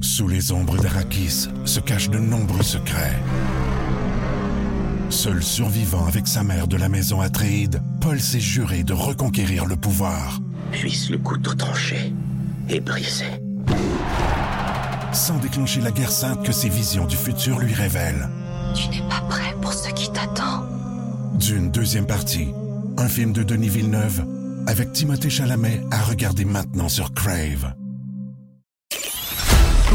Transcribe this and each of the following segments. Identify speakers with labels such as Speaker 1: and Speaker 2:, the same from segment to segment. Speaker 1: Sous les ombres d'Arakis se cachent de nombreux secrets. Seul survivant avec sa mère de la maison Atréide, Paul s'est juré de reconquérir le pouvoir.
Speaker 2: Puisse le couteau tranché et brisé.
Speaker 1: Sans déclencher la guerre sainte que ses visions du futur lui révèlent.
Speaker 3: Tu n'es pas prêt pour ce qui t'attend.
Speaker 1: D'une deuxième partie, un film de Denis Villeneuve avec Timothée Chalamet à regarder maintenant sur Crave.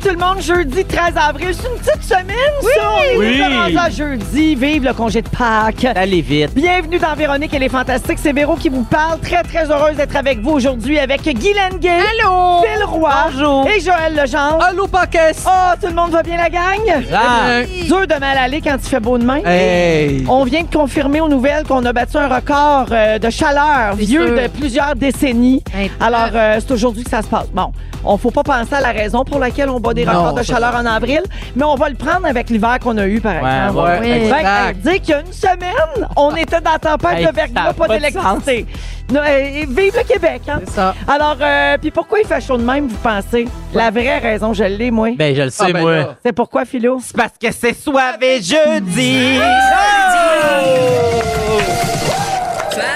Speaker 4: tout le monde, jeudi 13 avril. C'est une petite semaine, ça! On est
Speaker 5: Oui!
Speaker 4: rendu à jeudi, vive le congé de Pâques!
Speaker 5: Allez vite.
Speaker 4: Bienvenue dans Véronique et les Fantastiques. C'est Véro qui vous parle. Très, très heureuse d'être avec vous aujourd'hui avec Guylaine Gay,
Speaker 6: Allô!
Speaker 4: Phil Roy
Speaker 6: Bonjour.
Speaker 4: et Joël Legendre.
Speaker 6: Allô, Paquès!
Speaker 4: Oh, tout le monde va bien, la gang?
Speaker 6: Ah.
Speaker 4: Dur de mal aller quand il fait beau de main.
Speaker 5: Eh,
Speaker 6: Hey!
Speaker 4: On vient de confirmer aux nouvelles qu'on a battu un record euh, de chaleur
Speaker 6: C'est
Speaker 4: vieux
Speaker 6: sûr.
Speaker 4: de plusieurs décennies.
Speaker 6: Hey,
Speaker 4: Alors, euh, c'est aujourd'hui que ça se passe. Bon, on faut pas penser à la raison pour laquelle on bat des
Speaker 6: Non,
Speaker 4: records de
Speaker 6: ça,
Speaker 4: chaleur en avril, mais on va le prendre avec l'hiver qu'on a eu, par exemple.
Speaker 6: ouais,
Speaker 4: Fait que,
Speaker 6: exact.
Speaker 4: dire qu'il y a une semaine, on était dans la tempête
Speaker 6: Hey,
Speaker 4: de verglas,
Speaker 6: ça a
Speaker 4: pas
Speaker 6: pas de
Speaker 4: d'électricité. Non, et- et Vive le Québec! hein.
Speaker 6: C'est ça.
Speaker 4: Alors, euh, puis pourquoi il fait chaud de même, vous pensez? La vraie raison, je l'ai, moi.
Speaker 5: Ben, je le sais,
Speaker 6: Ah, ben
Speaker 5: moi.
Speaker 6: là.
Speaker 4: c'est pourquoi, Philo?
Speaker 5: C'est parce que c'est soir et jeudi.
Speaker 7: Soir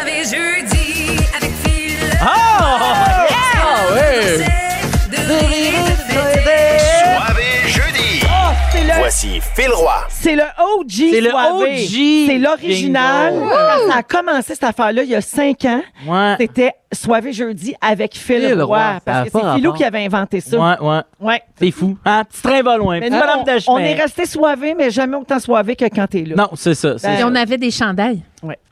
Speaker 7: et jeudi avec Phil.
Speaker 5: Oh!
Speaker 6: Ah, ouais!
Speaker 7: C'est de rire, de fêter.
Speaker 2: jeudi.
Speaker 4: Oh, c'est le
Speaker 2: Voici Phil Roy.
Speaker 4: C'est le OG.
Speaker 5: C'est le
Speaker 4: soirée.
Speaker 5: OG.
Speaker 4: C'est l'original.
Speaker 5: Bingo.
Speaker 4: Quand ça a commencé cette affaire-là il y a cinq ans,
Speaker 5: Ouais.
Speaker 4: c'était Soivé jeudi avec Phil,
Speaker 5: Phil
Speaker 4: Roy.
Speaker 5: Roy, ça a
Speaker 4: Parce
Speaker 5: pas
Speaker 4: que c'est
Speaker 5: rapport.
Speaker 4: Philo qui avait inventé ça.
Speaker 5: Ouais, ouais.
Speaker 4: Ouais.
Speaker 5: C'est fou. hein? Un petit train va loin.
Speaker 4: Mais
Speaker 5: Petit
Speaker 4: nous,
Speaker 5: bonhomme de
Speaker 4: on,
Speaker 5: chemin.
Speaker 4: on est resté soivé, mais jamais autant soivé que quand t'es là.
Speaker 5: Non, c'est ça. c'est
Speaker 4: Ben,
Speaker 6: Et
Speaker 5: ça.
Speaker 6: on avait des chandails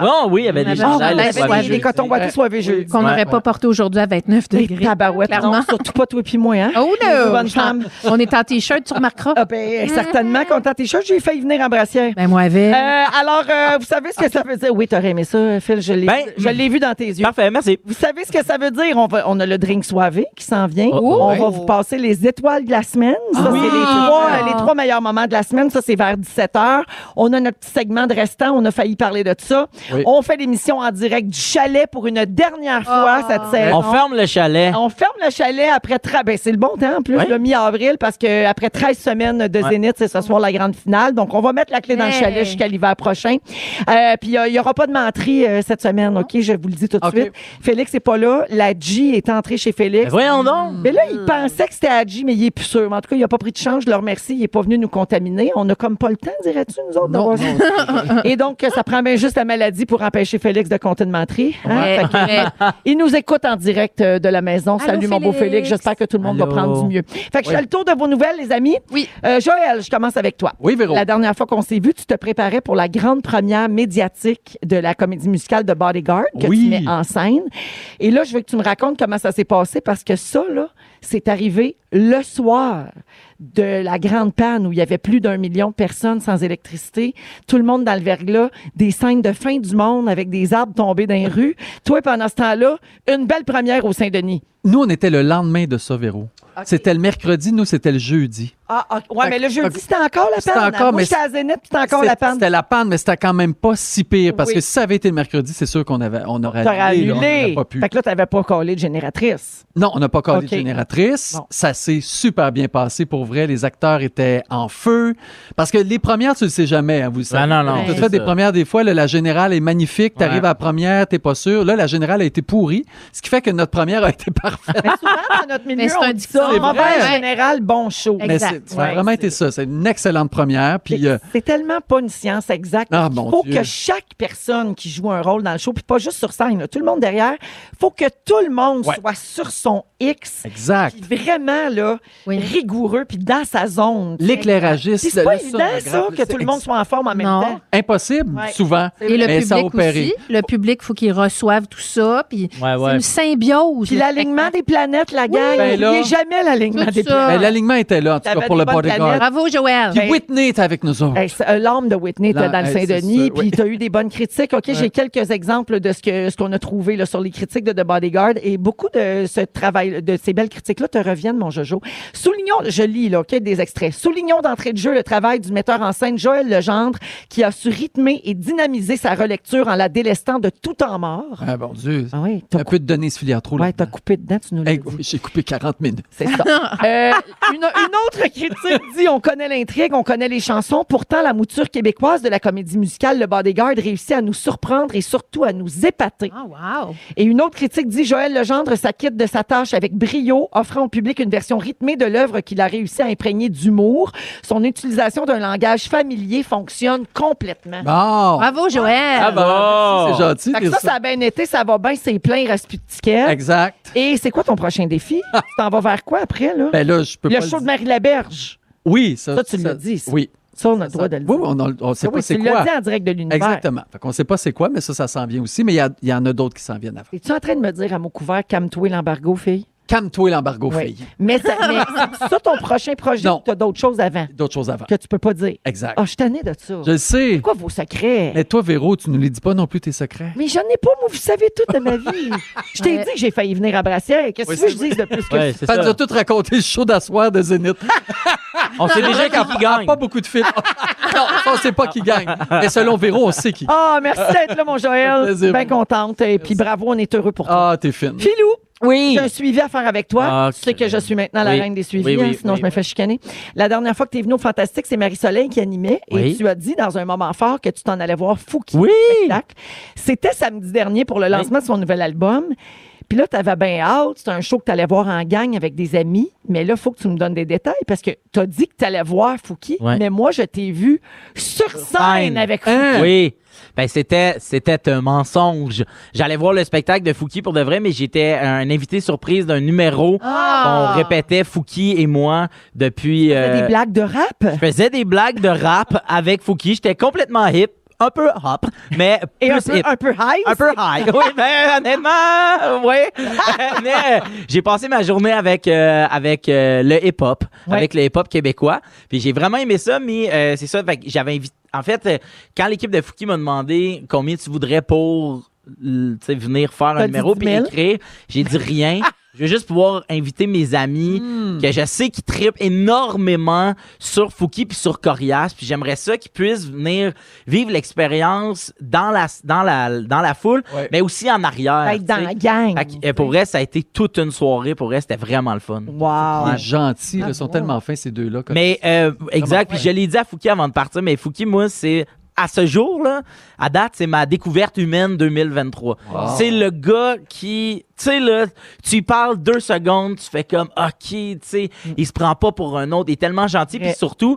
Speaker 5: Oh oui, il y avait
Speaker 6: on
Speaker 5: des
Speaker 6: avait-
Speaker 5: gens
Speaker 4: Ah,
Speaker 6: on avait
Speaker 4: ouais, des,
Speaker 6: soivé
Speaker 4: des
Speaker 6: jeudi.
Speaker 4: cotons boîtés soivé jeudi.
Speaker 6: qu'on
Speaker 5: Ouais,
Speaker 6: n'aurait pas
Speaker 5: ouais.
Speaker 6: portés aujourd'hui à 29
Speaker 4: Des
Speaker 6: degrés.
Speaker 4: tabarouettes, non,
Speaker 6: Clairement.
Speaker 4: surtout pas toi et puis moi, hein?
Speaker 6: Oh
Speaker 4: Une
Speaker 6: là!
Speaker 4: bonne femme.
Speaker 6: On est en t-shirt, tu remarqueras.
Speaker 4: Ah,
Speaker 5: Mm-hmm.
Speaker 4: ben, certainement, quand t'as tes choses, j'ai failli venir en brassière.
Speaker 6: Ben moi avec.
Speaker 4: Euh, alors, euh, vous savez ce que ça veut dire? Oui, t'aurais aimé ça, Phil, je l'ai
Speaker 5: Ben,
Speaker 4: je l'ai vu dans tes yeux.
Speaker 5: Parfait, merci.
Speaker 4: Vous savez ce que ça veut dire? On, va- on a le drink soivé qui s'en vient.
Speaker 5: Oh,
Speaker 4: on
Speaker 5: ouais.
Speaker 4: va vous passer les étoiles de la semaine. Ça,
Speaker 6: oui.
Speaker 4: c'est les trois,
Speaker 6: Ah.
Speaker 4: les trois meilleurs moments de la semaine. Ça, c'est vers 17 h. On a notre petit segment de restant. On a failli parler de ça.
Speaker 5: Oui.
Speaker 4: On fait l'émission en direct du chalet pour une dernière fois cette saison.
Speaker 5: Ah. On ferme le chalet.
Speaker 4: On ferme le chalet après... tra- Ben, c'est le bon temps, en plus,
Speaker 5: Ouais.
Speaker 4: le mi-avril, parce que après 13 semaines de
Speaker 5: Ouais.
Speaker 4: Zénith, c'est ce soir la grande finale. Donc, on va mettre la clé dans le
Speaker 6: Hey.
Speaker 4: chalet jusqu'à l'hiver prochain. Euh, Puis, euh, il y aura pas de menterie euh, cette semaine, OK? Je vous le dis tout de
Speaker 6: OK.
Speaker 4: suite. Félix n'est pas là. La G est entrée chez
Speaker 5: Ben,
Speaker 4: Félix.
Speaker 5: Voyons donc.
Speaker 4: Mais là, il pensait que c'était à G, mais il est plus sûr. Mais en tout cas, il n'a pas pris de change. Je le remercie. Il n'est pas venu nous contaminer. On n'a comme pas le temps, dirais-tu, nous autres, d'avoir ça. Et donc, euh, ça prend bien juste la maladie pour empêcher Félix de compter de menterie. hein?
Speaker 6: Ouais.
Speaker 4: Fait que- il nous écoute en direct euh, de la maison.
Speaker 6: Allô,
Speaker 4: Salut, mon beau Félix.
Speaker 6: Félix.
Speaker 4: J'espère que tout le monde
Speaker 5: Allô.
Speaker 4: va prendre du mieux. Fait que je fais le tour de vos nouvelles, les amis.
Speaker 6: Oui.
Speaker 4: Euh, Joël, je commence avec toi.
Speaker 6: Oui, Véro.
Speaker 4: La dernière fois qu'on s'est vu, tu te préparais pour la grande première médiatique de la comédie musicale de Bodyguard que
Speaker 5: Oui.
Speaker 4: tu mets en scène. Et là, je veux que tu me racontes comment ça s'est passé parce que ça, là, c'est arrivé le soir de la grande panne où il y avait plus d'un million de personnes sans électricité, tout le monde dans le verglas, des scènes de fin du monde avec des arbres tombés dans les rues. Toi, pendant ce temps-là, une belle première au Saint-Denis.
Speaker 8: Nous, on était le lendemain de ça, Véro. C'était le mercredi, nous, c'était le jeudi.
Speaker 4: Ah, ah, ouais,
Speaker 8: Fait
Speaker 4: mais le
Speaker 8: que-
Speaker 4: jeudi, c'était encore la
Speaker 8: C'était
Speaker 4: panne.
Speaker 8: encore,
Speaker 4: Moi,
Speaker 8: mais
Speaker 4: j'étais à Zénith, puis c'était encore la
Speaker 8: C'était-
Speaker 4: panne.
Speaker 8: C'était la panne, mais c'était quand même pas si pire, parce
Speaker 4: Oui.
Speaker 8: que si ça avait été le mercredi, c'est sûr qu'on avait, on aurait
Speaker 4: T'aurais
Speaker 8: annulé, là, on
Speaker 4: annulé.
Speaker 8: n'aurait pas pu.
Speaker 4: Fait que là, t'avais pas collé de génératrice.
Speaker 8: Non, on n'a pas collé
Speaker 4: Ok.
Speaker 8: de génératrice.
Speaker 4: Bon.
Speaker 8: Ça s'est super bien passé, pour vrai. Les acteurs étaient en feu. Parce que les premières, tu le sais jamais, hein, vous le savez.
Speaker 5: Ben non, non,
Speaker 8: Tu
Speaker 5: c'est
Speaker 8: te fais des
Speaker 5: ça.
Speaker 8: premières des fois, là, la générale est magnifique, tu arrives
Speaker 5: Ouais.
Speaker 8: à la première, t'es pas sûr. Là, la générale a été pourrie, ce qui fait que notre première a été parfaite.
Speaker 4: Mais souvent, dans notre milieu,
Speaker 6: Ah, Mais c'est
Speaker 4: on
Speaker 6: un
Speaker 4: dit ça.
Speaker 6: dicton.
Speaker 4: Mauvais
Speaker 6: Ouais.
Speaker 4: général, bon show.
Speaker 6: Exact.
Speaker 8: Mais c'est- ça a
Speaker 4: Ouais,
Speaker 8: vraiment été ça. C'est une excellente première. Puis, euh,
Speaker 4: C'est- C'est tellement pas une science exacte.
Speaker 8: Ah,
Speaker 4: il
Speaker 8: mon
Speaker 4: faut
Speaker 8: Dieu.
Speaker 4: que chaque personne qui joue un rôle dans le show, puis pas juste sur scène, là, tout le monde derrière, faut que tout le monde
Speaker 8: Ouais.
Speaker 4: soit sur son X
Speaker 8: Exact.
Speaker 4: Puis vraiment, là,
Speaker 6: Oui.
Speaker 4: rigoureux, puis dans sa zone.
Speaker 8: L'éclairagiste.
Speaker 4: C'est pas
Speaker 8: le
Speaker 4: évident, ça,
Speaker 8: sonographe,
Speaker 4: que tout le monde
Speaker 8: c'est
Speaker 4: soit en forme en même
Speaker 6: Non.
Speaker 4: temps.
Speaker 8: Impossible,
Speaker 4: Ouais.
Speaker 8: souvent.
Speaker 6: Et le
Speaker 8: Mais ça a
Speaker 6: public
Speaker 8: opéré.
Speaker 6: aussi. Le public, faut qu'il reçoive tout ça. Puis
Speaker 5: Ouais,
Speaker 6: c'est
Speaker 5: ouais.
Speaker 6: une symbiose.
Speaker 4: Puis
Speaker 6: le
Speaker 4: l'alignement des planètes, la gang,
Speaker 8: Ben
Speaker 4: il n'y
Speaker 8: là,
Speaker 4: a jamais l'alignement
Speaker 6: tout
Speaker 4: des
Speaker 6: ça.
Speaker 4: planètes.
Speaker 8: Ben, L'alignement était là, en tout
Speaker 4: Ah. T'avais
Speaker 8: cas, pour
Speaker 4: des
Speaker 8: le
Speaker 4: bonnes
Speaker 8: bodyguard.
Speaker 4: planètes.
Speaker 6: Bravo, Joël.
Speaker 8: Puis Whitney était avec nous autres.
Speaker 4: Hey, c'est- euh, L'âme de Whitney était
Speaker 8: Là,
Speaker 4: dans le
Speaker 8: hey, c'est
Speaker 4: Saint-Denis,
Speaker 8: ça, oui.
Speaker 4: puis tu as eu des bonnes critiques. OK, j'ai quelques exemples de ce que ce qu'on a trouvé là, sur les critiques de The Bodyguard et beaucoup de ce travail, de ces belles critiques-là te reviennent, mon Jojo. Soulignons, je lis là, OK, des extraits. Soulignons d'entrée de jeu le travail du metteur en scène Joël Legendre qui a su rythmer et dynamiser sa relecture en la délestant de tout en mort.
Speaker 8: Ah, mon Dieu.
Speaker 4: Ah oui, Eh t'as
Speaker 8: Un peu de données se filière trop.
Speaker 4: ouais,
Speaker 8: là-dedans.
Speaker 4: t'as coupé dedans, tu nous l'as
Speaker 8: Hey,
Speaker 4: dit.
Speaker 8: J'ai coupé 40 minutes.
Speaker 4: C'est ça. Euh, une, une autre critique dit on connaît l'intrigue, on connaît les chansons. Pourtant, la mouture québécoise de la comédie musicale Le Bodyguard réussit à nous surprendre et surtout à nous épater.
Speaker 6: Ah, wow.
Speaker 4: Et une autre critique dit Joël Legendre s'acquitte de sa tâche avec brio, offrant au public une version rythmée de l'œuvre qu'il a réussi à imprégner d'humour. Son utilisation d'un langage familier fonctionne complètement.
Speaker 8: Bon.
Speaker 6: Bravo,
Speaker 5: bah.
Speaker 6: Joël.
Speaker 8: Ah,
Speaker 5: Oh.
Speaker 8: bon. C'est gentil.
Speaker 4: Fait que
Speaker 8: dire
Speaker 4: ça, ça a bien été, ça va bien, c'est plein, il reste plus de tickets.
Speaker 8: Exact.
Speaker 4: Et c'est quoi ton prochain défi? tu t'en vas vers quoi après, là?
Speaker 8: Ben là, je peux
Speaker 4: le
Speaker 8: pas.
Speaker 4: show
Speaker 8: le
Speaker 4: de
Speaker 8: dire.
Speaker 4: Marie Laberge.
Speaker 8: Oui, ça.
Speaker 4: Ça, tu l'as dit, ça.
Speaker 8: Oui.
Speaker 4: Ça, on a le droit de le dire.
Speaker 8: Oui, oui, on, on- on sait
Speaker 4: Ah
Speaker 8: pas
Speaker 4: oui,
Speaker 8: c'est
Speaker 4: tu l'as
Speaker 8: quoi.
Speaker 4: dit en direct de l'univers.
Speaker 8: Exactement. Fait qu'on sait pas c'est quoi, mais ça, ça s'en vient aussi. Mais il y a- il y, en a d'autres qui s'en viennent avant.
Speaker 4: Es-tu en train de me dire à mot couvert, calme-toi l'embargo, fille?
Speaker 8: Calme-toi l'embargo,
Speaker 4: Oui.
Speaker 8: fille.
Speaker 4: Mais, ça, mais c'est ça ton prochain projet
Speaker 8: Non.
Speaker 4: ou t'as d'autres choses avant
Speaker 8: D'autres choses avant.
Speaker 4: que tu peux pas dire?
Speaker 8: Exact.
Speaker 4: Ah, je suis tannée de ça.
Speaker 8: Je le sais.
Speaker 4: C'est quoi vos secrets?
Speaker 8: Mais toi, Véro, tu ne les dis pas non plus tes secrets.
Speaker 4: Mais j'en ai pas, moi, vous savez tout de ma vie. Je t'ai
Speaker 6: Ouais.
Speaker 4: dit que j'ai failli venir à Brassière. Qu'est-ce que
Speaker 8: Oui,
Speaker 4: tu veux que je
Speaker 8: c'est
Speaker 4: dise de plus que
Speaker 5: Ouais,
Speaker 4: ça?
Speaker 5: c'est
Speaker 8: Ça nous a
Speaker 5: ça.
Speaker 8: tout raconté le show d'asseoir de Zénith.
Speaker 5: On sait déjà
Speaker 4: Ah,
Speaker 5: qui gagne.
Speaker 8: Pas beaucoup de fils. non, ça, on sait pas qui gagne. Mais selon Véro, on sait qui.
Speaker 4: Ah, merci d'être là, mon
Speaker 8: Ça fait
Speaker 4: Joël.
Speaker 8: plaisir.
Speaker 4: Bien contente. Et puis bravo, on est heureux pour toi.
Speaker 8: Ah, t'es fine.
Speaker 4: Filou,
Speaker 5: Oui.
Speaker 4: j'ai un suivi à faire avec toi.
Speaker 5: Ah,
Speaker 4: tu sais que je suis maintenant la
Speaker 5: Oui.
Speaker 4: reine des suivis,
Speaker 5: Oui, oui,
Speaker 4: hein, sinon
Speaker 5: oui.
Speaker 4: je me fais chicaner. La dernière fois que tu es venue au Fantastique, c'est Marie-Soleil qui animait et
Speaker 5: Oui.
Speaker 4: tu as dit dans un moment fort que tu t'en allais voir Fouki.
Speaker 5: Oui.
Speaker 4: au spectacle. C'était samedi dernier pour le lancement de son nouvel album. Puis là, tu avais bien hâte. C'était un show que tu allais voir en gang avec des amis. Mais là, il faut que tu me donnes des détails parce que tu as dit que tu allais voir Fouki.
Speaker 5: Ouais.
Speaker 4: Mais moi, je t'ai vu sur scène
Speaker 5: scène.
Speaker 4: avec Fouki.
Speaker 5: Hein? Oui. Ben, c'était, c'était un mensonge. J'allais voir le spectacle de Fouki pour de vrai, mais j'étais un invité surprise d'un numéro
Speaker 6: Ah.
Speaker 5: qu'on répétait, Fouki et moi, depuis...
Speaker 4: T'as
Speaker 5: euh,
Speaker 4: des blagues de rap.
Speaker 5: je faisais des blagues de rap avec Fouki. J'étais complètement hip, un peu hop, mais
Speaker 4: Et un
Speaker 5: plus
Speaker 4: peu,
Speaker 5: hip.
Speaker 4: un peu high.
Speaker 5: Un peu high. Oui, mais honnêtement, oui. Mais, euh, j'ai passé ma journée avec euh, avec euh, le hip-hop,
Speaker 4: Ouais.
Speaker 5: avec le hip-hop québécois. Puis j'ai vraiment aimé ça, mais euh, c'est ça. fait que j'avais invité. En fait, euh, quand l'équipe de Fouki m'a demandé combien tu voudrais pour l- tu sais, venir faire
Speaker 4: T'as
Speaker 5: un numéro
Speaker 4: dit
Speaker 5: puis
Speaker 4: 10 000?
Speaker 5: écrire, j'ai dit rien. Je veux juste pouvoir inviter mes amis
Speaker 8: Hmm.
Speaker 5: que je sais qu'ils tripent énormément sur Fouki puis sur Corias. Puis j'aimerais ça qu'ils puissent venir vivre l'expérience dans la, dans, la, dans la foule,
Speaker 8: Ouais.
Speaker 5: mais aussi en arrière.
Speaker 4: Être dans
Speaker 5: tu sais.
Speaker 4: la gang.
Speaker 5: Fait que, euh, pour elle, ça a été toute une soirée. Pour elle, c'était vraiment le fun.
Speaker 4: Wow.
Speaker 8: Les gentils, là, sont tellement fins, ces deux-là. comme-
Speaker 5: Mais euh, exact. Puis je l'ai dit à Fouki avant de partir, mais Fouki, moi, c'est à ce jour là, à date, c'est ma découverte humaine 2023. C'est le gars qui, tu sais là, tu y parles deux secondes, tu fais comme ok, tu sais, il se prend pas pour un autre, il est tellement gentil, puis
Speaker 4: Vrai.
Speaker 5: surtout.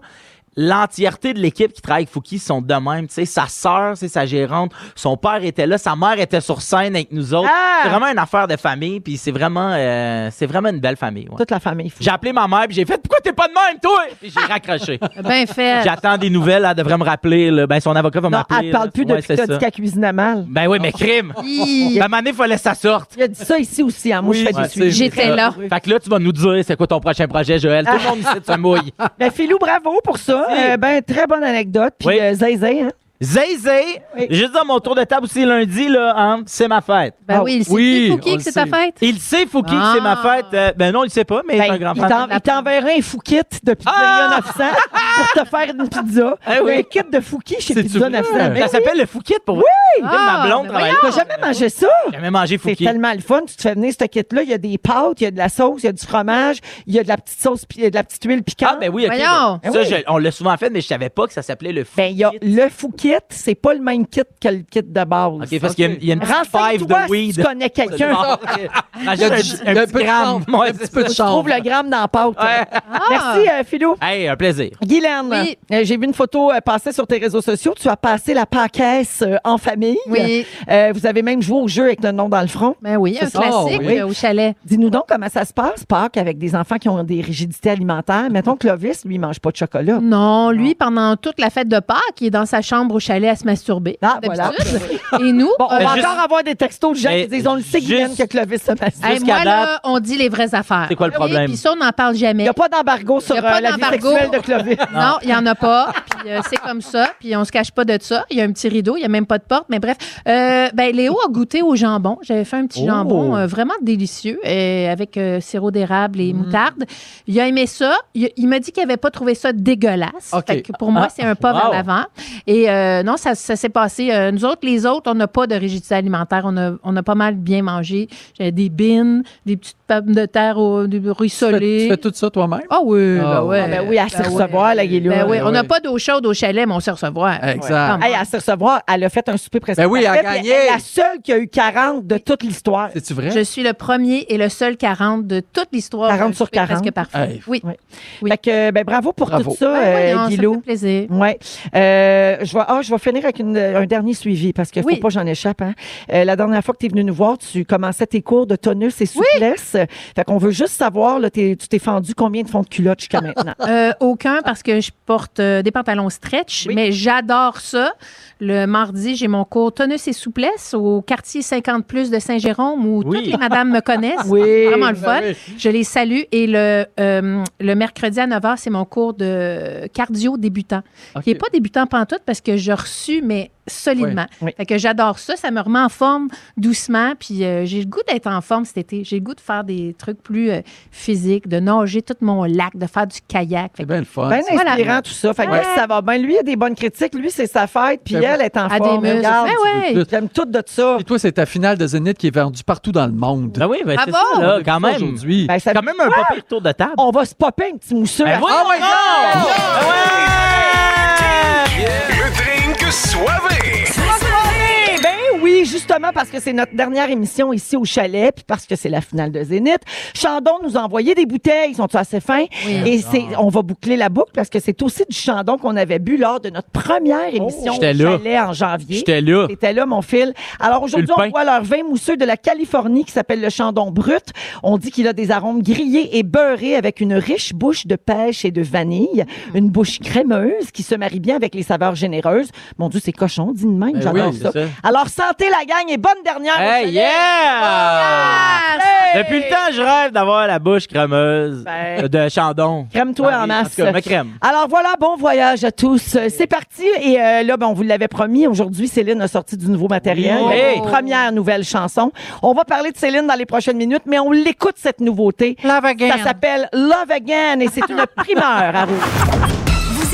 Speaker 5: L'entièreté de l'équipe qui travaille avec Fouki sont de même. Tu sais, sa sœur, c'est sa gérante, son père était là, sa mère était sur scène avec nous autres.
Speaker 4: Ah!
Speaker 5: C'est vraiment une affaire de famille, puis c'est vraiment, euh, c'est vraiment une belle famille. ouais.
Speaker 4: Toute la famille. Fouki.
Speaker 5: J'ai appelé ma mère, puis j'ai fait Pourquoi t'es pas de même, toi Puis j'ai raccroché.
Speaker 6: Bien fait.
Speaker 5: J'attends des nouvelles, elle devrait me rappeler. là. Ben, son avocat va
Speaker 4: Non,
Speaker 5: m'appeler.
Speaker 4: elle te parle
Speaker 5: là.
Speaker 4: plus
Speaker 5: Ouais,
Speaker 4: depuis que
Speaker 5: c'est
Speaker 4: t'as dit
Speaker 5: ça.
Speaker 4: qu'elle cuisinait mal.
Speaker 5: Ben oui, mais crime.
Speaker 6: Hi.
Speaker 5: Ben, à un moment donné, fallait que ça sorte.
Speaker 4: Il a dit ça ici aussi. Hein. Moi,
Speaker 8: Oui,
Speaker 4: je fais
Speaker 8: ouais,
Speaker 4: des suivis.
Speaker 8: c'est-
Speaker 6: J'étais là.
Speaker 5: Fait que là, tu vas nous dire c'est quoi ton prochain projet, Joël. Tout le monde ici se mouille.
Speaker 4: Ben, Philou, bravo pour ça.
Speaker 5: Merci.
Speaker 4: Euh, ben, très bonne anecdote. Puis,
Speaker 5: Oui.
Speaker 4: euh, Zay-Zay, hein?
Speaker 5: Zay Zay,
Speaker 4: Oui.
Speaker 5: juste dans mon tour de table aussi lundi, là, hein, c'est ma fête.
Speaker 6: Ben
Speaker 4: Ah,
Speaker 6: oui, il sait
Speaker 8: oui,
Speaker 6: plus,
Speaker 8: on
Speaker 6: Fouki,
Speaker 8: le
Speaker 6: que c'est ta
Speaker 8: sait.
Speaker 6: fête.
Speaker 5: Il sait, Fouki, que c'est ma
Speaker 6: Ah.
Speaker 5: fête. Euh, ben non, il le sait pas, mais
Speaker 4: Ben,
Speaker 5: il est un grand
Speaker 4: il
Speaker 5: fan.
Speaker 4: t'en- il t'enverra un Fouki depuis
Speaker 5: Ah!
Speaker 4: 900 pour te faire une pizza.
Speaker 5: Eh oui.
Speaker 4: Un kit de Fouki chez
Speaker 8: C'est-tu
Speaker 4: Pizza
Speaker 8: vrai?
Speaker 4: 900.
Speaker 5: Ça
Speaker 4: Ben oui.
Speaker 5: s'appelle le Fouki pour vous. ma
Speaker 6: Ah,
Speaker 5: blonde
Speaker 6: ben
Speaker 5: travaille
Speaker 4: T'as
Speaker 5: là.
Speaker 4: jamais mangé ça?
Speaker 5: J'ai jamais mangé
Speaker 4: C'est
Speaker 5: Fouki.
Speaker 4: tellement le fun. Tu te fais venir ce kit-là. Il y a des pâtes, il y a de la sauce, il y a du fromage, il y a de la petite sauce, pi- de la petite huile piquante.
Speaker 5: Ah, ben oui, ok.
Speaker 6: Voyons.
Speaker 5: ben, Ça,
Speaker 4: Eh oui.
Speaker 5: je- on l'a souvent fait, mais je savais pas que ça s'appelait le Fouki.
Speaker 4: Ben, il y a le Fouki kit, c'est pas le même kit que le kit de base.
Speaker 5: OK, parce qu'il y a une- il y a Ah, une petite five
Speaker 4: Renseigne-toi
Speaker 5: de
Speaker 4: si
Speaker 5: weed.
Speaker 4: tu connais quelqu'un.
Speaker 8: Il y a
Speaker 5: Rajoute
Speaker 8: du- il y a
Speaker 5: un
Speaker 8: un peu
Speaker 5: petit
Speaker 8: de
Speaker 5: gramme.
Speaker 8: chambre,
Speaker 5: Ouais,
Speaker 8: un petit peu de
Speaker 4: Je trouve
Speaker 8: chambre.
Speaker 4: le gramme dans la pâte.
Speaker 5: Ouais.
Speaker 4: Merci, euh, Philo.
Speaker 5: Hey, un plaisir.
Speaker 4: Guylaine,
Speaker 6: Ah. Oui.
Speaker 4: euh, j'ai vu une photo euh, passer sur tes réseaux sociaux. Tu as passé la paquesse euh, en famille.
Speaker 6: Oui.
Speaker 4: Euh, vous avez même joué au jeu avec le nom dans le front.
Speaker 6: Ben oui, un
Speaker 4: C'est ça,
Speaker 6: classique
Speaker 4: oui.
Speaker 6: euh, au chalet.
Speaker 4: Dis-nous donc comment ça se passe, Pâques, avec des enfants qui ont des rigidités alimentaires. Mettons que Clovis, lui, il mange pas de chocolat.
Speaker 6: Non, lui, pendant toute la fête de Pâques, il est dans sa chambre au chalet à se masturber.
Speaker 4: Ah,
Speaker 6: d'habitude. Et nous,
Speaker 4: Bon, on
Speaker 6: euh,
Speaker 4: va
Speaker 5: juste-
Speaker 4: encore avoir des textos de gens
Speaker 5: Mais
Speaker 4: qui disent on le sait, Guylaine,
Speaker 5: juste-
Speaker 4: que Clovis se masturbe.
Speaker 6: hey,
Speaker 5: jusqu'à
Speaker 6: moi, là, on dit les vraies affaires. Ah
Speaker 5: C'est quoi le
Speaker 6: Oui,
Speaker 5: problème?
Speaker 6: Puis ça, on n'en parle
Speaker 4: Il
Speaker 6: jamais.
Speaker 4: n'y a pas d'embargo sur
Speaker 6: Il y a
Speaker 4: euh,
Speaker 6: pas
Speaker 4: la vie
Speaker 6: d'embargo.
Speaker 4: sexuelle de Clovis.
Speaker 6: Non, il n'y en a pas. Puis euh, c'est comme ça. Puis on se cache pas de ça. Il y a un petit rideau, il n'y a même pas de porte. Mais bref, Euh, ben, Léo a goûté au jambon. J'avais fait un petit
Speaker 5: Oh.
Speaker 6: jambon euh, vraiment délicieux euh, avec euh, sirop d'érable
Speaker 8: Mm.
Speaker 6: et moutarde. Il a aimé ça. Il, il m'a dit qu'il n'avait pas trouvé ça dégueulasse.
Speaker 8: OK. Ah.
Speaker 6: Fait que pour moi, c'est un pas
Speaker 5: Wow.
Speaker 6: vers l'avant. Et euh, non, ça, ça s'est passé. Euh, nous autres, les autres, on n'a pas de rigidité alimentaire. On a, on a pas mal bien mangé. J'avais des bines, des petites pommes de terre au, du
Speaker 8: Tu fais- tu
Speaker 6: rissolées.
Speaker 8: fais tout ça toi-même?
Speaker 6: Ah oui,
Speaker 8: Ah
Speaker 6: ben ouais.
Speaker 8: ouais.
Speaker 4: Ah, ben oui, à se
Speaker 6: Ben ouais.
Speaker 4: recevoir, la Guilou.
Speaker 6: Ben oui,
Speaker 8: Ben
Speaker 6: on n'a
Speaker 8: oui.
Speaker 6: pas d'eau chaude au chalet, mais on sait
Speaker 4: Euh,
Speaker 6: recevoir.
Speaker 8: Exact.
Speaker 6: Ouais.
Speaker 4: Hey, à se recevoir, elle a fait un souper presque.
Speaker 8: Ben oui, elle a
Speaker 4: parfait, puis
Speaker 8: gagné.
Speaker 4: elle est la seule qui a eu 40 de toute l'histoire.
Speaker 8: C'est-tu vrai?
Speaker 6: Je suis le premier et le seul 40 de toute l'histoire.
Speaker 4: 40
Speaker 6: Je
Speaker 4: sur
Speaker 6: suis Presque
Speaker 4: 40.
Speaker 6: parfait.
Speaker 8: Hey.
Speaker 6: Oui. oui.
Speaker 4: Fait que, ben, bravo pour
Speaker 8: Bravo.
Speaker 4: tout ça,
Speaker 6: Ben
Speaker 4: euh,
Speaker 6: voyons, ça
Speaker 4: Guilou.
Speaker 6: fait plaisir.
Speaker 4: Ouais. Euh, je vais, ah, je vais finir avec une- un dernier suivi parce que
Speaker 6: Oui.
Speaker 4: faut pas que j'en échappe. Hein. Euh, la dernière fois que tu es venu nous voir, tu commençais tes cours de tonus et souplesse. Fait qu'on veut juste savoir, là, t'es- tu t'es fendu combien de fonds de culotte jusqu'à maintenant.
Speaker 6: Euh, aucun parce que je porte euh, des pantalons stretch,
Speaker 4: Oui.
Speaker 6: mais j'adore ça. Le mardi, j'ai mon cours tonus et souplesse au quartier 50 plus de Saint-Jérôme où
Speaker 5: Oui.
Speaker 6: toutes les madames me connaissent.
Speaker 4: Ah, Oui.
Speaker 6: Vraiment le fun.
Speaker 8: Ben oui.
Speaker 6: Je les salue et le, euh, le mercredi à 9h, c'est mon cours de cardio débutant.
Speaker 8: Ok.
Speaker 6: qui n'est pas débutant pantoute parce que je reçus, mais solidement.
Speaker 4: Oui, oui.
Speaker 6: Fait que j'adore ça, ça me remet en forme doucement, puis euh, j'ai le goût d'être en forme cet été. J'ai le goût de faire des trucs plus euh, physiques, de nager tout mon lac, de faire du kayak. Fait
Speaker 8: C'est
Speaker 6: que
Speaker 8: bien le fun.
Speaker 4: Bien
Speaker 8: ça.
Speaker 6: Voilà.
Speaker 4: Eh ben, inspirant tout ça. Fait que
Speaker 6: Ah, Ouais.
Speaker 4: ça va bien. Lui, il a des bonnes critiques. Lui, c'est sa fête. Puis
Speaker 8: Ben
Speaker 4: elle est en
Speaker 6: à des
Speaker 4: forme.
Speaker 6: muscles.
Speaker 4: Regarde,
Speaker 6: Ben ouais.
Speaker 8: veux
Speaker 4: J'aime tout de ça.
Speaker 8: Et toi, c'est ta finale de Zénith qui est vendue partout dans le monde.
Speaker 5: Ben oui, ben
Speaker 6: Ah
Speaker 5: c'est
Speaker 6: bon?
Speaker 5: ça,
Speaker 8: On a
Speaker 5: là,
Speaker 8: vu
Speaker 5: quand
Speaker 8: ça
Speaker 5: même.
Speaker 8: Aujourd'hui.
Speaker 4: Ben, ça-
Speaker 5: Quand même un papier tour de table.
Speaker 4: On va se popper un petit mousseux.
Speaker 5: Ben
Speaker 4: à- Ah
Speaker 5: voyons
Speaker 8: ouais,
Speaker 5: donc!
Speaker 8: non!
Speaker 5: Ben ouais!
Speaker 2: Le drink soivé.
Speaker 4: Eh ben oui, justement parce que c'est notre dernière émission ici au chalet, puis parce que c'est la finale de Zénith. Chandon nous a envoyé des bouteilles, ils sont assez fins. Et c'est, on va boucler la boucle parce que c'est aussi du Chandon qu'on avait bu lors de notre première émission
Speaker 5: Oh.
Speaker 4: au
Speaker 5: J'étais là.
Speaker 4: chalet en janvier.
Speaker 5: J'étais là.
Speaker 4: C'était là, mon fil. Alors aujourd'hui,
Speaker 5: le pain.
Speaker 4: on boit leur vin mousseux de la Californie qui s'appelle le Chandon Brut. On dit qu'il a des arômes grillés et beurrés avec une riche bouche de pêche et de vanille, une bouche crémeuse qui se marie bien avec les saveurs généreuses. Mon Dieu, c'est cochon, dit de même.
Speaker 8: Ben
Speaker 4: J'adore
Speaker 8: oui,
Speaker 4: ça.
Speaker 5: c'est ça.
Speaker 4: Alors santé la gang et bonne dernière.
Speaker 5: Hey, yeah!
Speaker 4: Hey!
Speaker 5: Depuis le temps, je rêve d'avoir la bouche crémeuse
Speaker 4: Ben.
Speaker 5: de Chandon.
Speaker 4: Crème-toi en
Speaker 5: Ah oui,
Speaker 4: masse.
Speaker 5: en tout cas, je me crème.
Speaker 4: Alors voilà, bon voyage à tous. Euh, C'est parti. Et euh, là, ben, on vous l'avait promis, aujourd'hui, Céline a sorti du nouveau matériel.
Speaker 5: Oui.
Speaker 4: Elle a une
Speaker 5: Hey.
Speaker 4: Première nouvelle chanson. On va parler de Céline dans les prochaines minutes, mais on l'écoute, cette nouveauté.
Speaker 6: Love again.
Speaker 4: Ça s'appelle Love Again et c'est une primeur à Rouge.
Speaker 7: Vous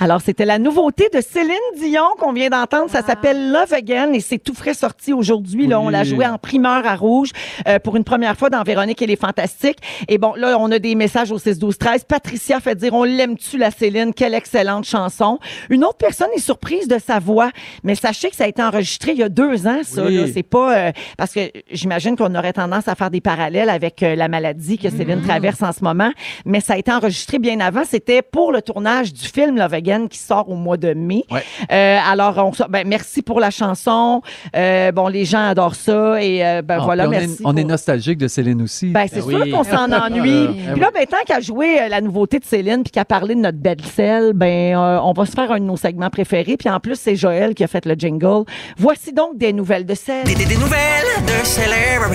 Speaker 4: Alors, c'était la nouveauté de Céline Dion qu'on vient d'entendre. Ça s'appelle Love Again et c'est tout frais sorti aujourd'hui. Là, on
Speaker 8: Ah. Oui.
Speaker 4: l'a joué en primeur à rouge euh, pour une première fois dans Véronique et les Fantastiques. Et bon, là, on a des messages au 6-12-13. Patricia fait dire, on l'aime-tu la Céline? Quelle excellente chanson. Une autre personne est surprise de sa voix, mais sachez que ça a été enregistré il y a deux ans, ça.
Speaker 8: Oui.
Speaker 4: là. C'est pas... euh, parce que j'imagine qu'on aurait tendance à faire des parallèles avec euh, la maladie que Céline
Speaker 8: Mm-hmm.
Speaker 4: traverse en ce moment, mais ça a été enregistré bien avant. C'était pour le tournage du film Love Again qui sort au mois de mai.
Speaker 8: Ouais.
Speaker 4: Euh, alors, on, sort- ben, merci pour la chanson. Euh, bon, les gens adorent ça et euh, ben,
Speaker 8: Ah,
Speaker 4: voilà,
Speaker 8: puis on est-
Speaker 4: merci.
Speaker 8: on est
Speaker 4: pour-
Speaker 8: nostalgique de Céline aussi.
Speaker 4: ben, c'est
Speaker 5: Ben
Speaker 4: sûr
Speaker 5: oui.
Speaker 4: qu'on s'en
Speaker 6: Ben oui.
Speaker 4: ennuie.
Speaker 8: Ben
Speaker 4: Puis là, ben, tant qu'à jouer euh, la nouveauté de Céline puis qu'à parler de notre belle selle, ben, euh, on va se faire un de nos segments préférés. Puis en plus, c'est Joël qui a fait le jingle. Voici donc des nouvelles de selle.
Speaker 9: Des, des- des nouvelles de célèbres.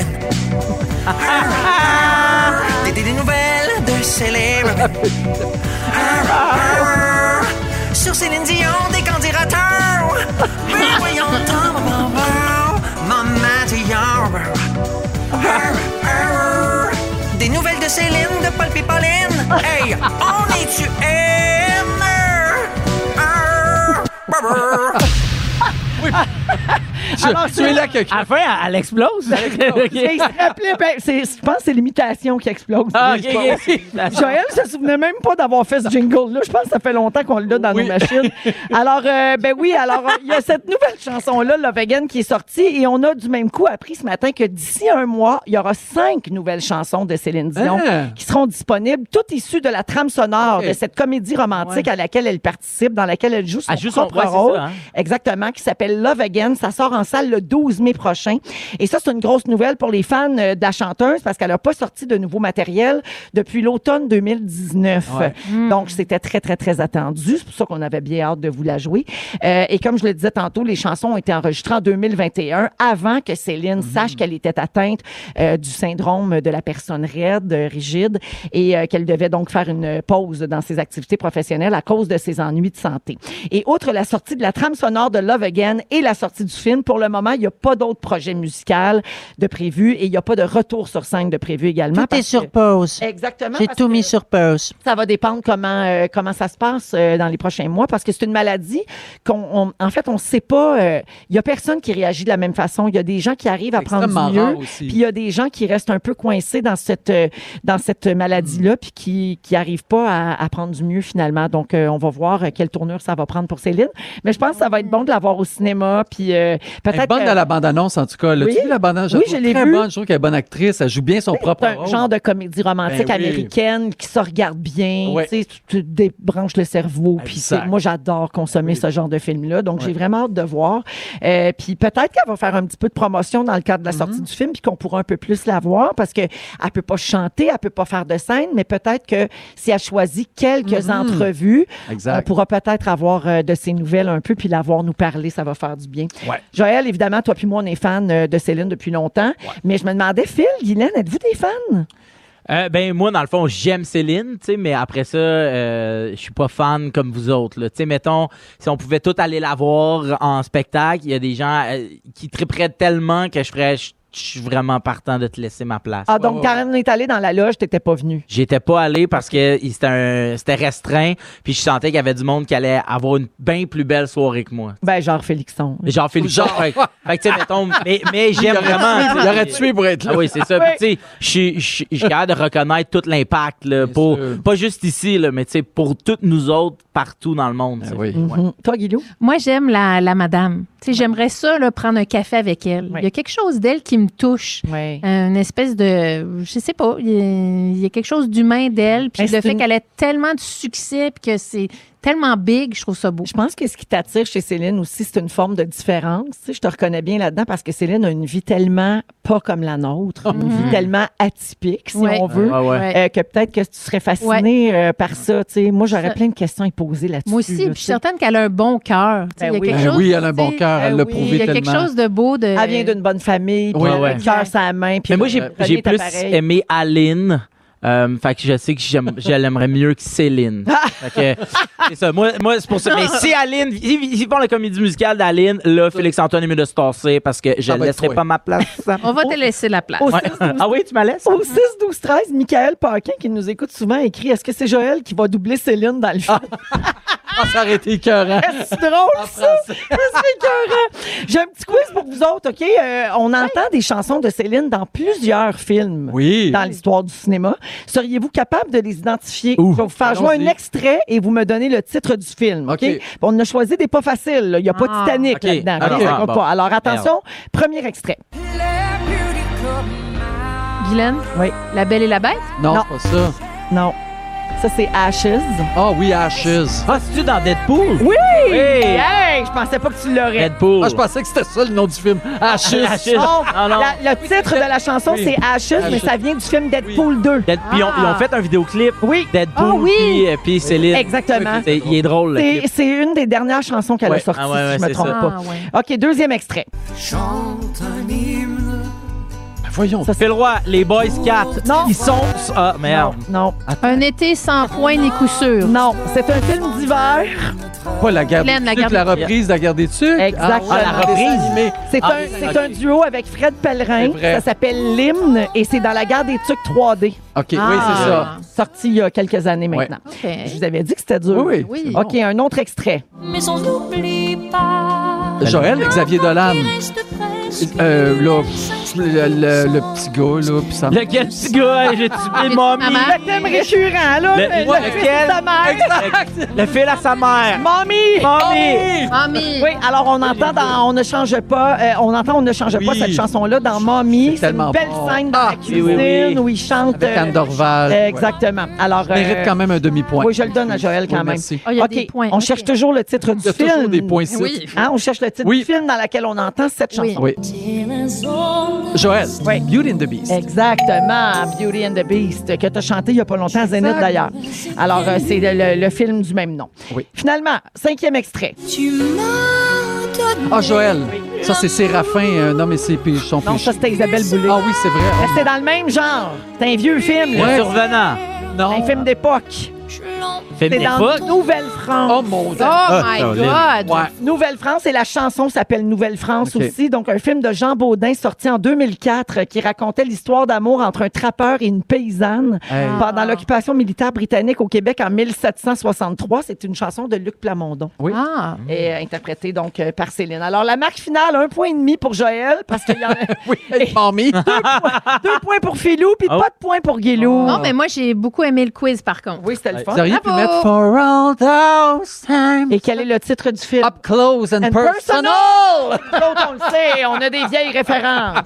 Speaker 9: Des, des- des nouvelles de célèbres. Sur Céline Dion, des candidateurs. Mais voyons donc, bon, bon, Maman Dion. Des nouvelles de Céline, de Paul Pipolin. Hey, on est-tu aimé?
Speaker 4: Alors,
Speaker 8: Tu, tu es là quelqu'un.
Speaker 5: À la fin, elle, elle explose. Ok.
Speaker 4: Et il se rappelait, ben, c'est- je pense que c'est l'imitation qui explose.
Speaker 5: Ah, ok, ok.
Speaker 4: Joël se souvenait même pas d'avoir fait ce jingle-là. Je pense que ça fait longtemps qu'on l'a dans
Speaker 8: Oui.
Speaker 4: nos machines. Alors, euh, ben oui, alors, euh, il y a cette nouvelle chanson-là, Love Again, qui est sortie et on a du même coup appris ce matin que d'ici un mois, il y aura cinq nouvelles chansons de Céline Dion
Speaker 8: Ah.
Speaker 4: qui seront disponibles, toutes issues de la trame sonore
Speaker 8: Ok.
Speaker 4: de cette comédie romantique à laquelle elle participe, dans laquelle elle joue son
Speaker 5: Elle joue son-
Speaker 4: propre
Speaker 5: ouais, c'est ça,
Speaker 4: rôle.
Speaker 5: hein.
Speaker 4: Exactement, qui s'appelle Love Again. Ça sort en salle le 12 mai prochain. Et ça, c'est une grosse nouvelle pour les fans euh, de la chanteuse parce qu'elle n'a pas sorti de nouveau matériel depuis l'automne 2019.
Speaker 10: Mm.
Speaker 4: Donc, c'était très, très, très attendu. C'est pour ça qu'on avait bien hâte de vous la jouer. Euh, et comme je le disais tantôt, les chansons ont été enregistrées en 2021 avant que
Speaker 10: Mm.
Speaker 4: Céline sache qu'elle était atteinte euh, du syndrome de la personne raide, euh, rigide, et euh, qu'elle devait donc faire une pause dans ses activités professionnelles à cause de ses ennuis de santé. Et outre la sortie de la trame sonore de Love Again et la sortie du film, pour le moment, il n'y a pas d'autre projet musical de prévu et il n'y a pas de retour sur scène de prévu également.
Speaker 10: Tout est
Speaker 4: parce
Speaker 10: sur
Speaker 4: que-
Speaker 10: pause.
Speaker 4: Exactement.
Speaker 10: J'ai
Speaker 4: parce
Speaker 10: tout
Speaker 4: que-
Speaker 10: mis sur pause.
Speaker 4: ça va dépendre comment euh, comment ça se passe euh, dans les prochains mois parce que c'est une maladie qu'on on- en fait on sait pas il y a personne qui réagit de la même façon il y a des gens qui arrivent à prendre
Speaker 8: Extrêmement
Speaker 4: mieux
Speaker 8: rare aussi.
Speaker 4: puis il y a des gens qui restent un peu coincés dans cette euh, dans cette maladie
Speaker 8: Mm.
Speaker 4: là puis qui qui arrivent pas à, à prendre du mieux finalement donc euh, on va voir euh, quelle tournure ça va prendre pour Céline mais je pense que ça va être bon de la voir au cinéma puis euh,
Speaker 8: Elle est
Speaker 4: peut-être
Speaker 8: bonne
Speaker 4: que-
Speaker 8: dans la bande-annonce, en tout cas. Là.
Speaker 4: Oui.
Speaker 8: Tu vu la bande-annonce?
Speaker 4: Oui,
Speaker 8: la trouve
Speaker 4: je l'ai
Speaker 8: très
Speaker 4: vue.
Speaker 8: bonne. Je trouve qu'elle est bonne actrice. Elle joue bien son propre
Speaker 4: C'est un
Speaker 8: rôle.
Speaker 4: genre de comédie romantique
Speaker 8: Ben oui.
Speaker 4: américaine qui se regarde bien,
Speaker 8: Ouais.
Speaker 4: tu sais, tu tu débranches le cerveau. Puis c'est-
Speaker 8: Exact.
Speaker 4: moi, j'adore consommer ce genre de film-là, donc j'ai vraiment hâte de voir. Euh, puis peut-être qu'elle va faire un petit peu de promotion dans le cadre de la
Speaker 8: Mhm.
Speaker 4: sortie du film, puis qu'on pourra un peu plus la voir parce que elle peut pas chanter, elle peut pas faire de scène, mais peut-être que si elle choisit quelques
Speaker 8: Mhm.
Speaker 4: entrevues, on
Speaker 8: Exact.
Speaker 4: pourra peut-être avoir euh, de ses nouvelles un peu, puis la voir nous parler, ça va faire du bien.
Speaker 8: Ouais.
Speaker 4: Joël, évidemment, toi puis moi, on est fans euh, de Céline depuis longtemps, mais je me demandais, Phil, Guylaine, êtes-vous des fans?
Speaker 5: Euh, ben moi dans le fond j'aime Céline, tu sais, mais après ça euh, je suis pas fan comme vous autres. là. Tu sais, mettons si on pouvait tout aller la voir en spectacle, il y a des gens euh, qui triperaient tellement que je ferais, je je suis vraiment partant de te laisser ma place.
Speaker 4: Ah, donc
Speaker 8: ouais,
Speaker 4: quand on est allé dans la loge, t'étais pas venu.
Speaker 5: J'étais pas allé parce que il- c'était un- c'était restreint, puis je sentais qu'il y avait du monde qui allait avoir une bien plus belle soirée que moi.
Speaker 4: Ben, genre Félixon.
Speaker 5: Mais Genre Philippe.
Speaker 8: Genre.
Speaker 5: Fait, fait que tu sais mettons, mais, mais j'aime vraiment.
Speaker 8: Il aurait tué pour être là.
Speaker 5: Ah oui, c'est ça.
Speaker 4: Oui.
Speaker 5: Puis, tu sais, je suis- je suis je suis capable de reconnaître tout l'impact, là,
Speaker 8: Bien
Speaker 5: pour,
Speaker 8: sûr.
Speaker 5: pas juste ici, là, mais tu sais, pour toutes nous autres, partout dans le monde. tu
Speaker 8: Ah
Speaker 5: sais.
Speaker 8: oui.
Speaker 4: Mhm. Toi, Guilou?
Speaker 6: Moi, j'aime la, la madame. Tu sais, J'aimerais ça, là, prendre un café avec elle.
Speaker 4: Ouais.
Speaker 6: Il y a quelque chose d'elle qui me touche.
Speaker 4: Oui.
Speaker 6: Une espèce de. Je sais pas. Il y a, il y a quelque chose d'humain d'elle. Puis
Speaker 4: Mais
Speaker 6: le
Speaker 4: Ben, c'est
Speaker 6: fait
Speaker 4: une-
Speaker 6: qu'elle ait tellement de succès, puis que c'est tellement big, je trouve ça beau.
Speaker 4: Je pense que ce qui t'attire chez Céline aussi, c'est une forme de différence. Tu sais, je te reconnais bien là-dedans parce que Céline a une vie tellement pas comme la nôtre, une vie tellement atypique, si
Speaker 6: Mhm. Ouais.
Speaker 4: on veut.
Speaker 5: Ouais, ouais.
Speaker 6: Ouais.
Speaker 4: Euh, que peut-être que tu serais fasciné euh, par ça. tu sais. Moi, j'aurais
Speaker 6: Ça-
Speaker 4: plein de questions à y poser là-dessus.
Speaker 6: Moi aussi,
Speaker 4: là,
Speaker 6: puis je
Speaker 4: tu
Speaker 6: suis
Speaker 4: sais.
Speaker 6: certaine qu'elle a un bon cœur. Tu sais,
Speaker 4: Ben
Speaker 6: il y a
Speaker 4: oui.
Speaker 6: quelque
Speaker 8: Ben
Speaker 6: chose,
Speaker 8: oui, elle a un
Speaker 6: tu sais, euh,
Speaker 8: bon cœur. Elle
Speaker 4: ben
Speaker 8: l'a
Speaker 4: oui.
Speaker 8: prouvé
Speaker 6: Il y a
Speaker 8: tellement.
Speaker 6: quelque chose de beau. De...
Speaker 4: Elle vient d'une bonne famille, puis
Speaker 8: Ouais,
Speaker 4: elle a
Speaker 5: ouais.
Speaker 4: le cœur sa main. Puis
Speaker 5: Mais moi,
Speaker 4: le
Speaker 5: j'ai
Speaker 4: premier
Speaker 5: j'ai plus
Speaker 4: appareil.
Speaker 5: aimé Aline. Euh, fait que je sais que j'aime- je l'aimerais mieux que Céline. Fait que, c'est ça. Moi, moi c'est pour ça. Mais si Aline, ils ils font la comédie musicale d'Aline, là, Félix-Antoine est mieux de se tasser parce que je
Speaker 8: Ça
Speaker 5: ne
Speaker 8: va être
Speaker 5: laisserai
Speaker 8: Ah, ben, toi. Ah,
Speaker 5: pas ma place.
Speaker 6: On
Speaker 4: Oh.
Speaker 6: va te laisser la place.
Speaker 4: Au
Speaker 5: Ouais. Ah oui, tu me laisses?
Speaker 4: Au 6, 12, 13, Michael Paquin, qui nous écoute souvent, a écrit Est-ce que c'est Joël qui va doubler Céline dans le film
Speaker 8: Ah, ça aurait été écœurant.
Speaker 4: C'est drôle, ça. Ça, c'est écœurant. J'ai un petit quiz pour vous autres, OK Euh, On entend des chansons de Céline dans plusieurs films.
Speaker 8: Oui.
Speaker 4: Dans l'histoire du cinéma. Seriez-vous capable de les identifier?
Speaker 8: Ouh.
Speaker 4: Je vais vous faire jouer un
Speaker 8: Allons-y.
Speaker 4: extrait et vous me donnez le titre du film. OK?
Speaker 8: OK.
Speaker 4: Puis On a choisi des pas faciles. là. Il n'y a pas
Speaker 6: Ah.
Speaker 4: Titanic
Speaker 5: OK.
Speaker 4: là-dedans. OK,
Speaker 5: Alors,
Speaker 4: ça compte
Speaker 5: bon.
Speaker 4: pas. Alors attention, premier extrait.
Speaker 6: Guylaine?
Speaker 4: Oui.
Speaker 6: La Belle et la Bête?
Speaker 8: Non,
Speaker 4: Non.
Speaker 8: c'est pas ça.
Speaker 4: Non. Ça, c'est Ashes.
Speaker 8: Ah oui, Ashes.
Speaker 5: Ah, c'est-tu dans Deadpool?
Speaker 4: Oui!
Speaker 5: Hey!
Speaker 4: Hey, je pensais pas que tu l'aurais.
Speaker 5: Deadpool.
Speaker 8: Ah, je pensais que c'était ça le nom du film. Ashes.
Speaker 5: Ashes.
Speaker 4: Non,
Speaker 5: Ah, non.
Speaker 4: la- le titre de la chanson,
Speaker 8: Oui.
Speaker 4: c'est Ashes, mais
Speaker 8: Ashes.
Speaker 4: ça vient du film Deadpool 2.
Speaker 5: Dead- puis ils ont- ils
Speaker 8: Ah.
Speaker 5: ont fait un vidéoclip.
Speaker 4: Oui.
Speaker 5: Deadpool
Speaker 4: Ah oui!
Speaker 5: puis, euh, puis Céline.
Speaker 4: Exactement.
Speaker 5: C'est- Il est drôle, le
Speaker 4: C'est
Speaker 5: clip.
Speaker 4: c'est une des dernières chansons qu'elle a
Speaker 5: Ouais.
Speaker 4: sorties,
Speaker 5: Ah ouais, ouais,
Speaker 4: si je me
Speaker 5: c'est
Speaker 4: trompe
Speaker 5: ça.
Speaker 4: pas.
Speaker 6: Ah, ouais.
Speaker 4: OK, deuxième extrait.
Speaker 8: Ben, voyons.
Speaker 5: Fais le roi, les Boys Cats,
Speaker 4: Oh, Non.
Speaker 5: ils sont... Ah, merde.
Speaker 4: Non,
Speaker 6: Un été sans point ni coup sûr.
Speaker 4: non. C'est un film d'hiver
Speaker 8: Pas la guerre
Speaker 6: Hélène,
Speaker 8: des
Speaker 6: la
Speaker 8: Tucs,
Speaker 6: guerre
Speaker 8: la
Speaker 6: des-
Speaker 8: reprise de la guerre des tucs.
Speaker 4: Exactement.
Speaker 8: Ah, la reprise. animée.
Speaker 4: C'est
Speaker 8: Ah,
Speaker 4: un,
Speaker 8: oui,
Speaker 4: c'est
Speaker 8: ok.
Speaker 4: un duo avec Fred
Speaker 8: C'est
Speaker 4: Pellerin.
Speaker 8: vrai.
Speaker 4: Ça s'appelle L'hymne et c'est dans la gare des trucs 3D,
Speaker 8: OK, oui, c'est ça.
Speaker 6: Ah.
Speaker 4: sorti il y a quelques années maintenant. Je
Speaker 6: OK.
Speaker 4: vous avais dit que c'était dur.
Speaker 8: Oui,
Speaker 6: oui.
Speaker 8: oui.
Speaker 4: OK, un autre extrait.
Speaker 3: Mais on n'oublie pas.
Speaker 8: Joël, Xavier Dolan. Euh, là, pff, le, le- le petit gars, là, puis ça...
Speaker 5: Lequel petit gars, j'ai tué mon
Speaker 6: Maman.
Speaker 5: ami.
Speaker 4: Le thème récurrent, là.
Speaker 5: Le-
Speaker 4: le- le
Speaker 5: ouais,
Speaker 4: fils
Speaker 5: lequel?
Speaker 4: de sa mère.
Speaker 5: Le fil à sa mère.
Speaker 4: Mommy!
Speaker 5: Mommy!
Speaker 6: Mami.
Speaker 4: Oui, alors on entend dans On ne change pas, euh, on entend On ne change pas
Speaker 8: Oui.
Speaker 4: cette chanson-là dans Mommy.
Speaker 8: C'est
Speaker 4: C'est
Speaker 8: tellement
Speaker 4: une belle
Speaker 8: bon. Ah,
Speaker 4: scène dans la
Speaker 5: oui,
Speaker 4: cuisine
Speaker 5: oui, oui.
Speaker 4: où il chante.
Speaker 8: Avec
Speaker 4: euh,
Speaker 8: Anne Dorval.
Speaker 4: euh, exactement. Alors,
Speaker 8: Ouais. Mérite
Speaker 4: euh,
Speaker 8: quand même un demi-point.
Speaker 4: Oui, je le donne à Joël quand
Speaker 8: Oui,
Speaker 4: même.
Speaker 8: merci.
Speaker 6: Ah, il y a
Speaker 4: OK,
Speaker 6: des points.
Speaker 4: On
Speaker 6: OK.
Speaker 4: cherche toujours le titre
Speaker 8: Il y
Speaker 4: du
Speaker 8: a toujours
Speaker 4: film.
Speaker 8: des points ici.
Speaker 6: Oui.
Speaker 4: Hein, on cherche le titre
Speaker 8: Oui.
Speaker 4: du film dans lequel on entend cette
Speaker 6: Oui.
Speaker 4: chanson.
Speaker 8: Oui. Joël,
Speaker 4: Oui.
Speaker 8: Beauty and the Beast.
Speaker 4: Exactement, Beauty and the Beast, que tu as chanté il n'y a pas longtemps, Zénith d'ailleurs. Alors, euh, c'est le, le- le film du même nom.
Speaker 8: Oui.
Speaker 4: Finalement, cinquième extrait.
Speaker 8: Ah, Joël, ça c'est Séraphin. euh, non, mais c'est puis son
Speaker 4: Non, ça, c'était Isabelle Boulay.
Speaker 8: Ah oui, c'est vrai.
Speaker 4: Mais C'est dans le même genre. C'est un vieux film, là.
Speaker 5: Le survenant.
Speaker 8: non.
Speaker 4: un film d'époque.
Speaker 5: Film
Speaker 4: C'est dans
Speaker 5: d'époque.
Speaker 4: Nouvelle-France.
Speaker 8: Oh mon dieu.
Speaker 6: Oh my
Speaker 5: Ah, Caroline.
Speaker 6: God.
Speaker 8: Ouais.
Speaker 4: Nouvelle-France et la chanson s'appelle Nouvelle-France
Speaker 8: Ok.
Speaker 4: aussi. Donc, un film de Jean Baudin sorti en 2004 euh, qui racontait l'histoire d'amour entre un trappeur et une paysanne
Speaker 8: Hey.
Speaker 4: pendant l'occupation militaire britannique au Québec en 1763. C'est une chanson de Luc Plamondon
Speaker 8: Oui.
Speaker 6: Ah.
Speaker 4: et euh, interprétée donc euh, par Céline. Alors, la marque finale, un point et demi pour Joël parce qu'il y en a
Speaker 8: Oui, Tommy.
Speaker 4: deux points pour Philou puis
Speaker 5: Oh.
Speaker 4: pas de points pour Guilou.
Speaker 6: Non, mais moi, j'ai beaucoup aimé le quiz, par contre.
Speaker 4: Oui, c'était le fun.
Speaker 8: Oh. Vous auriez pu
Speaker 6: Bravo.
Speaker 8: mettre For All Those Times.
Speaker 4: Et quel est le titre du film?
Speaker 8: Up Close and,
Speaker 4: And
Speaker 8: Personal.
Speaker 4: personal! L'autre, on le sait, on a des vieilles références.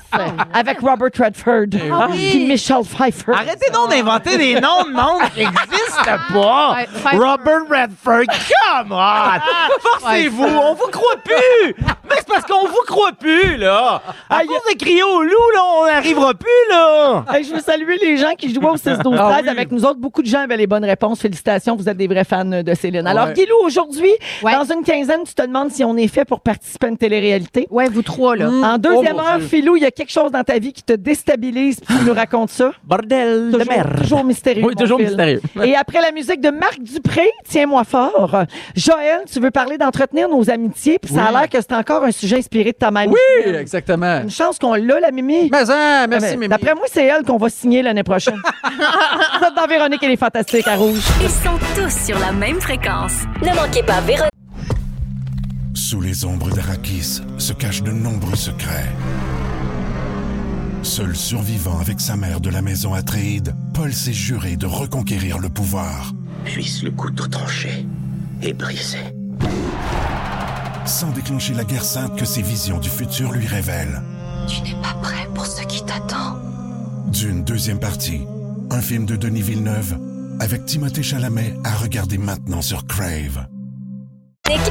Speaker 4: Avec Robert Redford
Speaker 8: Ah
Speaker 6: oui.
Speaker 4: puis Michelle Pfeiffer.
Speaker 5: Arrêtez donc d'inventer des noms de monde qui n'existent
Speaker 4: Oh,
Speaker 5: pas.
Speaker 6: Ouais, Pfeiffer.
Speaker 5: Robert Redford, come on! Forcez-vous, on vous croit plus! Mais c'est parce qu'on vous croit plus, là! À cause de crier au loup, là, on n'arrivera plus, là!
Speaker 4: Hey, je veux saluer les gens qui jouaient au 6 12 13
Speaker 8: Ah oui.
Speaker 4: avec nous autres. Beaucoup de gens avaient les bonnes réponses. Félicitations, vous êtes des vrais fans de Céline. Alors,
Speaker 8: Ouais.
Speaker 4: Guilou, aujourd'hui,
Speaker 6: Ouais.
Speaker 4: dans une quinzaine, tu te demandes si on est fait pour participer à une télé-réalité.
Speaker 6: Ouais, vous trois, là.
Speaker 4: En deuxième
Speaker 8: Oh, mon
Speaker 4: heure,
Speaker 8: Dieu.
Speaker 4: Philou, il y a quelque chose dans ta vie qui te déstabilise puis tu nous racontes ça.
Speaker 5: Bordel de
Speaker 4: Toujours,
Speaker 5: merde!
Speaker 4: toujours mystérieux.
Speaker 5: Oui,
Speaker 4: mon
Speaker 5: toujours
Speaker 4: Phil.
Speaker 5: mystérieux.
Speaker 4: Et après la musique de Marc Dupré, tiens-moi fort. Joël, tu veux parler d'entretenir nos amitiés, puis ça a
Speaker 8: Oui.
Speaker 4: l'air que c'est encore un sujet inspiré de ta mère.
Speaker 8: Oui, exactement.
Speaker 4: Une chance qu'on l'a, la Mimi.
Speaker 8: Mais
Speaker 4: Ah,
Speaker 8: hein, merci,
Speaker 4: mais
Speaker 8: Mimi.
Speaker 4: D'après moi, c'est elle qu'on va signer l'année prochaine. Vous êtes dans Véronique et les Fantastiques à Rouge.
Speaker 7: Ils sont tous sur la même fréquence.
Speaker 11: Ne manquez pas Véronique.
Speaker 1: Sous les ombres d'Arakis se cachent de nombreux secrets. Seul survivant avec sa mère de la maison Atréide, Paul s'est juré de reconquérir le pouvoir.
Speaker 2: Puisse le couteau tranché et brisé.
Speaker 1: sans déclencher la guerre sainte que ses visions du futur lui révèlent.
Speaker 3: Tu n'es pas prêt pour ce qui t'attend.
Speaker 1: D'une deuxième partie, un film de Denis Villeneuve avec Timothée Chalamet à regarder maintenant sur Crave.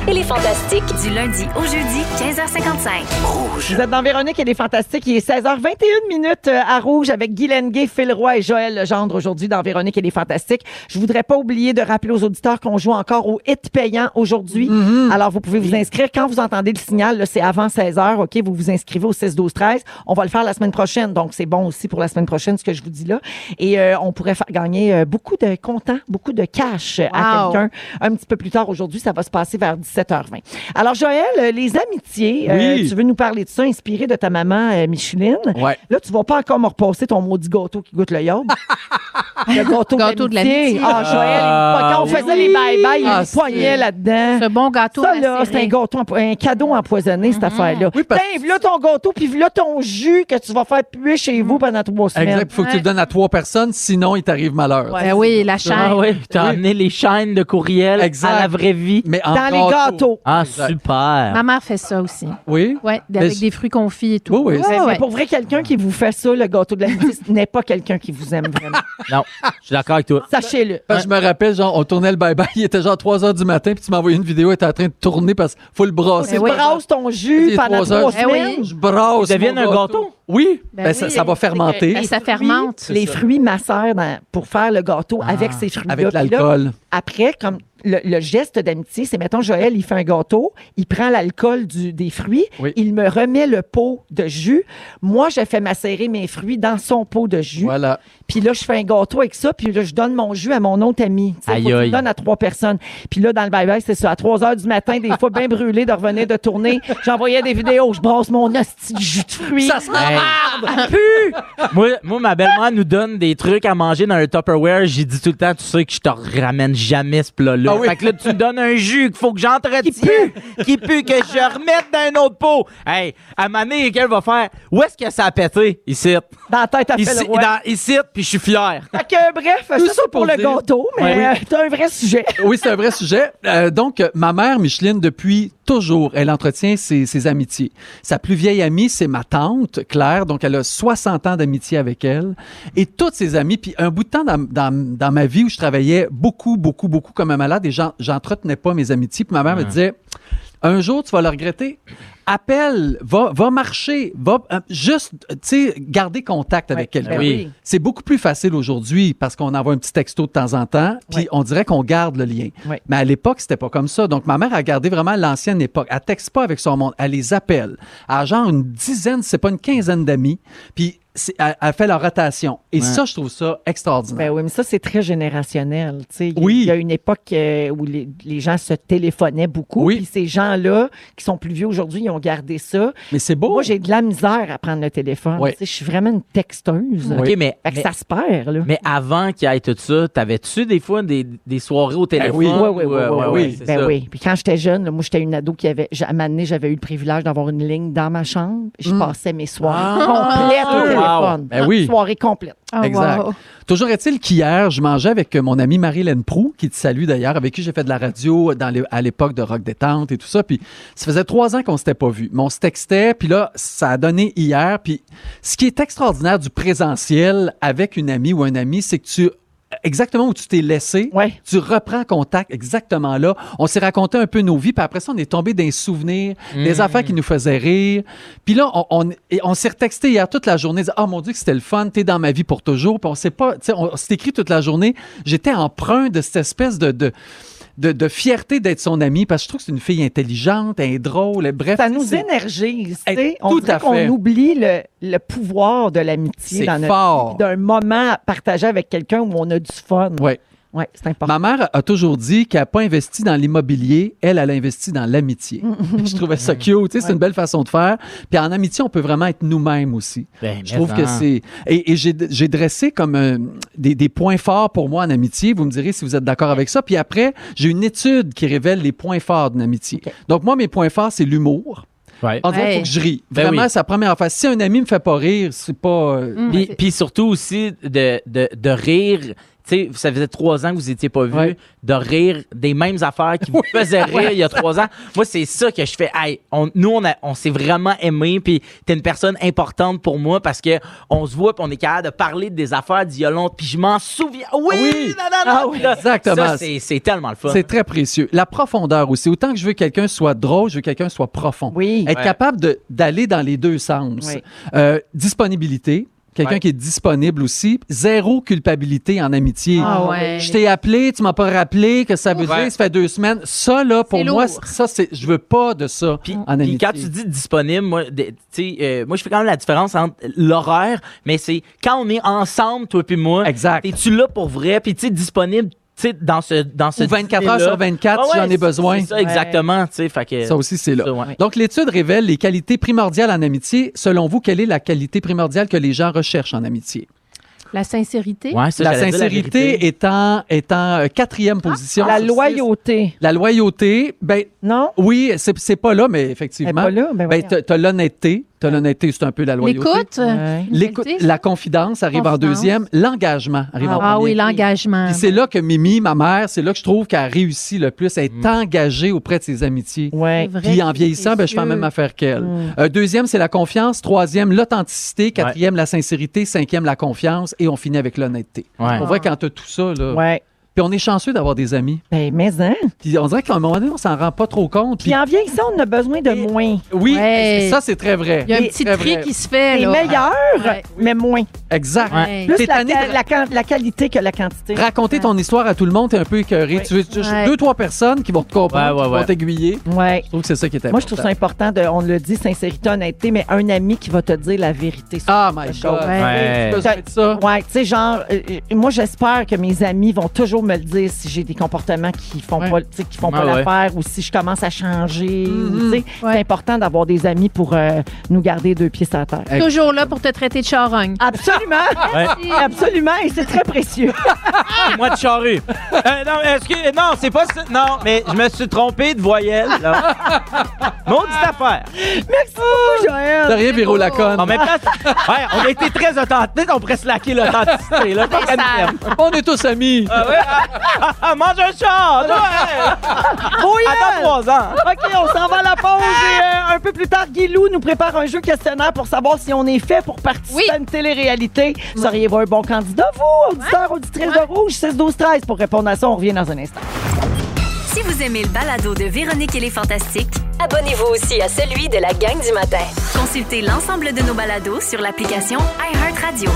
Speaker 11: et les Fantastiques.
Speaker 7: Du lundi au jeudi, 15h55.
Speaker 4: Vous êtes dans Véronique et les Fantastiques. Il est 16h21 minutes euh, à Rouge avec Guy Lenguet, Phil Roy et Joël Legendre aujourd'hui dans Véronique et les Fantastiques. Je voudrais pas oublier de rappeler aux auditeurs qu'on joue encore au hit payant aujourd'hui. Alors, vous pouvez vous inscrire quand vous entendez le signal. là, C'est avant 16h, OK? Vous vous inscrivez au 6, 12, 13. On va le faire la semaine prochaine. Donc, c'est bon aussi pour la semaine prochaine, ce que je vous dis là. Et euh, on pourrait faire gagner euh, beaucoup de comptants, beaucoup de cash euh, à
Speaker 6: Wow.
Speaker 4: quelqu'un un petit peu plus tard aujourd'hui. Ça va se passer vers 17h20. Alors, Joël, euh, les amitiés, euh,
Speaker 8: Oui.
Speaker 4: tu veux nous parler de ça, inspiré de ta maman euh, Micheline.
Speaker 8: Ouais.
Speaker 4: Là, tu vas pas encore me repasser ton maudit gâteau qui goûte le yaourt. le gâteau,
Speaker 6: Gâteau de l'amitié.
Speaker 4: Ah, Joël,
Speaker 8: Ah,
Speaker 4: quand on faisait
Speaker 8: oui.
Speaker 4: les bye-bye, il y a
Speaker 8: Ah,
Speaker 4: une poignée
Speaker 8: c'est-
Speaker 4: là-dedans.
Speaker 6: Ce bon gâteau
Speaker 4: Ça, là, c'est
Speaker 6: macéré. Mhm.
Speaker 4: un gâteau, empo- un cadeau empoisonné, cette affaire-là.
Speaker 8: Oui, parce-
Speaker 4: Tiens, voilà ton gâteau, puis voilà ton jus que tu vas faire puer chez vous pendant trois semaines.
Speaker 8: Exact. Faut que tu le donnes à trois personnes, sinon il t'arrive malheur.
Speaker 6: Ben oui, la chaîne.
Speaker 5: Ah oui, t'as
Speaker 8: Oui.
Speaker 5: amené les chaînes de courriel
Speaker 8: Exact.
Speaker 5: à la vraie vie.
Speaker 8: Mais en
Speaker 4: Dans les gâteaux.
Speaker 5: Ah,
Speaker 8: Exact.
Speaker 5: super!
Speaker 6: Ma mère fait ça aussi.
Speaker 8: Oui.
Speaker 6: Ouais,
Speaker 8: Mais
Speaker 6: avec
Speaker 8: je-
Speaker 6: des fruits confits et tout.
Speaker 8: Oui, oui.
Speaker 6: Ouais,
Speaker 4: Ah, Mais
Speaker 6: ouais.
Speaker 4: pour vrai, quelqu'un qui vous fait ça, le gâteau de l'amitié, ce n'est pas quelqu'un qui vous aime vraiment.
Speaker 5: Non, je suis d'accord avec toi.
Speaker 4: Sachez-le.
Speaker 8: Parce que je me rappelle, genre, on tournait le bye-bye, il était genre 3 heures du matin, puis tu m'as envoyé une vidéo, elle était en train de tourner parce qu'il faut le brasser.
Speaker 4: Tu
Speaker 6: oui.
Speaker 4: brasses ton jus
Speaker 8: Les
Speaker 4: Eh pendant
Speaker 8: trois heures.
Speaker 4: trois
Speaker 6: Eh oui.
Speaker 4: semaines.
Speaker 8: Je brasse.
Speaker 5: Ils deviennent
Speaker 8: mon
Speaker 5: un gâteau.
Speaker 8: Oui.
Speaker 6: Ben
Speaker 8: Ben,
Speaker 6: oui.
Speaker 8: Ça, ça va fermenter.
Speaker 6: Ben, ça
Speaker 4: fruits,
Speaker 6: fermente.
Speaker 4: Les fruits macèrent dans- pour faire le gâteau avec ces fruits-là.
Speaker 8: Ah, Avec
Speaker 4: Puis là,
Speaker 8: l'alcool.
Speaker 4: Après, comme le, le geste d'amitié, c'est mettons Joël, il fait un gâteau, il prend l'alcool du- des fruits,
Speaker 8: Oui.
Speaker 4: il me remet le pot de jus. Moi, je fais macérer mes fruits dans son pot de jus.
Speaker 8: Voilà.
Speaker 4: Puis là, je fais un gâteau avec ça, puis là, je donne mon jus à mon autre ami. Tu sais,
Speaker 5: Aïe,
Speaker 4: faut que tu
Speaker 5: aïe.
Speaker 4: le donnes à trois personnes. Puis là, dans le bye-bye, c'est ça. À 3 heures du matin, des fois, bien brûlé de revenir de tourner, j'envoyais des vidéos. Je brosse mon hostie de jus de fruits.
Speaker 8: Ça se
Speaker 5: Hey. moi, moi, ma belle-mère nous donne des trucs à manger dans un Tupperware. J'ai dit tout le temps, tu sais que je te ramène jamais ce plat-là.
Speaker 8: Ah oui.
Speaker 5: Fait que là, tu me donnes un jus qu'il faut que j'entretienne. Qui pue. que je remette dans un autre pot. Hey, à ma année, quelqu'un va faire, où est-ce que ça a pété? Ici.
Speaker 4: Dans la tête à fait
Speaker 5: Ici,
Speaker 4: le roi.
Speaker 5: dans- ici puis je suis fier.
Speaker 4: Fait que, bref, ça,
Speaker 8: Tout ça
Speaker 4: c'est pour
Speaker 8: pour
Speaker 4: le
Speaker 8: dire-
Speaker 4: gâteau, mais
Speaker 8: Ouais, oui.
Speaker 4: euh, c'est un vrai sujet.
Speaker 8: Oui, c'est un vrai sujet. Euh, donc, euh, ma mère, Micheline, depuis toujours, elle entretient ses, ses amitiés. Sa plus vieille amie, c'est ma tante, Claire. Donc, elle a 60 ans d'amitié avec elle. Et toutes ses amies, puis un bout de temps dans, dans- dans ma vie où je travaillais beaucoup, beaucoup, beaucoup comme un malade et j'en- j'entretenais pas mes amitiés. Puis ma mère me disait, un jour, tu vas le regretter. Appelle, va, va marcher, va euh, juste, euh, tu sais, garder contact avec
Speaker 4: Ouais, ben
Speaker 8: quelqu'un.
Speaker 4: oui.
Speaker 8: C'est beaucoup plus facile aujourd'hui parce qu'on envoie un petit texto de temps en temps, puis
Speaker 4: Ouais.
Speaker 8: on dirait qu'on garde le lien.
Speaker 4: Ouais.
Speaker 8: Mais à l'époque, c'était pas comme ça. Donc, ma mère a gardé vraiment l'ancienne époque. Elle texte pas avec son monde, elle les appelle. Elle a genre une dizaine, c'est pas une quinzaine d'amis, puis c'est- elle, elle fait leur rotation. Et ça, je trouve ça extraordinaire.
Speaker 4: Ben oui, mais ça, c'est très générationnel. tu sais. Il y a-
Speaker 8: Oui.
Speaker 4: il y a une époque euh, où les, les gens se téléphonaient beaucoup.
Speaker 8: Oui.
Speaker 4: Puis ces gens-là, qui sont plus vieux aujourd'hui, ils ont gardé ça.
Speaker 8: Mais c'est beau.
Speaker 4: Moi, j'ai de la misère à prendre le téléphone.
Speaker 8: Oh. Ouais.
Speaker 4: Tu sais, Je suis vraiment une texteuse.
Speaker 5: OK, mais,
Speaker 4: Fait que
Speaker 5: mais,
Speaker 4: ça se perd, là.
Speaker 5: mais avant qu'il y ait tout ça, t'avais-tu des fois des, des soirées au téléphone?
Speaker 8: Ben oui.
Speaker 4: Oui, oui,
Speaker 5: ou,
Speaker 4: oui,
Speaker 5: euh,
Speaker 4: oui,
Speaker 5: ouais,
Speaker 8: oui.
Speaker 5: ouais, c'est
Speaker 4: Ben
Speaker 5: ça.
Speaker 4: oui. Puis quand j'étais jeune, là, moi, j'étais une ado qui avait. j'a- À un moment donné, j'avais eu le privilège d'avoir une ligne dans ma chambre. Je passais mes soirées complètes au
Speaker 8: Mm. Ah! Wow.
Speaker 4: téléphone.
Speaker 8: Ben oui.
Speaker 4: Soirée complète.
Speaker 6: Ah,
Speaker 8: Exact.
Speaker 6: wow.
Speaker 8: Toujours est-il qu'hier, je mangeais avec euh, mon amie Marie-Hélène Prou, qui te salue d'ailleurs, avec qui j'ai fait de la radio dans les- à l'époque de Rock Détente et tout ça. Puis ça faisait trois ans qu'on s'était pas vus. Mais on se textait, puis là, ça a donné hier. Puis ce qui est extraordinaire du présentiel avec une amie ou un ami, c'est que tu. Exactement où tu t'es laissé,
Speaker 4: Ouais.
Speaker 8: tu reprends contact exactement là. On s'est raconté un peu nos vies, puis après ça, on est tombé dans les souvenirs,
Speaker 4: Hmm.
Speaker 8: des affaires qui nous faisaient rire. Puis là, on, on, et on s'est retexté hier toute la journée, disant, Ah mon Dieu, que c'était le fun, t'es dans ma vie pour toujours. Puis on s'est pas, tu sais, on s'est écrit toute la journée. J'étais empreint de cette espèce de. de de, de fierté d'être son amie, parce que je trouve que c'est une fille intelligente, elle est drôle, et bref.
Speaker 4: Ça
Speaker 8: tu sais,
Speaker 4: nous
Speaker 8: c'est-
Speaker 4: énergise. tu
Speaker 8: Eh,
Speaker 4: sais. on
Speaker 8: tout
Speaker 4: dirait
Speaker 8: à
Speaker 4: qu'on
Speaker 8: fait.
Speaker 4: oublie le, le pouvoir de l'amitié
Speaker 8: C'est
Speaker 4: dans notre
Speaker 8: fort.
Speaker 4: vie, d'un moment partagé avec quelqu'un où on a du fun.
Speaker 8: Ouais.
Speaker 4: Ouais, c'est important.
Speaker 8: Ma mère a toujours dit qu'elle n'a pas investi dans l'immobilier, elle, elle a investi dans l'amitié. je trouvais ça cute, tu sais, c'est une belle façon de faire. Puis en amitié, on peut vraiment être nous-mêmes aussi.
Speaker 5: Ben,
Speaker 8: je trouve
Speaker 5: mais
Speaker 8: que
Speaker 5: ça.
Speaker 8: c'est... Et, et j'ai j'ai dressé comme euh, des, des points forts pour moi en amitié. Vous me direz si vous êtes d'accord avec ça. Puis après, j'ai une étude qui révèle les points forts d'une amitié. Donc moi, mes points forts, c'est l'humour.
Speaker 5: Ouais.
Speaker 8: En dirait, il faut
Speaker 6: Ouais.
Speaker 8: que je rie.
Speaker 5: Ben
Speaker 8: Vraiment,
Speaker 5: oui.
Speaker 8: c'est la première affaire. Si un ami me fait pas rire, c'est pas... euh,
Speaker 6: Mm.
Speaker 5: Puis, puis surtout aussi de, de, de rire. Tu sais, ça faisait trois ans que vous étiez pas vus,
Speaker 8: Ouais.
Speaker 5: de rire des mêmes affaires qui vous faisaient rire il y a trois ans. Moi, c'est ça que je fais. Hey, on, nous, on, a- on s'est vraiment aimés, puis t'es une personne importante pour moi parce que on se voit, puis on est capable de parler des affaires d'il y a longtemps, puis je m'en souviens. Oui,
Speaker 8: Oui.
Speaker 5: nanana,
Speaker 8: Ah oui,
Speaker 5: puis là,
Speaker 8: exactement.
Speaker 5: ça, c'est c'est tellement le fun.
Speaker 8: C'est très précieux. La profondeur aussi. Autant que je veux que quelqu'un soit drôle, je veux que quelqu'un soit profond.
Speaker 4: Oui.
Speaker 8: Être
Speaker 5: Ouais.
Speaker 8: capable de- d'aller dans les deux sens.
Speaker 4: Oui.
Speaker 8: Euh, disponibilité. Quelqu'un
Speaker 5: Ouais.
Speaker 8: qui est disponible aussi. Zéro culpabilité en amitié.
Speaker 6: Ah ouais.
Speaker 8: Je t'ai appelé, tu m'as pas rappelé, que ça veut
Speaker 5: Ouais.
Speaker 8: dire, ça fait deux semaines. Ça, là, pour
Speaker 6: C'est
Speaker 8: moi,
Speaker 6: lourd.
Speaker 8: ça, c'est, je veux pas de ça
Speaker 5: Puis,
Speaker 8: en
Speaker 5: puis
Speaker 8: amitié.
Speaker 5: quand tu dis disponible, moi, de- tu sais, euh, moi, je fais quand même la différence entre l'horaire, mais c'est quand on est ensemble, toi puis moi.
Speaker 8: Exact.
Speaker 5: T'es-tu là pour vrai? Puis tu sais, disponible, tu sais, dans ce dans ce
Speaker 8: Ou 24
Speaker 5: dîner-là.
Speaker 8: heures sur 24,
Speaker 5: Ah
Speaker 8: si
Speaker 5: ouais,
Speaker 8: j'en ai besoin.
Speaker 5: C'est ça, exactement, tu sais, fait que...
Speaker 8: Ça aussi, c'est là.
Speaker 5: Ça, ouais.
Speaker 8: Donc, l'étude révèle les qualités primordiales en amitié. Selon vous, quelle est la qualité primordiale que les gens recherchent en amitié?
Speaker 6: La sincérité.
Speaker 5: Ouais, ça,
Speaker 8: la
Speaker 5: j'allais dire
Speaker 8: sincérité
Speaker 5: vérité. Ah,
Speaker 8: étant, étant euh, quatrième position.
Speaker 4: La
Speaker 8: sur six.
Speaker 4: loyauté,
Speaker 8: La loyauté, ben
Speaker 4: non?
Speaker 8: oui, c'est c'est pas là, mais
Speaker 4: Elle n'est
Speaker 8: effectivement.
Speaker 4: pas là, ben,
Speaker 8: Ben,
Speaker 4: voyons.
Speaker 8: t'as- t'as l'honnêteté. T'as l'honnêteté, c'est un peu la loyauté.
Speaker 6: L'écoute.
Speaker 4: Ouais.
Speaker 8: L'écoute.
Speaker 6: L'honnêteté,
Speaker 8: La confidence arrive en
Speaker 6: Confidence.
Speaker 8: deuxième. L'engagement arrive en
Speaker 6: Ah oui,
Speaker 8: premier.
Speaker 6: l'engagement.
Speaker 8: Puis c'est là que Mimi, ma mère, c'est là que je trouve qu'elle réussit le plus à être engagée auprès de ses amitiés.
Speaker 4: Ouais.
Speaker 6: vrai
Speaker 8: Puis
Speaker 6: que
Speaker 8: en
Speaker 6: c'est
Speaker 8: vieillissant, ben, je fais la
Speaker 6: précieux.
Speaker 8: même affaire qu'elle.
Speaker 4: Mm.
Speaker 8: Euh, deuxième, c'est la confiance. Troisième, l'authenticité. Quatrième, la sincérité. Cinquième, la confiance. Et on finit avec l'honnêteté.
Speaker 5: Ouais.
Speaker 8: On voit quand t'as tout ça, là,
Speaker 4: Ouais.
Speaker 8: Puis on est chanceux d'avoir des amis.
Speaker 4: Ben, mais hein.
Speaker 8: Puis on dirait qu'à un moment donné, on s'en rend pas trop compte.
Speaker 4: Puis
Speaker 8: Puis-
Speaker 4: en vieillissant, on a besoin de moins.
Speaker 8: oui,
Speaker 6: Ouais.
Speaker 8: ça c'est très vrai.
Speaker 6: Il y a un petit
Speaker 8: Très
Speaker 6: tri
Speaker 8: vrai.
Speaker 6: qui se fait.
Speaker 4: Les
Speaker 6: là.
Speaker 4: meilleurs,
Speaker 6: Ouais.
Speaker 4: mais moins.
Speaker 8: Exact.
Speaker 6: Ouais.
Speaker 4: Plus
Speaker 8: T'es
Speaker 4: la,
Speaker 8: tanné de-
Speaker 4: la- la- la qualité que la quantité.
Speaker 8: Raconter ton histoire à tout le monde, t'es un peu écœuré.
Speaker 4: Ouais.
Speaker 8: Tu veux juste
Speaker 6: Ouais.
Speaker 8: deux, trois personnes qui vont te comprendre,
Speaker 5: Ouais, ouais,
Speaker 8: qui
Speaker 5: ouais.
Speaker 8: vont t'aiguiller.
Speaker 4: Ouais.
Speaker 8: Je trouve que c'est ça qui est important.
Speaker 4: Moi, je trouve ça important, de, on le dit, sincérité, honnêteté, mais un ami qui va te dire la vérité. sur
Speaker 8: Ah, my
Speaker 4: quelque chose.
Speaker 8: God.
Speaker 6: Ouais.
Speaker 8: J'ai
Speaker 5: Ouais.
Speaker 8: besoin de ça.
Speaker 4: Ouais, tu sais, genre, euh, euh, moi, j'espère que mes amis vont toujours me le dire si j'ai des comportements qui font
Speaker 8: Ouais.
Speaker 4: pas, tu sais, qui font
Speaker 5: Ah
Speaker 4: pas
Speaker 5: ouais.
Speaker 4: l'affaire ou si je commence à changer. tu
Speaker 8: Mhm.
Speaker 4: sais.
Speaker 6: Ouais.
Speaker 4: C'est important d'avoir des amis pour euh, nous garder deux pieds sur la terre.
Speaker 6: Toujours là pour te traiter de charogne.
Speaker 4: Absolument,
Speaker 5: Ouais.
Speaker 4: absolument, et c'est très précieux.
Speaker 5: Moi de charrue. Euh, non, excuse, non, c'est pas ça. Non, mais je me suis trompé de voyelle. Là. Maudite affaire.
Speaker 4: Merci beaucoup,
Speaker 8: De
Speaker 4: Joël.
Speaker 8: rien, Véro Laconne.
Speaker 5: En même temps, ouais, on a été très authentiques. On pourrait se laquer l'authenticité. Là, pas
Speaker 6: Mais
Speaker 5: qu'à
Speaker 6: ça-
Speaker 5: nous faire.
Speaker 8: On est tous amis.
Speaker 5: Ah ouais, ah, ah, ah, mange un chat!
Speaker 4: Oui,
Speaker 5: Attends
Speaker 4: Joël.
Speaker 5: trois ans!
Speaker 4: OK, on s'en va à la pause et euh, un peu plus tard, Guilou nous prépare un jeu questionnaire pour savoir si on est fait pour participer
Speaker 6: Oui.
Speaker 4: à une télé-réalité. Seriez-vous un bon candidat, vous, auditeur, auditrice de Rouge, 16-12-13? Pour répondre à ça, on revient dans un instant.
Speaker 7: Si vous aimez le balado de Véronique et les Fantastiques,
Speaker 11: Abonnez-vous aussi à celui de la gang du matin.
Speaker 7: consultez l'ensemble de nos balados sur l'application iHeartRadio.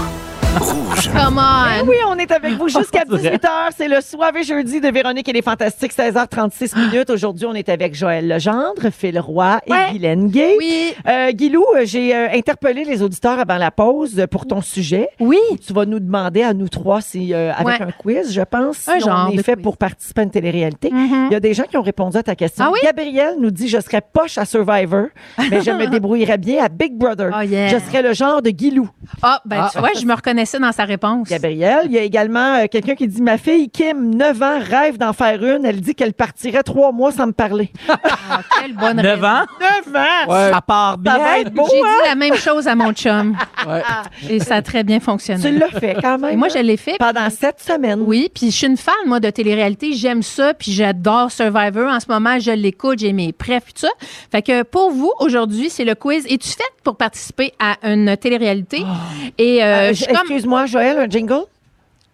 Speaker 6: Come on.
Speaker 4: Ben Oui, on est avec vous jusqu'à 18h. C'est le soir et jeudi de Véronique et les Fantastiques,
Speaker 6: Ah.
Speaker 4: 16h36 minutes. Aujourd'hui, on est avec Joël Legendre, Phil Roy et
Speaker 6: Ouais.
Speaker 4: Guylaine Gay.
Speaker 6: Oui.
Speaker 4: Euh, Guilou, euh, j'ai euh, interpellé les auditeurs avant la pause euh, pour ton sujet.
Speaker 6: Oui.
Speaker 4: Tu vas nous demander à nous trois si euh, avec
Speaker 6: Ouais.
Speaker 4: un quiz, je pense,
Speaker 6: Un
Speaker 4: si
Speaker 6: genre
Speaker 4: on est
Speaker 6: de
Speaker 4: fait
Speaker 6: quiz. Mm-hmm.
Speaker 4: pour participer à une télé-réalité. Il y a des gens qui ont répondu à ta question.
Speaker 6: Ah oui?
Speaker 4: Gabriel nous dit je serais poche à Survivor, mais je me débrouillerais bien à Big Brother.
Speaker 6: Oh, yeah.
Speaker 4: Je serais le genre de Guilou.
Speaker 6: Ah, ben
Speaker 8: Ah.
Speaker 6: tu vois, je me reconnaissais dans sa réponse.
Speaker 4: Gabriel, il y a également euh, quelqu'un qui dit ma fille Kim, 9 ans, rêve d'en faire une. Elle dit qu'elle partirait trois mois sans me parler.
Speaker 6: Ah, quelle bonne
Speaker 5: 9
Speaker 6: réponse.
Speaker 5: ans?
Speaker 4: 9 ans.
Speaker 8: Ouais.
Speaker 5: Ça part
Speaker 4: Ça va
Speaker 5: bien!
Speaker 4: être beau. hein?
Speaker 6: J'ai dit la même chose à mon chum
Speaker 8: Ouais.
Speaker 6: et ça a très bien fonctionné.
Speaker 4: Tu l'as fait quand même.
Speaker 6: Et moi,
Speaker 4: hein,
Speaker 6: je l'ai fait.
Speaker 4: pendant sept semaines.
Speaker 6: Oui, puis je suis une fan, moi, de télé-réalité. J'aime ça, puis j'adore Survivor. En ce moment, je l'écoute, j'ai mes prêts, puis tout ça. Fait que pour vous, aujourd'hui, c'est le quiz. Es-tu faite pour participer à une télé-réalité?
Speaker 8: Oh.
Speaker 6: Et euh,
Speaker 4: Euh,
Speaker 6: je suis comme...
Speaker 4: Excuse-moi, Joël, un jingle?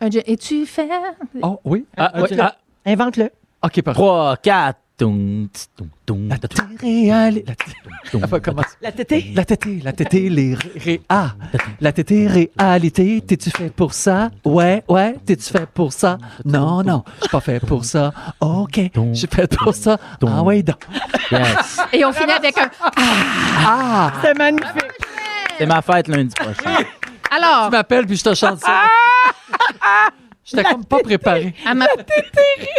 Speaker 6: un jeu- Es-tu faite?
Speaker 8: Oh, oui.
Speaker 5: Ah, ouais, ah,
Speaker 4: Invente-le.
Speaker 8: OK, parfait.
Speaker 5: 3, 4, toum, tss, toum, toum,
Speaker 8: La
Speaker 5: toum,
Speaker 8: tété, allez, la tété,
Speaker 5: toum,
Speaker 8: Ah, pas comment ça?
Speaker 4: La tétée.
Speaker 8: La tété, la tété, les ré, ah, la tété, réalité, t'es-tu fait pour ça? Ouais, ouais, t'es-tu fait pour ça? Non, non, je suis pas fait pour ça. OK, je suis fait pour ça. Ah ouais, donc.
Speaker 5: Yes.
Speaker 6: Et on finit avec un...
Speaker 8: Ah,
Speaker 4: C'est magnifique.
Speaker 5: C'est ma fête lundi prochain.
Speaker 6: Alors,
Speaker 8: tu m'appelles puis je te chante ça. J'étais comme pas préparé.
Speaker 6: à ma,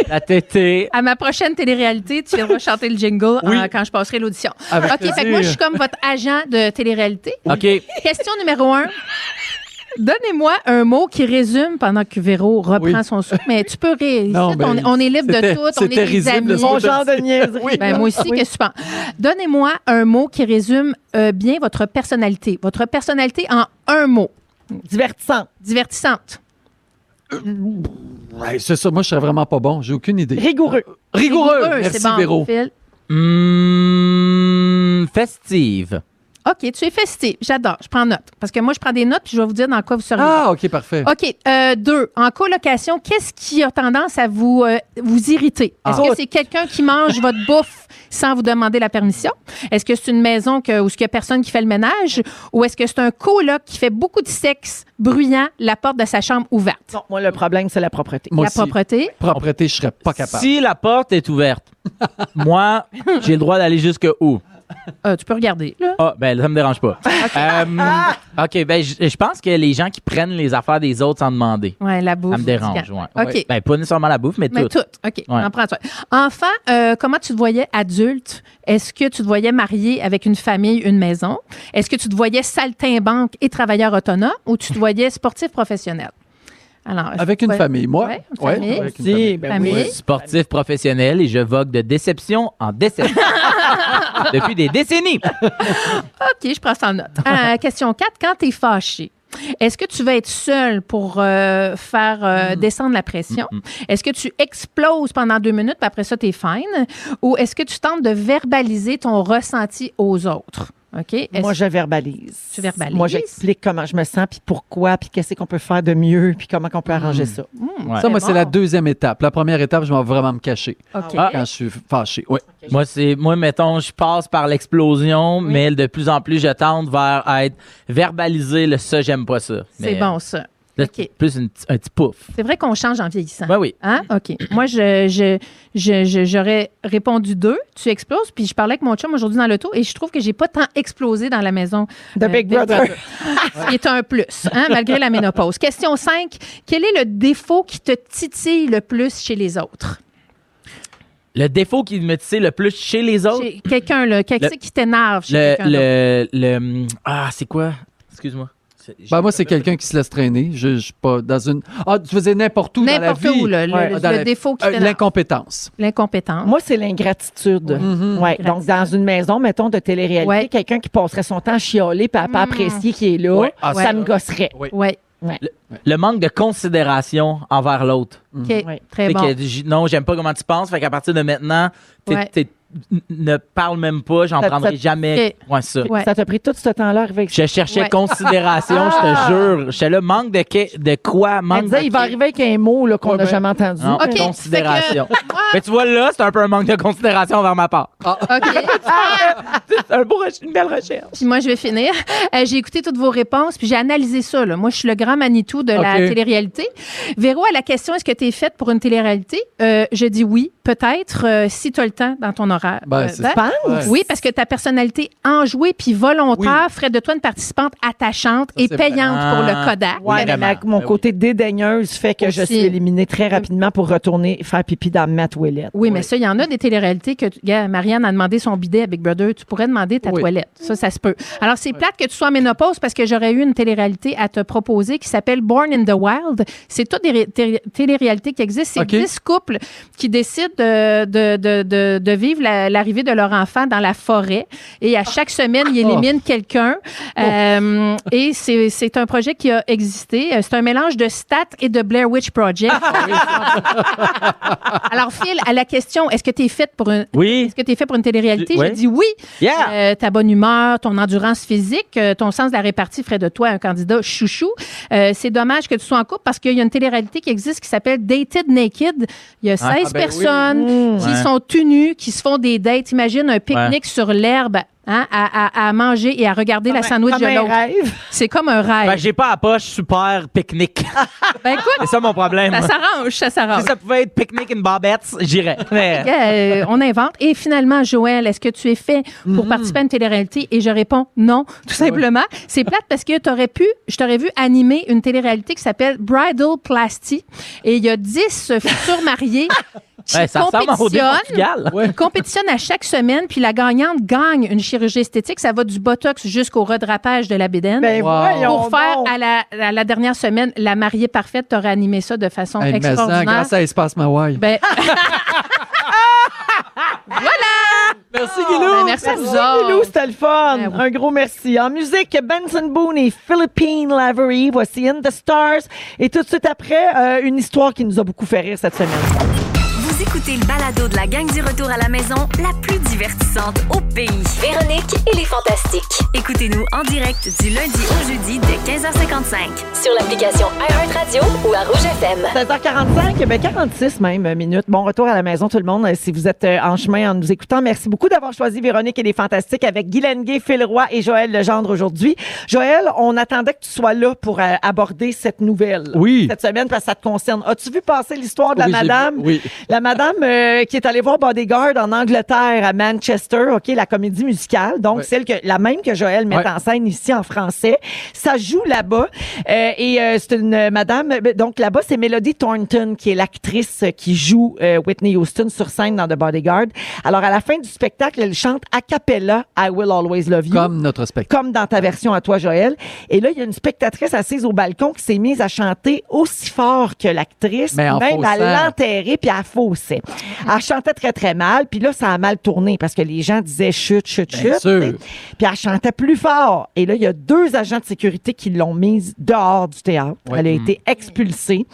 Speaker 5: La tétée.
Speaker 6: à ma prochaine télé-réalité, tu viendras chanter le jingle euh, quand je passerai l'audition.
Speaker 8: Avec
Speaker 6: OK, fait que
Speaker 8: plaisir.
Speaker 6: moi, je suis comme votre agent de télé-réalité.
Speaker 5: OK.
Speaker 6: Question numéro un. Donnez-moi un mot qui résume pendant que Véro reprend
Speaker 8: Oui.
Speaker 6: son souffle. Mais tu peux rire.
Speaker 8: Non,
Speaker 6: Ici,
Speaker 8: mais
Speaker 6: on, est- on est libre de
Speaker 8: c'était-
Speaker 6: tout. On est
Speaker 8: c'était
Speaker 6: des
Speaker 8: risible,
Speaker 6: amis.
Speaker 8: ce
Speaker 4: Mon
Speaker 8: Oui.
Speaker 4: genre de niaiserie.
Speaker 6: Ben, moi aussi, qu'est-ce que tu penses? Donnez-moi un mot qui résume euh, bien votre personnalité. Votre personnalité en un mot.
Speaker 4: Divertissant.
Speaker 6: Divertissante.
Speaker 8: Ouais, c'est ça, moi, je serais vraiment pas bon. J'ai aucune idée.
Speaker 4: Rigoureux.
Speaker 8: Rigoureux,
Speaker 6: Rigoureux,
Speaker 8: merci,
Speaker 6: c'est bon,
Speaker 8: Véro.
Speaker 6: Phil.
Speaker 5: Mmh, festive.
Speaker 6: OK, tu es festif. J'adore. Je prends note. Parce que moi, je prends des notes puis je vais vous dire dans quoi vous serez.
Speaker 8: Ah, OK, parfait.
Speaker 6: OK. euh, deux, en colocation, qu'est-ce qui a tendance à vous, euh, vous irriter? Est-ce
Speaker 8: Ah.
Speaker 6: que c'est quelqu'un qui mange votre bouffe sans vous demander la permission? Est-ce que c'est une maison que, où il n'y a personne qui fait le ménage? Ou est-ce que c'est un coloc qui fait beaucoup de sexe bruyant, la porte de sa chambre ouverte?
Speaker 4: Non, moi, le problème, c'est la propreté.
Speaker 8: Moi
Speaker 6: la
Speaker 8: aussi.
Speaker 6: propreté?
Speaker 8: Propreté, je serais pas capable.
Speaker 5: Si la porte est ouverte, moi, j'ai le droit d'aller jusque où?
Speaker 6: Euh, tu peux regarder. là.
Speaker 5: Ah, ben, ça me dérange pas. Euh, OK, ben, je je pense que les gens qui prennent les affaires des autres sans demander,
Speaker 6: Ouais, la bouffe.
Speaker 5: ça me dérange.
Speaker 6: fatigant.
Speaker 5: ouais.
Speaker 6: OK.
Speaker 5: Ben, pas nécessairement la bouffe, mais,
Speaker 6: Mais
Speaker 5: tout.
Speaker 6: tout. OK.
Speaker 5: Ouais.
Speaker 6: On prend soin. Enfant, euh, comment tu te voyais adulte? Est-ce que tu te voyais marié avec une famille, une maison? Est-ce que tu te voyais saltimbanque et travailleur autonome ou tu te voyais sportif professionnel? Alors, est-ce
Speaker 8: Avec
Speaker 6: que tu
Speaker 8: une
Speaker 6: voyais-
Speaker 8: famille, moi.
Speaker 6: Ouais, une
Speaker 8: Ouais,
Speaker 6: famille.
Speaker 8: avec une
Speaker 4: Si,
Speaker 8: famille.
Speaker 4: ben
Speaker 6: Famille.
Speaker 4: oui.
Speaker 5: Sportif professionnel et je vogue de déception en déception. Depuis des décennies.
Speaker 6: OK, je prends ça en note. Euh, question 4. Quand tu es fâché, est-ce que tu vas être seul pour euh, faire euh, descendre la pression? Est-ce que tu exploses pendant deux minutes, puis après ça, tu es fine? Ou est-ce que tu tentes de verbaliser ton ressenti aux autres? OK? Est-ce-
Speaker 4: Moi, je verbalise.
Speaker 6: Tu verbalises?
Speaker 4: Moi, j'explique comment je me sens, puis pourquoi, puis qu'est-ce qu'on peut faire de mieux, puis comment on peut arranger ça.
Speaker 6: Hmm,
Speaker 5: Ouais.
Speaker 8: Ça, moi,
Speaker 6: bon.
Speaker 8: c'est la deuxième étape. La première étape, je vais vraiment me cacher Ah,
Speaker 6: OK.
Speaker 8: quand je suis fâché. Oui.
Speaker 5: Moi, c'est moi, mettons, je passe par l'explosion, mais de plus en plus, je tente vers être verbalisé le ça, j'aime pas ça.
Speaker 6: C'est
Speaker 5: Mais,
Speaker 6: bon, ça.
Speaker 5: là,
Speaker 6: OK.
Speaker 5: Plus une- un petit pouf.
Speaker 6: C'est vrai qu'on change en vieillissant.
Speaker 5: Ouais, oui.
Speaker 6: Hein? OK. Moi, je, je- je- je- j'aurais répondu deux. Tu exploses. Puis je parlais avec mon chum aujourd'hui dans l'auto et je trouve que j'ai pas tant explosé dans la maison.
Speaker 4: The
Speaker 6: Euh,
Speaker 4: Big
Speaker 6: Big
Speaker 4: Brother.
Speaker 6: Ce qui est un plus, hein, malgré la ménopause. Question 5. Quel est le défaut qui te titille le plus chez les autres?
Speaker 5: Le défaut qui me titille le plus chez les autres,
Speaker 6: Chez quelqu'un, là, quelque-
Speaker 5: Le-
Speaker 6: qui t'énerve chez
Speaker 5: le,
Speaker 6: quelqu'un d'autre.
Speaker 5: le, le, hum, Ah, c'est quoi? Excuse-moi. C'est- j'ai-
Speaker 8: Ben, moi, c'est quelqu'un qui se laisse traîner. Je, je suis pas dans une. Ah, tu faisais n'importe où
Speaker 6: N'importe
Speaker 8: dans la vie.
Speaker 6: où, là, le-
Speaker 8: Ouais,
Speaker 6: le-
Speaker 8: dans
Speaker 6: le
Speaker 8: la-
Speaker 6: défaut qui
Speaker 8: Euh,
Speaker 6: t'énerve.
Speaker 8: L'incompétence.
Speaker 6: L'incompétence.
Speaker 4: Moi, c'est l'ingratitude.
Speaker 8: Mhm.
Speaker 4: Ouais, donc, dans une maison, mettons, de télé-réalité,
Speaker 6: Ouais. Hmm.
Speaker 4: quelqu'un qui passerait son temps à chialer puis à pas apprécier qui est là,
Speaker 8: Ouais. Ah,
Speaker 4: ça
Speaker 8: ça-
Speaker 4: me gosserait.
Speaker 6: Oui.
Speaker 5: Le manque de considération envers l'autre.
Speaker 6: OK.
Speaker 4: Ouais.
Speaker 6: Très
Speaker 5: Fait
Speaker 6: Eh bon.
Speaker 5: que j- non, j'aime pas comment tu penses. Fait qu'à partir de maintenant, t'es-
Speaker 6: Ouais.
Speaker 5: t'es- n- ne parle même pas, j'en
Speaker 4: Ça-
Speaker 5: prendrai
Speaker 4: ça-
Speaker 5: jamais. Ouais, ça.
Speaker 6: Ouais.
Speaker 4: Ça t'a pris tout ce temps-là à arriver avec ça.
Speaker 5: Je cherchais
Speaker 6: Ouais. Ah!
Speaker 5: considération, je te jure. J'étais là, manque de, que- de quoi?
Speaker 4: Elle
Speaker 5: Manque
Speaker 4: disait,
Speaker 5: de
Speaker 4: il va
Speaker 5: que-
Speaker 4: arriver avec un mot là, qu'on n'a
Speaker 8: Ouais, ben-
Speaker 4: jamais entendu.
Speaker 5: Non,
Speaker 6: OK,
Speaker 5: considération.
Speaker 6: fait que-
Speaker 5: Mais tu vois, là, c'est un peu un manque de considération envers ma part.
Speaker 6: OK.
Speaker 5: C'est un beau reche- une belle recherche.
Speaker 6: Puis moi, je vais finir. Euh, j'ai écouté toutes vos réponses, puis j'ai analysé ça. Là. Moi, je suis le grand Manitou de la
Speaker 8: OK.
Speaker 6: télé-réalité. Véro, à la question, est-ce que tu es faite pour une télé-réalité? Euh, je dis oui, peut-être, euh, si tu as le temps dans ton horaire.
Speaker 8: Ben,
Speaker 6: Euh,
Speaker 8: c'est
Speaker 6: ben,
Speaker 8: ça.
Speaker 4: Pense?
Speaker 8: Ouais.
Speaker 6: Oui, parce que ta personnalité enjouée puis volontaire ferait de toi une participante attachante et
Speaker 8: c'est
Speaker 6: payante
Speaker 5: vrai.
Speaker 6: pour
Speaker 5: Ah,
Speaker 6: le Kodak.
Speaker 5: oui.
Speaker 4: Ouais, mais
Speaker 5: Vraiment.
Speaker 4: ma- mon
Speaker 5: Ben
Speaker 4: côté dédaigneuse fait que je
Speaker 6: Aussi.
Speaker 4: suis éliminée très rapidement pour retourner faire pipi dans ma toilette.
Speaker 6: Oui, mais ça, il y en a des téléréalités que tu- gars, Marianne a demandé son bidet à Big Brother. Tu pourrais demander ta
Speaker 8: Oui.
Speaker 6: toilette. Ça, ça se peut. Alors, c'est plate que tu sois en ménopause parce que j'aurais eu une téléréalité à te proposer qui s'appelle Born in the Wild. C'est toutes des ré- té- téléréalités qui existent. C'est
Speaker 8: OK.
Speaker 6: 10 couples qui décident de, de, de, de, de vivre la- l'arrivée de leur enfant dans la forêt. Et à chaque semaine, ils éliminent quelqu'un. Euh, et c'est c'est un projet qui a existé. Euh, C'est un mélange de stats et de Blair Witch Project. Alors, Phil, à la question, est-ce que tu es faite pour une.
Speaker 5: Oui.
Speaker 6: Est-ce que tu es fait pour une télé-réalité?
Speaker 5: Oui.
Speaker 6: Je dis oui.
Speaker 5: Yeah!
Speaker 6: Euh, ta bonne humeur, ton endurance physique, euh, ton sens de la répartie ferait de toi un candidat chouchou. Euh, c'est dommage que tu sois en couple parce qu'il y a une télé-réalité qui existe qui s'appelle Dated Naked. Il y a 16
Speaker 8: ah ben oui.
Speaker 6: personnes qui
Speaker 5: Ouais.
Speaker 6: sont tout nues, qui se font des dates. Imagine un pique-nique
Speaker 5: Ouais.
Speaker 6: sur l'herbe hein, à, à- à manger et à regarder la sandwich
Speaker 4: Comme
Speaker 6: de
Speaker 4: un
Speaker 6: l'autre.
Speaker 4: rêve.
Speaker 6: C'est comme un
Speaker 5: Fait que
Speaker 6: rêve.
Speaker 5: j'ai pas à poche super pique-nique.
Speaker 6: Ben écoute,
Speaker 5: C'est ça mon problème.
Speaker 6: ça s'arrange, ça s'arrange.
Speaker 5: Si ça pouvait être pique-nique and barbette, j'irais. Mais-
Speaker 6: Euh, on invente. Et finalement, Joël, est-ce que tu es fait pour participer à une télé-réalité? Et je réponds non, tout simplement. C'est plate parce que t'aurais pu, je t'aurais vu animer une télé-réalité qui s'appelle Bridal Plasty. Et il y a 10 futurs mariés qui
Speaker 5: Ouais, ça ressemble au
Speaker 6: compétitionnent.
Speaker 5: Portugal.
Speaker 6: Ils compétitionnent à chaque semaine, puis la gagnante gagne une chirurgie esthétique. Ça va du botox jusqu'au redrapage de la bédaine.
Speaker 4: Ben
Speaker 8: Wow.
Speaker 4: voyons
Speaker 6: pour faire
Speaker 4: donc.
Speaker 6: à la, à la dernière semaine, la mariée parfaite, t'aurais animé ça de façon
Speaker 8: Hey, mais ça,
Speaker 6: extraordinaire.
Speaker 8: grâce à Espace Mawai.
Speaker 6: Ben,
Speaker 8: merci,
Speaker 6: ben, merci à vous
Speaker 4: Merci,
Speaker 6: autres.
Speaker 4: Milou, c'était le fun.
Speaker 6: Ben oui.
Speaker 4: Un gros merci. En musique, Benson Boone et Philippine Lavery. Voici In the Stars. Et tout de suite après, euh, une histoire qui nous a beaucoup fait rire cette semaine.
Speaker 7: Vous écoutez le balado de la gang du retour à la maison, la plus divertissante au pays.
Speaker 11: Véronique et les Fantastiques.
Speaker 7: Écoutez-nous en direct du lundi au jeudi dès 15h55.
Speaker 11: Sur l'application iHeartRadio ou à Rouge FM.
Speaker 4: 16h45, ben 46 même euh, minutes. Bon retour à la maison tout le monde euh, si vous êtes euh, en chemin en nous écoutant. Merci beaucoup d'avoir choisi Véronique et les Fantastiques avec Guylaine Gay, Phil Roy et Joël Legendre aujourd'hui. Joël, on attendait que tu sois là pour euh, aborder cette nouvelle
Speaker 8: Oui.
Speaker 4: cette semaine parce que ça te concerne. As-tu vu passer l'histoire de la
Speaker 8: Oui, j'ai vu.
Speaker 4: madame
Speaker 8: Oui.
Speaker 4: La madame euh, qui est allée voir Bodyguard en Angleterre, à Manchester, OK, la comédie musicale, donc
Speaker 8: Ouais.
Speaker 4: celle que la même que Joël met
Speaker 8: Ouais.
Speaker 4: en scène ici en français, ça joue là-bas Euh, et euh, c'est une euh, madame euh, donc là-bas c'est Melody Thornton qui est l'actrice qui joue euh, Whitney Houston sur scène dans The Bodyguard. Alors à la fin du spectacle, elle chante a cappella I Will Always Love You
Speaker 8: Comme notre spectacle.
Speaker 4: comme dans ta version à toi, Joël. Et là, il y a une spectatrice assise au balcon qui s'est mise à chanter aussi fort que l'actrice,
Speaker 8: Mais en
Speaker 4: même à
Speaker 8: faussant.
Speaker 4: l'enterrer puis à fausser. Elle chantait très, très mal. Puis là, ça a mal tourné parce que les gens disaient chut, chut, chut.
Speaker 8: Bien sûr.
Speaker 4: tu sais. Puis elle chantait plus fort. Et là, il y a deux agents de sécurité qui l'ont mise dehors du théâtre. Elle a
Speaker 8: Mm.
Speaker 4: été expulsée.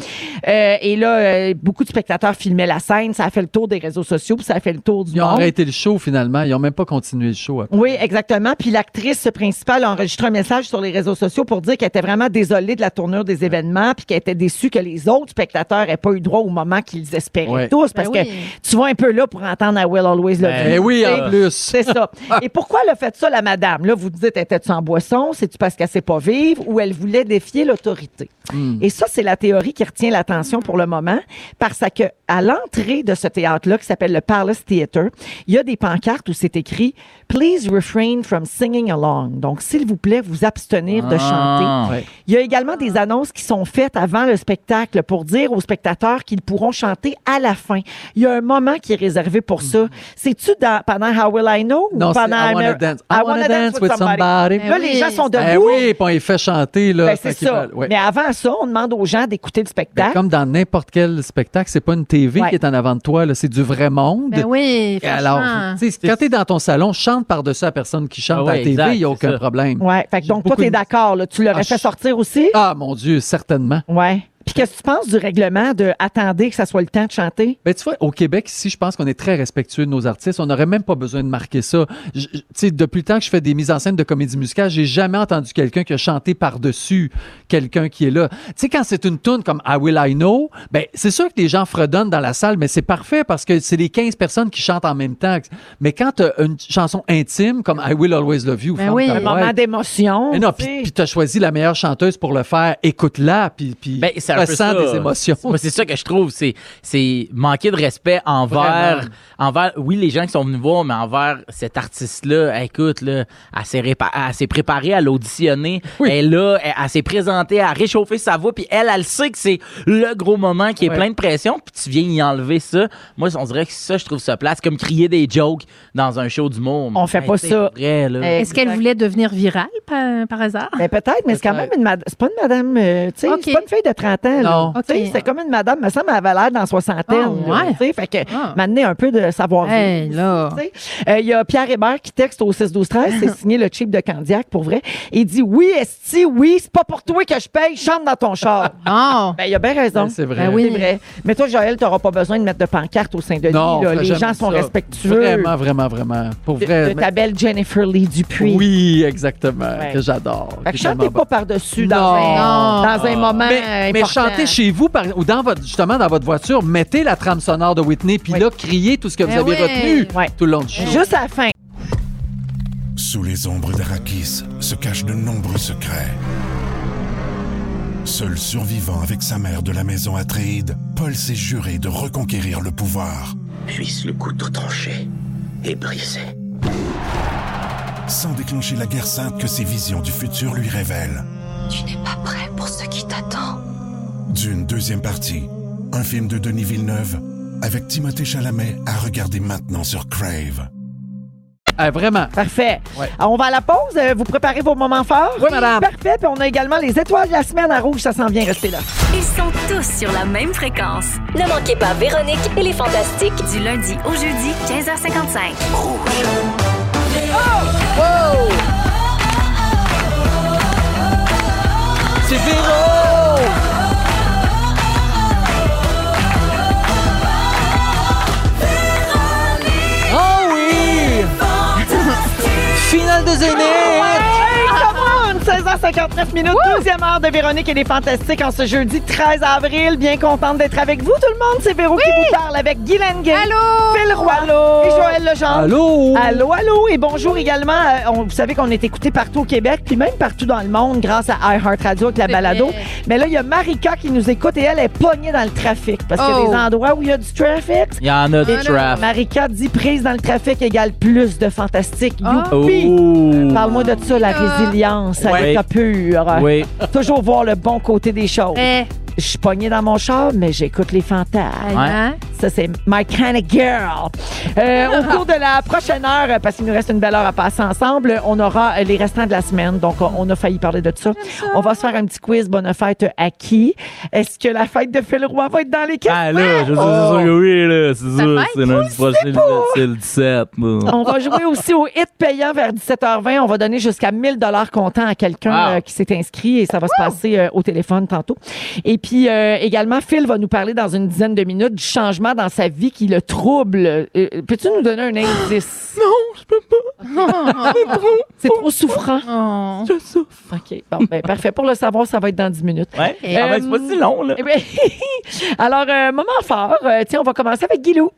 Speaker 4: Euh, et là, euh, beaucoup de spectateurs filmaient la scène. Ça a fait le tour des réseaux sociaux, puis ça a fait le tour du
Speaker 8: Ils ont
Speaker 4: monde.
Speaker 8: arrêté le show finalement. Ils n'ont même pas continué le show. après.
Speaker 4: Oui, exactement. Puis l'actrice principale a enregistré un message sur les réseaux sociaux pour dire qu'elle était vraiment désolée de la tournure des événements, puis qu'elle était déçue que les autres spectateurs n'aient pas eu droit au moment qu'ils espéraient
Speaker 8: Ouais.
Speaker 4: tous, parce
Speaker 6: Ben
Speaker 4: que
Speaker 6: oui.
Speaker 4: tu vas un peu là pour entendre I Will Always Love You.
Speaker 8: Eh oui,
Speaker 4: Ben, C'est-
Speaker 8: en plus.
Speaker 4: C'est ça. Et pourquoi elle a fait ça, la madame? Là, vous dites, était-tu en boisson? C'est-tu parce qu'elle sait pas vivre ou elle voulait défier l'autorité? Et ça, c'est la théorie qui retient l'attention pour le moment parce que à l'entrée de ce théâtre-là, qui s'appelle le Palace Theatre, il y a des pancartes où c'est écrit « Please refrain from singing along ». Donc, s'il vous plaît, vous abstenir de
Speaker 5: Ah.
Speaker 4: chanter. Il y a également des
Speaker 8: Ah.
Speaker 4: annonces qui sont faites avant le spectacle pour dire aux spectateurs qu'ils pourront chanter à la fin. Il y a un moment qui est réservé pour ça. C'est-tu dans- pendant How Will I Know ou
Speaker 8: Mhm. Non, c'est I
Speaker 4: pendant
Speaker 8: wanna
Speaker 4: Amer-
Speaker 8: dance. I wanna dance with somebody.
Speaker 4: Là, les
Speaker 6: Eh
Speaker 4: gens
Speaker 6: oui.
Speaker 4: sont
Speaker 8: Eh
Speaker 4: debout.
Speaker 8: oui, puis on les fait chanter. Là,
Speaker 4: Ben,
Speaker 8: Fait
Speaker 4: c'est
Speaker 8: qu'ils
Speaker 4: ça.
Speaker 8: veulent, ouais.
Speaker 4: Mais avant ça, on demande aux gens d'écouter le
Speaker 8: Ben,
Speaker 4: spectacle.
Speaker 8: comme dans n'importe quel spectacle, c'est pas une TV
Speaker 4: Ouais.
Speaker 8: qui est en avant de toi, là, c'est du vrai monde.
Speaker 6: Ben oui, franchement.
Speaker 8: Alors, tu sais, quand t'es dans ton salon, chante par-dessus la personne qui chante
Speaker 5: Ah ouais,
Speaker 8: à la TV,
Speaker 5: exact,
Speaker 8: il n'y a
Speaker 5: c'est
Speaker 8: aucun
Speaker 5: ça.
Speaker 8: problème.
Speaker 4: Ouais, fait que
Speaker 8: J'ai
Speaker 4: donc toi,
Speaker 8: beaucoup
Speaker 4: t'es
Speaker 8: de-
Speaker 4: d'accord, là. Tu l'aurais
Speaker 8: Ah,
Speaker 4: fait
Speaker 8: je-
Speaker 4: sortir aussi?
Speaker 8: Ah, mon Dieu, certainement.
Speaker 4: Ouais. Puis qu'est-ce que tu penses du règlement de attendez que ça soit le temps de chanter?
Speaker 8: Ben, tu vois, au Québec, ici, je pense qu'on est très respectueux de nos artistes. On n'aurait même pas besoin de marquer ça. Je- je- Tu sais, depuis le temps que je fais des mises en scène de comédie musicale, j'ai jamais entendu quelqu'un qui a chanté par-dessus quelqu'un qui est là. Tu sais, quand c'est une tune comme I Will I Know, ben, c'est sûr que les gens fredonnent dans la salle, mais c'est parfait parce que c'est les 15 personnes qui chantent en même temps. Mais quand t'as une chanson intime comme I Will Always Love You,
Speaker 6: Ben
Speaker 8: ferme
Speaker 6: oui.
Speaker 8: ta
Speaker 6: Un
Speaker 8: boîte.
Speaker 4: Moment d'émotion.
Speaker 8: Mais non,
Speaker 4: tu sais.
Speaker 8: puis, puis t'as choisi la meilleure chanteuse pour le faire. Écoute-la, puis, puis
Speaker 5: Ben, c'est un peu
Speaker 8: ressens
Speaker 5: ça.
Speaker 8: des émotions.
Speaker 5: Moi, c'est ça que je trouve. C'est, c'est manquer de respect envers,
Speaker 8: Vraiment.
Speaker 5: envers, oui, les gens qui sont venus voir, mais envers cet artiste-là. Hey, écoute, là, elle s'est, répa- elle s'est préparée à l'auditionner.
Speaker 8: Oui.
Speaker 5: Elle est là, elle, elle s'est présentée, elle a réchauffé sa voix, puis elle, elle sait que c'est le gros moment qui est
Speaker 8: Ouais.
Speaker 5: plein de pression, puis tu viens y enlever ça. Moi, on dirait que ça, je trouve ça place. C'est comme crier des jokes dans un show d'humour.
Speaker 4: On fait pas
Speaker 5: Ben, c'est
Speaker 4: ça.
Speaker 5: vrai, là.
Speaker 4: Eh,
Speaker 6: Est-ce qu'elle voulait devenir virale par, par hasard?
Speaker 4: Ben, peut-être, mais c'est quand même
Speaker 8: Peut-être.
Speaker 4: une madame. C'est pas une madame, euh, tu sais,
Speaker 6: Ok.
Speaker 4: c'est pas une fille de 30 ans. là.
Speaker 8: Non.
Speaker 4: Tu sais,
Speaker 6: Ok.
Speaker 4: C'est comme une madame, me semble, elle avait l'air dans la soixantaine.
Speaker 6: Ah,
Speaker 4: là,
Speaker 6: ouais.
Speaker 4: tu sais, Fait que,
Speaker 6: Ah.
Speaker 4: m'amener un peu de savoir-vivre.
Speaker 6: Hey, là.
Speaker 4: Tu sais, euh, Il y a Pierre Hébert qui texte au 6-12-13, c'est signé le chip de Candiac, pour vrai. Il dit Oui, Esti, oui, c'est pas pour toi que je paye, chante dans ton char.
Speaker 6: Non.
Speaker 4: Ben, il a bien raison.
Speaker 8: Ben, c'est vrai.
Speaker 4: Ben oui. C'est vrai. Mais toi, Joël, t'auras pas besoin de mettre de pancarte au Saint-Denis.
Speaker 8: Non,
Speaker 4: là.
Speaker 8: on fait
Speaker 4: Les
Speaker 8: jamais
Speaker 4: gens sont
Speaker 8: ça.
Speaker 4: respectueux.
Speaker 8: Vraiment, vraiment, vraiment. Pour
Speaker 4: De,
Speaker 8: vrai.
Speaker 4: de ta belle Jennifer Lee Dupuis.
Speaker 8: Oui, exactement.
Speaker 4: Ouais.
Speaker 8: Que j'adore.
Speaker 4: Fait
Speaker 8: que
Speaker 4: que chantez
Speaker 8: j'aime
Speaker 4: pas par-dessus dans,
Speaker 8: Non.
Speaker 4: un,
Speaker 6: Non.
Speaker 4: dans un moment euh,
Speaker 8: Mais, mais
Speaker 4: important.
Speaker 8: chantez chez vous par- ou dans votre, justement dans votre voiture, mettez la trame sonore de Whitney, puis
Speaker 4: Oui.
Speaker 8: là, criez tout ce que vous
Speaker 6: Eh
Speaker 8: avez
Speaker 6: oui.
Speaker 8: retenu
Speaker 4: Ouais.
Speaker 8: tout le long du show.
Speaker 4: Juste à la fin.
Speaker 1: Sous les ombres d'Arakis se cachent de nombreux secrets. Seul survivant avec sa mère de la maison Atréide, Paul s'est juré de reconquérir le pouvoir.
Speaker 2: puisse le couteau tranché et brisé.
Speaker 1: sans déclencher la guerre sainte que ses visions du futur lui révèlent.
Speaker 3: Tu n'es pas prêt pour ce qui t'attend.
Speaker 1: D'une deuxième partie, un film de Denis Villeneuve avec Timothée Chalamet à regarder maintenant sur Crave.
Speaker 8: Eh, vraiment.
Speaker 4: Parfait.
Speaker 8: Ouais.
Speaker 4: Alors, on va à la pause. Euh, Vous préparez vos moments forts.
Speaker 8: Oui, madame.
Speaker 4: Parfait. Puis on a également les étoiles de la semaine à rouge. Ça s'en vient. Restez là.
Speaker 7: Ils sont tous sur la même fréquence.
Speaker 11: Ne manquez pas Véronique et les Fantastiques.
Speaker 7: Du lundi au jeudi, 15h55.
Speaker 8: C'est Véro! Oh oui! Finale de Zénith!
Speaker 4: Hey, come on! 16h59 minutes, deuxième heure de Véronique et les Fantastiques en ce jeudi 13 avril. Bien contente d'être avec vous, tout le monde. C'est Véro qui vous parle avec Guy Lengue,
Speaker 6: Ben, Allô?
Speaker 4: Phil Roy et Joël Legendre.
Speaker 8: Allô?
Speaker 4: Allô, allô, et bonjour également. Euh, on- vous savez qu'on est écouté partout au Québec, puis même partout dans le monde grâce à iHeartRadio avec la
Speaker 6: C'est
Speaker 4: balado.
Speaker 6: vrai.
Speaker 4: Mais là, il y a Marika qui nous écoute et elle est pognée dans le trafic parce qu'il y a
Speaker 6: Oh.
Speaker 4: des endroits où il y a du trafic.
Speaker 5: Il y en a du
Speaker 6: non.
Speaker 8: Ah.
Speaker 5: traf.
Speaker 4: Marika dit prise dans le trafic égale plus de fantastique.
Speaker 6: Ah.
Speaker 4: Youpi!
Speaker 5: Oh.
Speaker 4: Parle-moi de ça, la
Speaker 6: Ah.
Speaker 4: résilience, la
Speaker 5: Ouais.
Speaker 4: vie pure.
Speaker 5: Oui.
Speaker 4: Toujours voir le bon côté des choses.
Speaker 6: Eh,
Speaker 4: Je suis pognée dans mon char, mais j'écoute les fantasmes.
Speaker 6: aïe, hein?
Speaker 4: Ça, c'est My Kind of Girl. Euh, au cours de la prochaine heure, euh, parce qu'il nous reste une belle heure à passer ensemble, euh, on aura euh, les restants de la semaine. Donc, on, on a failli parler de ça. On va se faire un petit quiz. Bonne fête à qui? Est-ce que la fête de Phil Roy va être dans les questions?
Speaker 5: Ah là, je suis sûr que oui, là. C'est sûr,
Speaker 6: va
Speaker 5: c'est lundi prochain, c'est le 17. là. Ah,
Speaker 4: On va jouer aussi au hit payant vers 17h20. On va donner jusqu'à 1000 dollars comptant à quelqu'un
Speaker 5: Wow.
Speaker 4: euh, qui s'est inscrit et ça va se passer euh, au téléphone tantôt. Et puis euh, également, Phil va nous parler dans une dizaine de minutes du changement dans sa vie qui le trouble. Euh, euh, Peux-tu nous donner un indice? Non, je peux pas. C'est trop souffrant.
Speaker 6: Oh.
Speaker 4: OK. Bon, ben, parfait. Pour le savoir, ça va être dans 10 minutes.
Speaker 5: Ouais.
Speaker 6: Eh,
Speaker 5: Ah ben, c'est pas si long, là.
Speaker 4: Eh ben, Alors, euh, moment fort. Euh, tiens, on va commencer avec Guilou.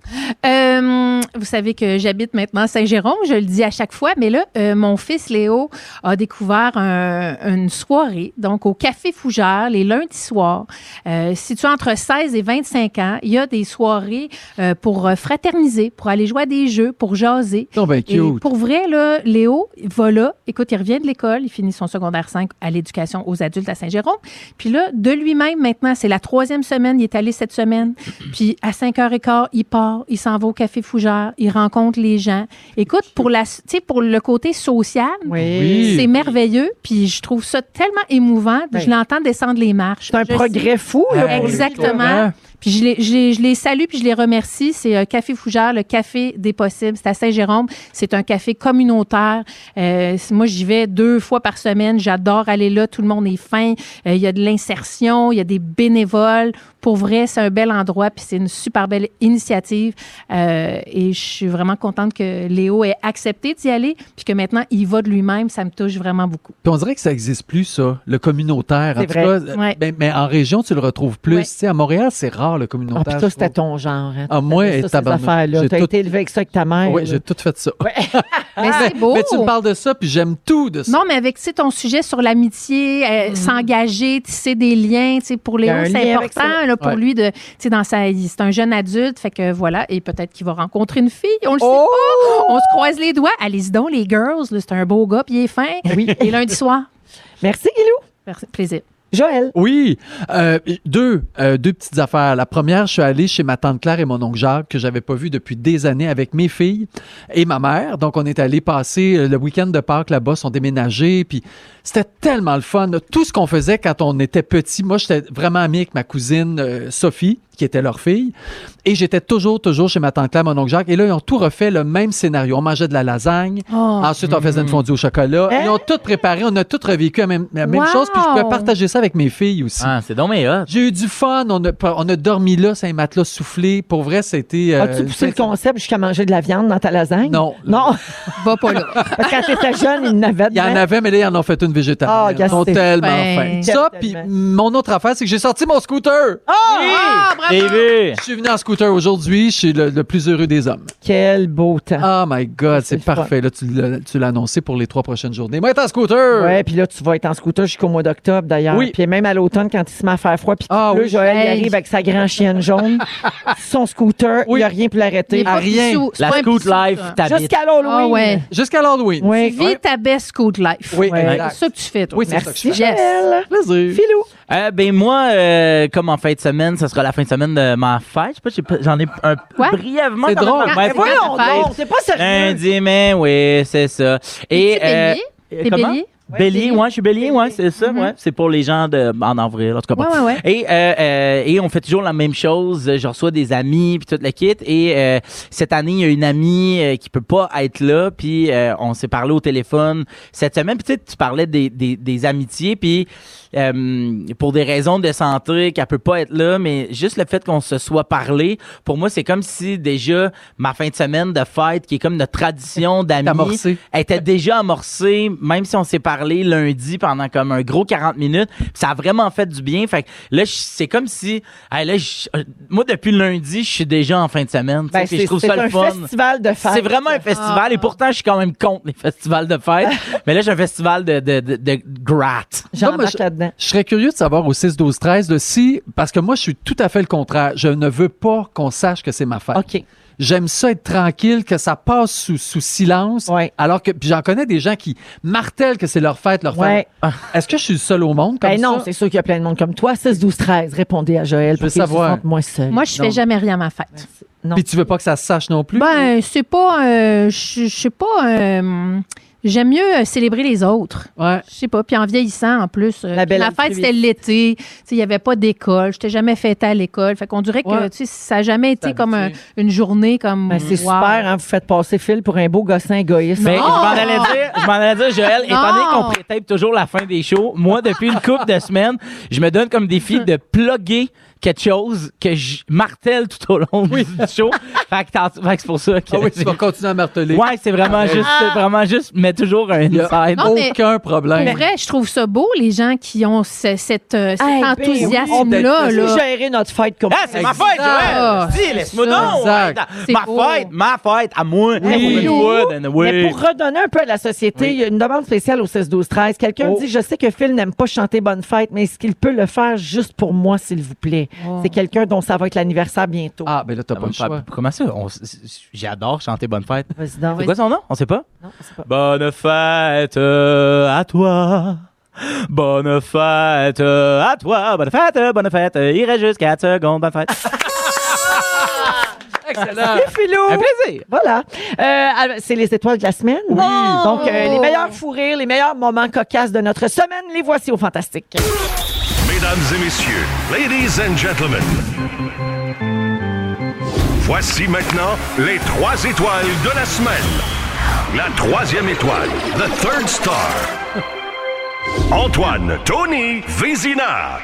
Speaker 6: Euh, vous savez que j'habite maintenant à Saint-Jérôme, je le dis à chaque fois, mais là, euh, mon fils Léo a découvert un- une soirée, donc au Café Fougère, les lundis soirs. Euh, si tu as entre 16 et 25 ans, il y a des soirées euh, pour euh, fraterniser, pour aller jouer à des jeux, pour jaser.
Speaker 8: Non, ben,
Speaker 6: Et
Speaker 8: cute.
Speaker 6: pour vrai, là, Léo, il va là. Écoute, il revient de l'école, il finit son secondaire 5 à l'éducation aux adultes à Saint-Jérôme. Puis là, de lui-même, maintenant, c'est la troisième semaine, il est allé cette semaine. Puis à 5h15, il part, il s'en va au Café Fougère, il rencontre les gens. Écoute, pour, la, tu sais, pour le côté social,
Speaker 8: Oui.
Speaker 6: c'est merveilleux. Puis je trouve ça tellement émouvant.
Speaker 4: Ben.
Speaker 6: Je l'entends descendre les marches.
Speaker 4: C'est un
Speaker 6: Je
Speaker 4: progrès fou. là, pour lui.
Speaker 6: Exactement. Puis je les, je, les, je les salue puis je les remercie. C'est euh, Café Fougère, le café des possibles. C'est à Saint-Jérôme. C'est un café communautaire. Euh, c'est- moi, j'y vais deux fois par semaine. J'adore aller là. Tout le monde est fin. Euh, Il y a de l'insertion. Il y a des bénévoles. Pour vrai, c'est un bel endroit puis c'est une super belle initiative. Euh, et je suis vraiment contente que Léo ait accepté d'y aller puis que maintenant, il va de lui-même. Ça me touche vraiment beaucoup.
Speaker 8: Puis on dirait que ça n'existe plus, ça, le communautaire. En
Speaker 4: C'est
Speaker 8: tout
Speaker 4: vrai.
Speaker 8: cas, euh,
Speaker 6: Ouais.
Speaker 8: ben- mais en région, tu le retrouves plus.
Speaker 6: Ouais.
Speaker 8: Tu sais, à Montréal, c'est rare, le
Speaker 4: Ah,
Speaker 8: communautaire.
Speaker 4: puis toi,
Speaker 8: je
Speaker 4: c'était
Speaker 8: trouve.
Speaker 4: ton genre. hein.
Speaker 8: Ah,
Speaker 4: Tu
Speaker 8: moi,
Speaker 4: faisais ça, ces
Speaker 8: tabarnak.
Speaker 4: affaires-là.
Speaker 8: J'ai
Speaker 4: T'as
Speaker 8: tout-
Speaker 4: été élevé avec ça avec ta mère.
Speaker 8: Oui,
Speaker 4: là.
Speaker 8: j'ai tout fait ça.
Speaker 6: Mais c'est beau.
Speaker 8: Mais tu me parles de ça, puis j'aime tout de ça.
Speaker 6: Non, mais avec tu sais, ton sujet sur l'amitié, euh, s'engager, tisser des liens, tu sais, pour
Speaker 4: Il y a
Speaker 6: Léo,
Speaker 4: un
Speaker 6: c'est
Speaker 4: lien avec
Speaker 6: important là, pour
Speaker 8: Ouais.
Speaker 6: lui de, tu sais, dans sa, il- c'est un jeune adulte, fait que voilà, et peut-être qu'il va rencontrer une fille, on le
Speaker 4: Oh!
Speaker 6: sait pas, on se croise les doigts, allez-y donc les girls, là, c'est un beau gars, puis il est fin,
Speaker 4: Oui.
Speaker 6: et lundi soir,
Speaker 4: Merci, Guilou.
Speaker 6: Merci, plaisir.
Speaker 4: Joël.
Speaker 8: Oui, euh, deux, euh, deux petites affaires. La première, je suis allé chez ma tante Claire et mon oncle Jacques, que j'avais pas vu depuis des années, avec mes filles et ma mère. Donc, on est allé passer euh, le week-end de Pâques là-bas, ils sont déménagés, puis c'était tellement le fun. Tout ce qu'on faisait quand on était petit, moi, j'étais vraiment ami avec ma cousine euh, Sophie, qui était leur fille, et j'étais toujours, toujours chez ma tante Claire, mon oncle Jacques, et là, ils ont tout refait le même scénario. On mangeait de la lasagne,
Speaker 6: Oh.
Speaker 8: ensuite, on faisait une fondue au chocolat,
Speaker 4: Hein?
Speaker 8: ils ont tout préparé, on a tout revécu la même, la même
Speaker 6: Wow!
Speaker 8: chose, puis je pouvais partager ça avec mes filles aussi.
Speaker 5: Ah, c'est donc mais hot.
Speaker 8: J'ai eu du fun. On a, on a dormi là, c'est un matelas soufflé. Pour vrai, c'était. euh,
Speaker 4: As-tu poussé le
Speaker 8: c'était-
Speaker 4: concept jusqu'à manger de la viande dans ta lasagne?
Speaker 8: Non.
Speaker 4: Non,
Speaker 6: Va pas là.
Speaker 4: parce que quand t'étais jeune, il n'avait
Speaker 8: Il y en avait, mais là, ils en ont fait une
Speaker 4: Ah,
Speaker 8: végétarienne.
Speaker 4: gars,
Speaker 8: ils sont
Speaker 4: c'est
Speaker 8: tellement
Speaker 6: fin.
Speaker 8: fins. Ça, puis mon autre affaire, c'est que j'ai sorti mon scooter.
Speaker 6: Ah, bravo!
Speaker 5: J'ai vu.
Speaker 8: Je suis venu en scooter aujourd'hui. Je suis le, le plus heureux des hommes.
Speaker 4: Quel beau temps.
Speaker 8: Oh my God,
Speaker 4: Ah. C'est
Speaker 8: c'est
Speaker 4: le fun.
Speaker 8: parfait. Là, tu l'as tu l'as annoncé pour les trois prochaines journées. Moi, être en scooter.
Speaker 4: Ouais, puis là, tu vas être en scooter jusqu'au mois d'octobre, d'ailleurs.
Speaker 8: Oui.
Speaker 4: Puis même à l'automne, quand il se met à faire froid, puis qu'il
Speaker 8: Ah
Speaker 4: pleut,
Speaker 8: oui.
Speaker 4: Joël il
Speaker 6: Hey.
Speaker 4: arrive avec sa grande chienne jaune, son scooter, il
Speaker 8: Oui.
Speaker 4: n'y a rien pour l'arrêter.
Speaker 6: Mais pas
Speaker 8: rien.
Speaker 6: pissou, c'est
Speaker 5: La
Speaker 6: pas un
Speaker 5: Scoot
Speaker 6: pissou,
Speaker 5: Life,
Speaker 6: ça.
Speaker 5: t'habites.
Speaker 4: Jusqu'à l'Halloween.
Speaker 6: Ah ouais.
Speaker 8: Jusqu'à l'Halloween.
Speaker 4: Oui.
Speaker 6: Vis ta best Scoot Life.
Speaker 8: Oui,
Speaker 4: Ouais.
Speaker 6: C'est
Speaker 8: exact.
Speaker 6: ça que tu fais, toi.
Speaker 8: Oui, c'est ça que je
Speaker 4: Merci,
Speaker 8: fais.
Speaker 6: Yes.
Speaker 4: Joël.
Speaker 8: Plaisir.
Speaker 4: Filou.
Speaker 5: Euh, ben moi, euh, comme en fin de semaine, ce sera la fin de semaine de ma fête. Je sais pas, j'ai pas- j'en ai un
Speaker 6: Quoi?
Speaker 5: brièvement.
Speaker 8: C'est
Speaker 5: quand même,
Speaker 8: drôle.
Speaker 5: ma
Speaker 6: Ah,
Speaker 5: fête.
Speaker 6: c'est quand
Speaker 4: Voyons
Speaker 6: ta fête?
Speaker 4: donc, c'est pas sérieux.
Speaker 5: Lundi, mais oui, c'est ça. Et
Speaker 6: Es-tu bélier?
Speaker 5: euh,
Speaker 6: T'es
Speaker 5: comment?
Speaker 6: bélier?
Speaker 5: Bélier,
Speaker 6: bélier.
Speaker 5: ouais, je suis bélier, ouais, c'est ça, ouais. C'est pour les gens de, en avril, en tout cas. bon.
Speaker 6: Ouais, ouais, ouais.
Speaker 5: Et, euh, euh, et on fait toujours la même chose. Je reçois des amis, puis toute la kit. Et euh, cette année, il y a une amie euh, qui peut pas être là, puis euh, on s'est parlé au téléphone cette semaine. Puis tu sais, tu parlais des, des, des amitiés, puis euh, pour des raisons de santé, qu'elle peut pas être là, mais juste le fait qu'on se soit parlé, pour moi, c'est comme si déjà ma fin de semaine de fête, qui est comme notre tradition d'amis,
Speaker 8: amorcée.
Speaker 5: elle était déjà amorcée, même si on s'est parlé lundi pendant comme un gros 40 minutes. Ça a vraiment fait du bien. Fait que là, je- c'est comme si, hey, là, je- euh, moi, depuis lundi, je suis déjà en fin de semaine. tu sais,
Speaker 4: Ben,
Speaker 5: puis je
Speaker 4: c'est
Speaker 5: trouve
Speaker 4: c'est
Speaker 5: ça le
Speaker 4: un
Speaker 5: fun.
Speaker 4: festival Ah. de fêtes.
Speaker 5: C'est vraiment un festival et pourtant je suis quand même contre les festivals de fête. mais là j'ai un festival de de de, de gratte.
Speaker 8: Non, mais
Speaker 4: J'embarque
Speaker 8: je-
Speaker 4: là-dedans.
Speaker 8: Je serais curieux de savoir au 6, 12, 13 de si, parce que moi, je suis tout à fait le contraire. Je ne veux pas qu'on sache que c'est ma fête.
Speaker 4: OK.
Speaker 8: J'aime ça être tranquille, que ça passe sous, sous silence.
Speaker 4: Ouais.
Speaker 8: Alors que puis j'en connais des gens qui martèlent que c'est leur fête, leur
Speaker 4: Ouais.
Speaker 8: fête. Ah. Est-ce que je suis le seul au monde comme
Speaker 4: Ben non,
Speaker 8: ça?
Speaker 4: c'est sûr qu'il y a plein de monde comme toi. 6, 12, 13, répondez à Joël pour
Speaker 8: veux
Speaker 4: qu'il se
Speaker 8: savoir.
Speaker 4: sente moins seul.
Speaker 6: Moi, je fais
Speaker 8: Non.
Speaker 6: jamais rien à ma fête.
Speaker 4: non.
Speaker 8: Puis tu veux pas que ça se sache non plus?
Speaker 6: Ben, c'est pas. euh, je je sais pas. euh, J'aime mieux euh, célébrer les autres.
Speaker 8: Ouais.
Speaker 6: Je sais pas. Puis en vieillissant, en plus. euh,
Speaker 4: La belle
Speaker 6: ma fête,
Speaker 4: altruiste.
Speaker 6: c'était l'été. Tu sais, Il n'y avait pas d'école. Je n'étais jamais fêtée à l'école. Fait qu'on dirait que
Speaker 8: Ouais.
Speaker 6: tu sais, ça n'a jamais été
Speaker 8: T'es
Speaker 6: comme un-
Speaker 8: habitué.
Speaker 6: une journée comme.
Speaker 4: Ben, c'est
Speaker 6: wow.
Speaker 4: super, hein, vous faites passer Phil pour un beau gossin égoïste.
Speaker 5: Mais
Speaker 6: Non!
Speaker 5: Ben, je m'en allais dire, je m'en allais dire, Joël, étant donné
Speaker 6: Non!
Speaker 5: qu'on pré-tape toujours la fin des shows, moi, depuis une couple de semaines, je me donne comme défi de plugger quelque chose que je martèle tout au long du show. fait que, t'en- fait que c'est pour ça que...
Speaker 8: Ah oui, tu vas continuer à marteler.
Speaker 5: ouais, c'est vraiment juste, c'est vraiment juste, mais toujours un
Speaker 8: Ah, Il y a
Speaker 5: inside.
Speaker 6: ah. Non, mais-
Speaker 8: aucun problème.
Speaker 6: Pour vrai, je trouve ça beau, les gens qui ont ce- cette, euh, cet
Speaker 4: Hey, ben oui,
Speaker 6: enthousiasme-là.
Speaker 4: on
Speaker 6: là.
Speaker 4: peut gérer notre fête comme
Speaker 5: Ah, c'est ma fête,
Speaker 6: Ah,
Speaker 5: Joël! Dis, laisse-moi
Speaker 6: c'est ça.
Speaker 5: donc!
Speaker 8: Exact.
Speaker 6: C'est
Speaker 5: Ma
Speaker 6: beau.
Speaker 5: fête, ma fête, à moi.
Speaker 4: Oui.
Speaker 5: Hollywood, and oui.
Speaker 4: Mais pour redonner un peu à la société, il y a une demande spéciale au 16-12-13. Quelqu'un
Speaker 8: Oh.
Speaker 4: dit Je sais que Phil n'aime pas chanter Bonne fête, mais est-ce qu'il peut le faire juste pour moi, s'il vous plaît C'est quelqu'un dont ça va être l'anniversaire bientôt.
Speaker 8: Ah, ben là, t'as
Speaker 5: Ah,
Speaker 8: pas le
Speaker 5: bonne
Speaker 8: choix.
Speaker 5: fête. Comment ça? On s- s- J'adore chanter Bonne fête.
Speaker 6: Ah,
Speaker 4: Vas-y donc.
Speaker 5: C'est quoi son nom? On sait pas?
Speaker 4: Non, c'est pas-
Speaker 5: Bonne fête euh, à toi. Bonne fête euh, à toi. Bonne fête, euh, bonne fête. Euh, Il reste juste 4 secondes. Bonne fête.
Speaker 8: Excellent.
Speaker 4: Et Philou!
Speaker 5: Un plaisir.
Speaker 4: Voilà. Euh, alors, c'est les étoiles de la semaine. Donc, euh, les meilleurs fous rires, les meilleurs moments cocasses de notre semaine, les voici au Fantastique.
Speaker 10: Mesdames et messieurs, ladies and gentlemen. Voici maintenant les trois étoiles de la semaine. La troisième étoile, the third star. Antoine Tony Vézina.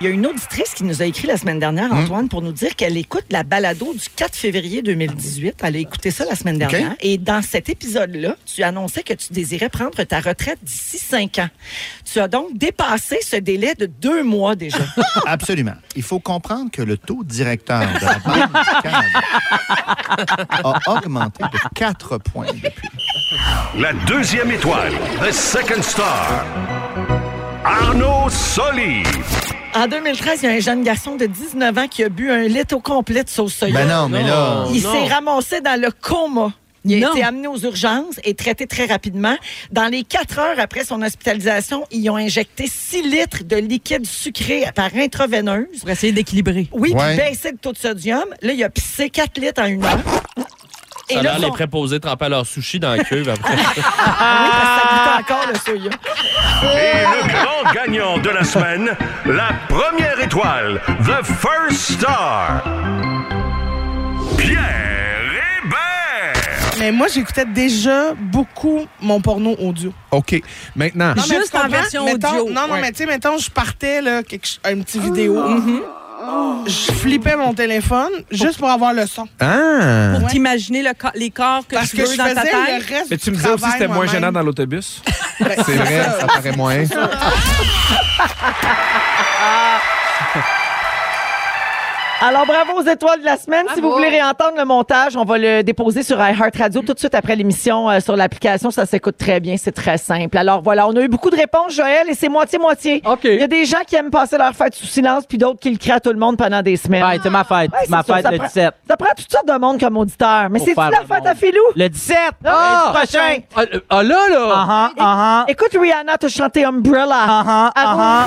Speaker 9: Il y a une auditrice qui nous a écrit la semaine dernière, Antoine, pour nous dire qu'elle écoute la balado du 4 février 2018. Elle a écouté ça la semaine dernière. Et dans cet épisode-là, tu annonçais que tu désirais prendre ta retraite d'ici cinq ans. Tu as donc dépassé ce délai de deux mois déjà.
Speaker 12: Absolument. Il faut comprendre que le taux directeur de la Banque du Canada a augmenté de 4 points depuis.
Speaker 10: La deuxième étoile, the second star. Arnaud Soli.
Speaker 9: en 2013, il y a un jeune garçon de 19 ans qui a bu un litre au complet de sauce soya.
Speaker 12: Ben non, mais là...
Speaker 9: Il s'est ramassé dans le coma. Il a
Speaker 6: Non.
Speaker 9: été amené aux urgences et traité très rapidement. Dans les quatre heures après son hospitalisation, ils ont injecté 6 litres de liquide sucré par intraveineuse.
Speaker 3: Pour essayer d'équilibrer.
Speaker 9: Oui,
Speaker 12: Ouais.
Speaker 9: puis baissé le taux de sodium. Là, il a pissé 4 litres en une heure. Et
Speaker 2: Ça a
Speaker 9: là,
Speaker 2: l'air les
Speaker 9: son-
Speaker 2: préposés tremper leur sushi dans la cuve après.
Speaker 9: oui, parce que ça goûte encore le soya.
Speaker 10: Et le grand gagnant de la semaine, la première étoile, the first star. Pierre Hébert.
Speaker 9: Mais moi, j'écoutais déjà beaucoup mon porno audio.
Speaker 12: OK. Maintenant,
Speaker 3: Juste en version audio.
Speaker 9: Non, non, mais tu sais, mettons, je partais, là, quelque... ch- un petit vidéo. Je flippais mon téléphone juste pour avoir le son.
Speaker 12: ah,
Speaker 3: Pour t'imaginer le co- les corps que
Speaker 9: Euh. Parce
Speaker 3: tu
Speaker 9: que
Speaker 3: veux
Speaker 9: je
Speaker 3: dans
Speaker 9: faisais
Speaker 3: ta tête.
Speaker 9: le reste
Speaker 2: Mais tu me
Speaker 9: du
Speaker 2: disais aussi que
Speaker 9: travail
Speaker 2: c'était moins
Speaker 9: moi-même.
Speaker 2: gênant dans l'autobus.
Speaker 9: Ben,
Speaker 12: c'est vrai, ça paraît moins.
Speaker 4: Alors, bravo aux étoiles de la semaine. Si vous voulez réentendre le montage, on va le déposer sur iHeartRadio tout de suite après l'émission euh, sur l'application. Ça s'écoute très bien, c'est très simple. Alors voilà, on a eu beaucoup de réponses, Joël, et c'est moitié-moitié.
Speaker 8: OK.
Speaker 4: Il y a des gens qui aiment passer leur fête sous silence, puis d'autres qui le créent à tout le monde pendant des semaines.
Speaker 5: Fête, c'est ma fête.
Speaker 4: Ouais, c'est
Speaker 5: ma
Speaker 4: ça,
Speaker 5: fête
Speaker 4: ça
Speaker 5: le
Speaker 4: prend-
Speaker 5: 17.
Speaker 4: Ça prend toutes sortes de monde comme auditeur. Mais
Speaker 5: Faut
Speaker 4: c'est-tu
Speaker 5: faire
Speaker 4: la
Speaker 5: le
Speaker 4: fête
Speaker 5: monde.
Speaker 4: à Filou?
Speaker 5: Le 17!
Speaker 4: Ah!
Speaker 5: Le prochain!
Speaker 8: Ah, euh, ah, là, là!
Speaker 5: Ah ah, ah ah,
Speaker 4: Écoute Rihanna te chanter Umbrella.
Speaker 5: ah ah, ah ah.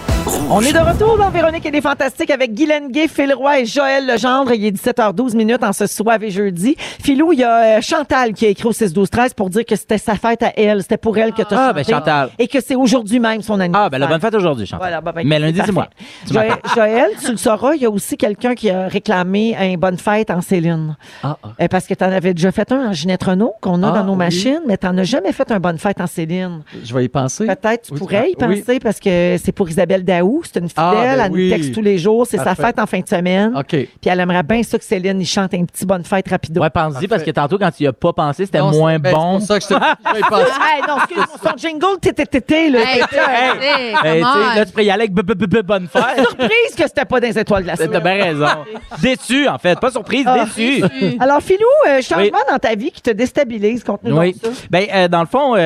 Speaker 4: On est de retour dans Véronique et les Fantastiques avec Guylaine Gay, Phil Roy et Joël Legendre. Il est 17h12 minutes en ce soir et jeudi. Philou, il y a euh, Chantal qui a écrit au 6-12-13 pour dire que c'était sa fête à elle. C'était pour elle que tu as
Speaker 5: Ah, ben Chantal.
Speaker 4: Et que c'est aujourd'hui même son anniversaire.
Speaker 5: Ah, ben la bonne fête aujourd'hui, Chantal.
Speaker 4: Voilà, ben, ben,
Speaker 5: Mais lundi,
Speaker 4: parfait.
Speaker 5: c'est moi. Tu
Speaker 4: Joël,
Speaker 5: m'attends.
Speaker 4: Joël, tu le sauras, il y a aussi quelqu'un qui a réclamé un bonne fête en Céline.
Speaker 8: Ah, ah.
Speaker 4: Euh, parce que tu en avais déjà fait un en Ginette Renault qu'on a
Speaker 8: Ah,
Speaker 4: dans nos
Speaker 8: oui.
Speaker 4: machines, mais tu n'en as jamais fait un bonne fête en Céline.
Speaker 8: Je vais y penser.
Speaker 4: Peut-être tu
Speaker 8: Oui,
Speaker 4: pourrais y
Speaker 8: ah, oui.
Speaker 4: penser parce que c'est pour Isabelle Daou. C'est une fidèle,
Speaker 8: Ah, ben
Speaker 4: elle
Speaker 8: oui.
Speaker 4: nous texte tous les jours. C'est sa
Speaker 8: Parfait.
Speaker 4: fête en fin de semaine.
Speaker 8: OK.
Speaker 4: Puis elle aimerait bien ça que Céline y chante un petit bonne fête rapido.
Speaker 5: Ouais, pense-y parce que tantôt, quand tu y as pas pensé, c'était
Speaker 8: Non, c'est-
Speaker 5: moins
Speaker 8: ben,
Speaker 5: bon.
Speaker 8: C'est pour ça que je te- je vais y penser.
Speaker 4: Hey, non, excuse son jingle tététété, là.
Speaker 6: Hey,
Speaker 4: C'était
Speaker 6: hey, hey,
Speaker 5: Eh, tu
Speaker 6: come
Speaker 5: sais,
Speaker 6: on.
Speaker 5: là, tu pourrais y aller avec b- b- b- bonne fête.
Speaker 4: surprise que c'était pas dans les étoiles de la
Speaker 5: T'as
Speaker 4: semaine.
Speaker 5: bien raison. Déçu, en fait. Pas surprise,
Speaker 4: Ah.
Speaker 5: déçu.
Speaker 4: Alors, Philou, euh, changement dans ta vie qui te déstabilise contre nous.
Speaker 5: Oui.
Speaker 4: autres, ça.
Speaker 5: Ben, euh, dans le fond, euh,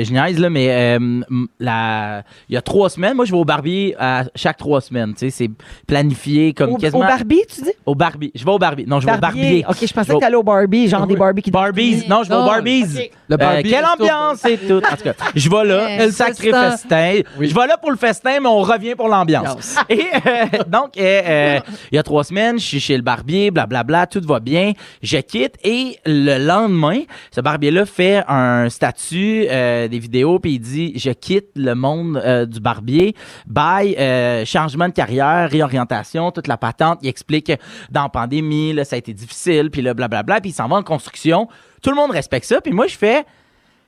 Speaker 5: euh, je niaise, là, mais euh, m- la... il y a trois semaines, moi, je vais au barbier à chaque trois semaines. Tu sais, c'est planifié comme
Speaker 4: Au-
Speaker 5: quasiment.
Speaker 4: au Barbie, tu dis?
Speaker 5: Au Barbie. Je vais au Barbie. Non, je vais au Barbier.
Speaker 4: OK, je pensais
Speaker 5: Je vais- Ah
Speaker 4: que t'allais au Barbie, genre des Barbies qui
Speaker 5: Barbies. Non, je vais au Barbies.
Speaker 4: Le
Speaker 5: Euh,
Speaker 4: Barbie
Speaker 5: quelle
Speaker 4: resto.
Speaker 5: ambiance et tout. En tout cas, je vais là,
Speaker 4: Yes.
Speaker 5: le sacré
Speaker 4: Festin.
Speaker 5: festin. Je vais là pour le festin, mais on revient pour l'ambiance. et euh, donc, euh, euh, il y a trois semaines, je suis chez le barbier, blablabla, tout va bien. Je quitte et le lendemain, ce barbier-là fait un statut, euh, des vidéos, puis il dit Je quitte le monde euh, du barbier. Bye, euh, changement de carrière, réorientation, toute la patente. Il explique dans la pandémie, là, ça a été difficile, puis là, blablabla, puis il s'en va en construction. Tout le monde respecte ça, puis moi, je fais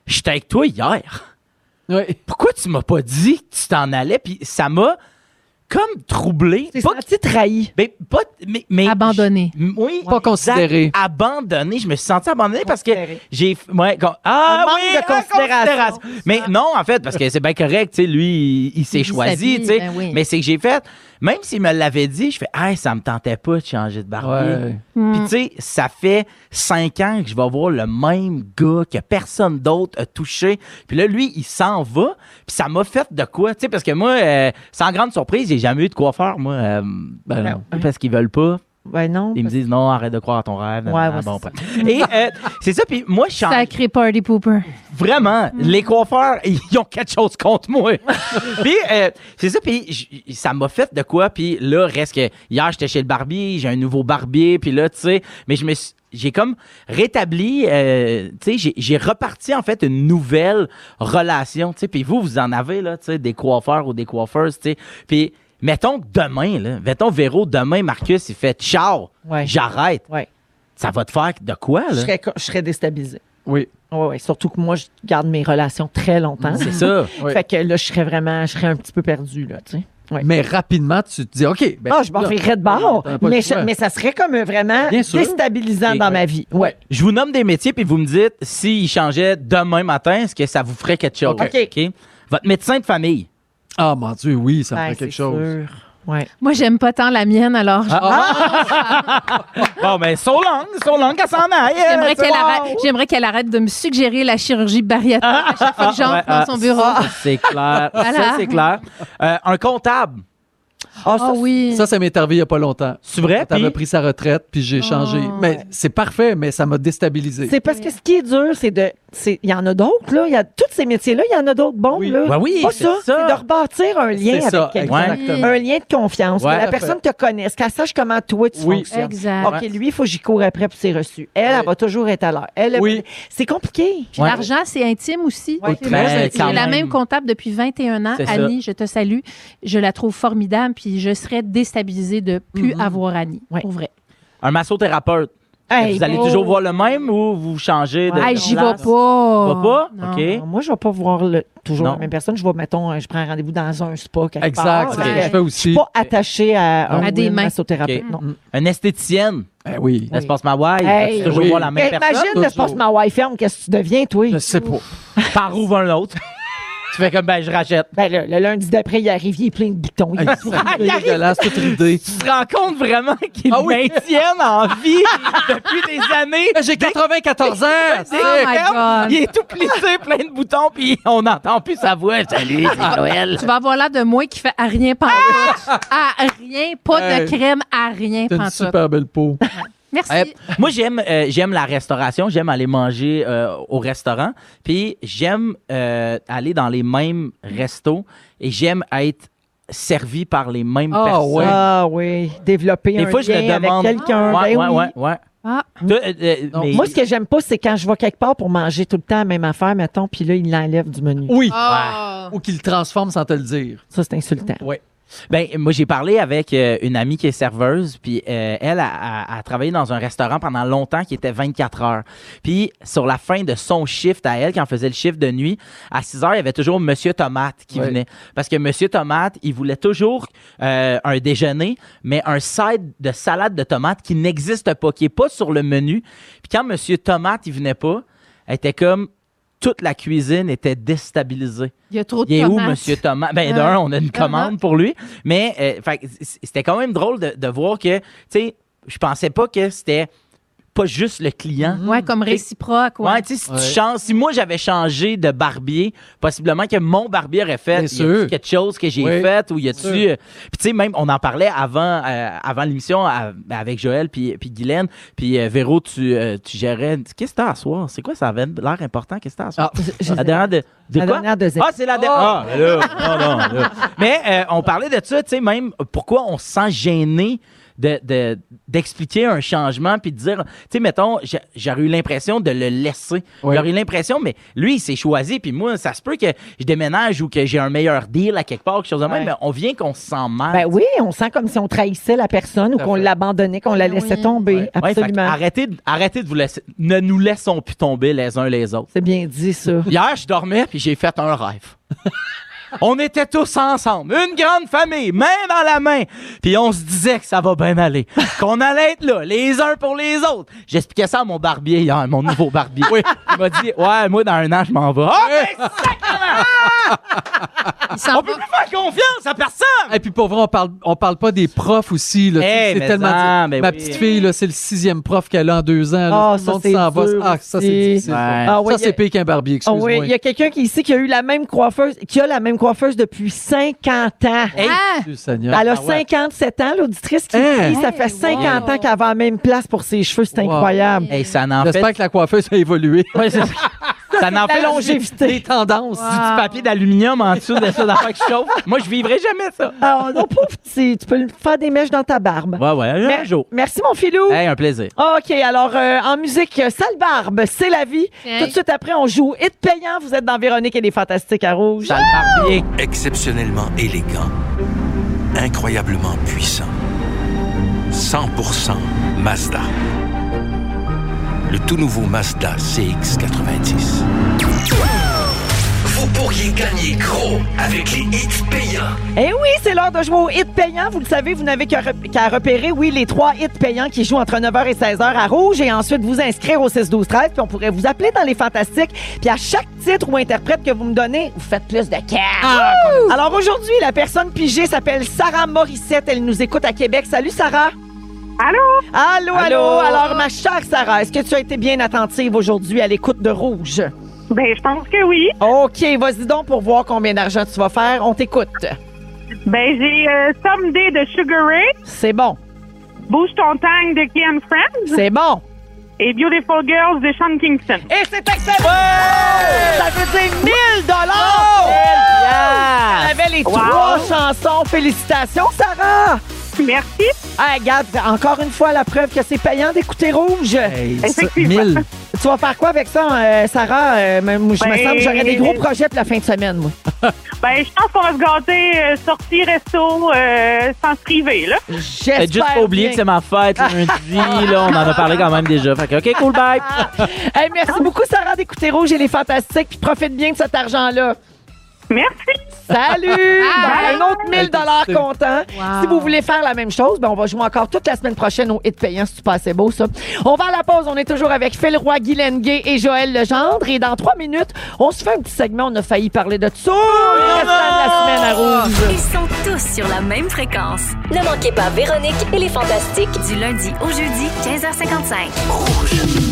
Speaker 5: J'étais avec toi hier. Pourquoi tu m'as pas dit que tu t'en allais? Puis ça m'a comme troublé. T'es
Speaker 4: senti trahi.
Speaker 5: Mais pas... Mais, mais
Speaker 6: Abandonné.
Speaker 5: Oui.
Speaker 8: Pas considéré.
Speaker 5: Abandonné. Je me suis senti abandonné parce que j'ai... Ouais, con- ah
Speaker 4: Un manque
Speaker 5: oui!
Speaker 4: de
Speaker 5: ah,
Speaker 4: considération.
Speaker 5: Mais non, en fait, parce que c'est bien correct. tu sais, Lui, il, il s'est
Speaker 4: Il
Speaker 5: choisi.
Speaker 4: s'habille,
Speaker 5: tu sais.
Speaker 4: ben oui.
Speaker 5: Mais c'est que j'ai fait... Même s'il me l'avait dit, je fais « Ah, ça me tentait pas de changer de barbier.
Speaker 8: Ouais.
Speaker 5: Puis tu sais, ça fait cinq ans que je vais voir le même gars que personne d'autre a touché. Puis là, lui, il s'en va. Puis ça m'a fait de quoi? Tu sais, parce que moi, euh, sans grande surprise, j'ai jamais eu de coiffeur, moi. euh, ben, Parce qu'ils veulent pas.
Speaker 4: Ben non.
Speaker 5: Ils me disent non, arrête de croire à ton rêve.
Speaker 6: Ouais,
Speaker 5: Ah,
Speaker 6: ouais,
Speaker 5: bon,
Speaker 6: c'est
Speaker 5: bref. Et euh, c'est ça, puis moi, je suis en-
Speaker 6: Sacré party pooper.
Speaker 5: Vraiment,
Speaker 4: Mm.
Speaker 5: les coiffeurs, ils ont quelque chose contre moi. puis, euh, c'est ça, puis j- ça m'a fait de quoi. Puis là, reste que hier, j'étais chez le barbier, j'ai un nouveau barbier, puis là, tu sais, mais je me suis- J'ai comme rétabli, euh, tu sais, j'ai- j'ai reparti en fait une nouvelle relation, tu sais. Puis vous, vous en avez, là, tu sais, des coiffeurs ou des coiffeuses, tu sais. Puis, mettons que demain, là, mettons Véro, demain, Marcus, il fait ciao, j'arrête. Ça va te faire de quoi, là?
Speaker 4: Je serais, co- je serais déstabilisée.
Speaker 8: Oui.
Speaker 4: Ouais, ouais. Surtout que moi, je garde mes relations très longtemps.
Speaker 5: C'est ça. Oui.
Speaker 4: Fait que là, je serais vraiment, je serais un petit peu perdue, là, tu sais.
Speaker 8: Mais rapidement, tu te dis, OK. ben,
Speaker 4: ah, je m'en
Speaker 8: là,
Speaker 4: reverrais de bord.
Speaker 8: t'as pas le
Speaker 4: Mais, je-
Speaker 8: choix.
Speaker 4: mais ça serait comme euh, vraiment
Speaker 5: Bien sûr.
Speaker 4: déstabilisant
Speaker 5: Et-
Speaker 4: dans ma vie. Ouais.
Speaker 5: Je vous nomme des métiers, puis vous me dites s'ils changeaient demain matin, est-ce que ça vous ferait quelque chose?
Speaker 4: OK.
Speaker 5: OK? Votre médecin de famille.
Speaker 8: Ah, mon Dieu, oui, ça
Speaker 5: me
Speaker 8: Ben, ferait quelque c'est chose.
Speaker 6: Moi, j'aime pas tant la mienne, alors.
Speaker 5: bon, ben, so long, so long qu'elle s'en aille.
Speaker 6: J'aimerais
Speaker 5: tu
Speaker 6: qu'elle
Speaker 5: vois.
Speaker 6: arrête, j'aimerais qu'elle arrête de me suggérer la chirurgie bariatrique à chaque fois que j'entre
Speaker 5: Ouais, ah,
Speaker 6: dans son bureau.
Speaker 5: ça, C'est clair. Ça,
Speaker 6: Voilà.
Speaker 5: c'est clair. Euh, un comptable.
Speaker 4: Ah,
Speaker 8: ça,
Speaker 6: oui.
Speaker 8: Ça, ça m'est arrivé il n'y a pas longtemps.
Speaker 5: C'est vrai?
Speaker 8: Ça
Speaker 5: puis-
Speaker 8: m'a pris sa retraite, puis j'ai changé. Mais c'est parfait, mais ça m'a déstabilisé.
Speaker 4: Ah, C'est parce que ce qui est dur, c'est de. c'est- Il y en a d'autres, là. Il y a tous ces métiers-là, il y en a d'autres bons, là.
Speaker 5: Ben oui,
Speaker 4: Pas
Speaker 5: c'est
Speaker 4: ça.
Speaker 5: ça.
Speaker 4: C'est de rebâtir un lien
Speaker 5: C'est
Speaker 4: avec
Speaker 5: ça,
Speaker 4: quelqu'un.
Speaker 5: exactement.
Speaker 4: Un lien de confiance.
Speaker 5: Ouais.
Speaker 4: que la personne te connaisse, qu'elle sache comment toi tu
Speaker 5: Oui.
Speaker 4: fonctionnes.
Speaker 5: Exact.
Speaker 4: OK,
Speaker 5: Ouais.
Speaker 4: lui, il faut que j'y cours après pour c'est reçu. Elle, elle va toujours être à l'heure. Elle, elle- C'est compliqué.
Speaker 6: Puis l'argent, c'est intime aussi.
Speaker 4: Ouais,
Speaker 6: J'ai
Speaker 4: très
Speaker 6: la
Speaker 4: intime.
Speaker 6: même. comptable depuis 21 ans.
Speaker 4: C'est ça.
Speaker 6: Annie, je te salue. Je la trouve formidable, puis je serais déstabilisée de
Speaker 5: Mm-hmm.
Speaker 6: plus avoir Annie, pour vrai.
Speaker 5: Un massothérapeute.
Speaker 6: Hey,
Speaker 5: vous allez
Speaker 6: oh.
Speaker 5: toujours voir le même ou vous changez de.
Speaker 4: Hey,
Speaker 5: de
Speaker 4: j'y
Speaker 5: place?
Speaker 4: vais pas.
Speaker 5: Va pas?
Speaker 4: Non,
Speaker 5: OK.
Speaker 4: non, moi, je vais pas voir le- toujours
Speaker 5: Non.
Speaker 4: la même personne. Je vais, mettons, euh, je prends rendez-vous dans un spa quelque
Speaker 5: Exact,
Speaker 4: part.
Speaker 5: c'est
Speaker 4: parce
Speaker 5: ce que je fais
Speaker 4: que Je suis
Speaker 5: aussi.
Speaker 4: pas attachée à,
Speaker 5: Non.
Speaker 4: un
Speaker 5: À des
Speaker 4: ou une
Speaker 5: mains.
Speaker 4: massothérapeute.
Speaker 5: OK. Mm-hmm.
Speaker 4: Non.
Speaker 5: Une esthéticienne.
Speaker 8: Ben oui.
Speaker 5: L'espace Mawaï.
Speaker 4: Hey,
Speaker 5: toujours
Speaker 4: oui.
Speaker 5: voir la même
Speaker 4: Imagine
Speaker 5: personne.
Speaker 4: le passe ma wife ferme, qu'est-ce que tu deviens, toi? Je
Speaker 8: sais pas.
Speaker 5: Par où va l'autre? tu fais comme, ben, je rachète.
Speaker 4: Ben, le, le lundi d'après, il arrive, il est plein de boutons. Il est tout
Speaker 5: Il arrive-
Speaker 8: dégueulasse, toute ridée.
Speaker 5: Tu te rends compte vraiment qu'ils
Speaker 8: Ah oui.
Speaker 5: maintiennent en vie depuis des années.
Speaker 8: Ben, J'ai 94 ans!
Speaker 4: Oh
Speaker 5: Dès qu'il
Speaker 8: c'est-
Speaker 5: ferme, Il est tout plissé, plein de boutons, puis on n'entend plus sa voix. Salut, c'est Noël.
Speaker 6: Tu vas avoir là de moi qui fait à rien pantoute. À rien, pas
Speaker 5: Hey.
Speaker 6: de crème, à rien
Speaker 5: Ah! T'as une
Speaker 6: pantoute.
Speaker 5: super
Speaker 8: belle peau.
Speaker 6: Merci.
Speaker 5: Moi, j'aime euh, j'aime la restauration. J'aime aller manger euh, au restaurant. Puis j'aime euh, aller dans les mêmes restos et j'aime être servi par les mêmes
Speaker 4: Ah
Speaker 5: personnes.
Speaker 4: oui. Ah oui. Développer
Speaker 5: Des
Speaker 4: un
Speaker 5: fois, je le
Speaker 4: lien
Speaker 5: demande.
Speaker 4: avec quelqu'un.
Speaker 5: Ouais,
Speaker 4: ben
Speaker 5: ouais,
Speaker 4: oui.
Speaker 5: ouais, ouais. Toi, euh, euh, mais-
Speaker 4: Moi, ce que j'aime pas, c'est quand je vais quelque part pour manger tout le temps la même affaire, mettons, puis là, il l'enlève du menu.
Speaker 8: Oui. Ah. Ou qu'il le transforme sans te le dire.
Speaker 4: Ça, c'est insultant.
Speaker 8: Oui.
Speaker 5: Ben, moi, j'ai parlé avec euh, une amie qui est serveuse, puis euh, elle a, a- a travaillé dans un restaurant pendant longtemps qui était 24 heures. Puis, sur la fin de son shift à elle, quand on faisait le shift de nuit, à 6 heures, il y avait toujours Monsieur Tomate qui
Speaker 8: Ouais.
Speaker 5: venait. Parce que Monsieur Tomate, il voulait toujours euh, un déjeuner, mais un side de salade de tomates qui n'existe pas, qui est pas sur le menu. Puis, quand Monsieur Tomate, il venait pas, elle était comme... Toute la cuisine était déstabilisée.
Speaker 6: Il y a trop de
Speaker 5: Il est où,
Speaker 6: tomates.
Speaker 5: Monsieur Thomas? Ben,
Speaker 6: Ouais.
Speaker 5: d'un, on a une
Speaker 6: Ah, ah.
Speaker 5: commande pour lui. Mais euh, fait que c- c'était quand même drôle de, de voir que, tu sais, je pensais pas que c'était pas juste le client.
Speaker 6: Ouais, comme réciproque. Ouais,
Speaker 5: Mm-hmm. Ouais, tu sais, si tu changes, si moi j'avais changé de barbier, possiblement que mon barbier aurait fait y a-tu quelque chose que j'ai
Speaker 8: Oui.
Speaker 5: fait ou y a-tu.
Speaker 8: Sûr.
Speaker 5: euh, Puis tu sais, même, on en parlait avant, euh, avant l'émission à- ben, avec Joël puis, puis Guylaine, puis euh, Véro, tu, euh, tu gérais. Qu'est-ce que t'as à soir? C'est quoi ça avait l'air important? Qu'est-ce que t'as à soir?
Speaker 4: je-
Speaker 5: la dernière de. de
Speaker 4: La
Speaker 5: quoi?
Speaker 4: dernière de Zep.
Speaker 5: Ah, c'est la dernière. Ah, mais là, non, non, là. Mais euh, on parlait de ça, tu sais, même pourquoi on se sent gêné de- de- d'expliquer un changement puis de dire, tu sais, mettons, j'a- j'aurais eu l'impression de le laisser. J'aurais eu l'impression, mais lui, il s'est choisi, puis moi, ça se peut que je déménage ou que j'ai un meilleur deal à quelque part, quelque chose de même,
Speaker 4: Ouais.
Speaker 5: mais on vient qu'on se sent mal.
Speaker 4: Ben oui, on sent comme si on trahissait la personne ou qu'on l'abandonnait, qu'on la laissait tomber.
Speaker 5: Ben Ouais, fait que
Speaker 4: Absolument.
Speaker 5: arrêtez, de- arrêtez de vous laisser. Ne nous laissons plus tomber les uns les autres.
Speaker 4: C'est bien dit, ça.
Speaker 5: Hier, je dormais puis j'ai fait un rêve. on était tous ensemble, une grande famille, main dans la main. Puis on se disait que ça va bien aller, qu'on allait être là, les uns pour les autres. J'expliquais ça à mon barbier hier, mon nouveau barbier. Il m'a dit Ouais, moi, dans un an, je m'en vais. Ah, ben,
Speaker 6: sacrément!
Speaker 5: on peut plus faire confiance à personne!
Speaker 8: Et Eh, puis pour vrai, on parle, on parle pas des profs aussi. là.
Speaker 5: Eh,
Speaker 8: c'est
Speaker 5: mais
Speaker 8: tellement.
Speaker 5: ça,
Speaker 8: dur.
Speaker 5: ben
Speaker 8: Ma
Speaker 5: oui.
Speaker 8: petite fille, là, c'est le sixième prof qu'elle a en deux ans. là.
Speaker 4: Ah, ça,
Speaker 8: Tout le monde
Speaker 4: c'est
Speaker 8: s'en va.
Speaker 4: dur
Speaker 8: Ah, ça, c'est
Speaker 4: aussi.
Speaker 8: difficile.
Speaker 5: Ouais.
Speaker 4: Ah, ouais,
Speaker 8: ça,
Speaker 4: y a-
Speaker 8: c'est pire qu'un barbier,
Speaker 4: Ah
Speaker 8: excuse-moi.
Speaker 4: oui, il y a quelqu'un qui ici qui a eu la même coiffeuse, qui a la même coiffeuse depuis 50 ans.
Speaker 6: Ah!
Speaker 8: Dieu Seigneur.
Speaker 4: Elle a
Speaker 5: Ah ouais.
Speaker 4: 57 ans, l'auditrice qui
Speaker 8: Hein?
Speaker 4: écrit, ça fait 50 ans qu'elle avait la même place pour ses cheveux, c'est
Speaker 8: Wow.
Speaker 4: incroyable.
Speaker 5: Hey, ça n'en fait.
Speaker 8: J'espère que la coiffeuse a évolué.
Speaker 5: Ouais, c'est- ça n'en
Speaker 4: La
Speaker 5: fait
Speaker 4: longévité.
Speaker 8: Des tendances.
Speaker 5: du petit papier d'aluminium en dessous de ça d'affaires qui chauffe. Moi, je vivrai jamais ça.
Speaker 4: Ah, non, pauvre petit, tu peux lui faire des mèches dans ta barbe.
Speaker 5: Ouais, ouais, un
Speaker 4: Mer-
Speaker 5: jour.
Speaker 4: Merci, mon filou.
Speaker 5: Hey, un plaisir.
Speaker 4: OK, alors euh, en musique, euh, Sale Barbe, c'est la vie.
Speaker 6: Hey.
Speaker 4: Tout de suite après, on joue Hit Payant. Vous êtes dans Véronique et les Fantastiques à Rouge.
Speaker 5: Ça le barbier.
Speaker 10: Exceptionnellement élégant, incroyablement puissant. 100% Mazda. Le tout nouveau Mazda CX90.
Speaker 13: Vous pourriez gagner gros avec les hits payants.
Speaker 4: Eh oui, c'est l'heure de jouer au hit payant. Vous le savez, vous n'avez qu'à rep- qu'à repérer, oui, les trois hits payants qui jouent entre 9h et 16h à Rouge et ensuite vous inscrire au 6-12-13. Puis on pourrait vous appeler dans les Fantastiques. Puis à chaque titre ou interprète que vous me donnez, vous faites plus de cash. Wouh! Alors aujourd'hui, la personne pigée s'appelle Sarah Morissette. Elle nous écoute à Québec. Salut, Sarah. Allô? Allô, allô. Alors, ma chère Sarah, est-ce que tu as été bien attentive aujourd'hui à l'écoute de Rouge?
Speaker 14: Ben, je pense que oui.
Speaker 4: OK, vas-y donc pour voir combien d'argent tu vas faire. On t'écoute.
Speaker 14: Ben, j'ai euh, Someday de Sugar Ray,
Speaker 4: C'est bon.
Speaker 14: Bouge ton tang de Kian Friends
Speaker 4: C'est bon.
Speaker 14: et Beautiful Girls de Sean Kingston.
Speaker 4: Et c'est excellent! Ça veut dire 1000 dollars! On avait les trois chansons. Félicitations, Sarah!
Speaker 14: Merci.
Speaker 4: Ah, regarde, encore une fois, la preuve que c'est payant d'écouter Rouge.
Speaker 8: Hey, ça,
Speaker 14: Effectivement.
Speaker 8: mille.
Speaker 4: Tu vas faire quoi avec ça, euh, Sarah? Euh, m- je me
Speaker 14: Ben-
Speaker 4: sens que j'aurais des gros projets pour la fin de semaine, moi.
Speaker 14: Ben, je pense qu'on va se gâter euh, sortie, resto, euh, sans se priver, là.
Speaker 4: J'espère
Speaker 5: Faites juste pas oublier
Speaker 4: bien.
Speaker 5: que c'est ma fête lundi, là. On en a parlé quand même déjà. Fait que, OK, cool, bye.
Speaker 4: Hey,
Speaker 14: Ah.
Speaker 4: merci beaucoup, Sarah, d'écouter Rouge et les Fantastiques. Puis profite bien de cet argent-là.
Speaker 14: Merci.
Speaker 4: Salut! Ben, un autre 1000 dollars
Speaker 8: Hey,
Speaker 4: comptant.
Speaker 6: Wow.
Speaker 4: Si vous voulez faire la même chose, ben on va jouer encore toute la semaine prochaine au Hit Payant, si tu passes beau, ça. On va à la pause. On est toujours avec Phil Roy, Guy Lenguet et Joël Legendre. Et dans trois minutes, on se fait un petit segment. On a failli parler de tout ça. le restant de la semaine à rouge.
Speaker 7: Ils sont tous sur la même fréquence.
Speaker 11: Ne manquez pas Véronique et les Fantastiques.
Speaker 7: Du lundi au jeudi, 15h55.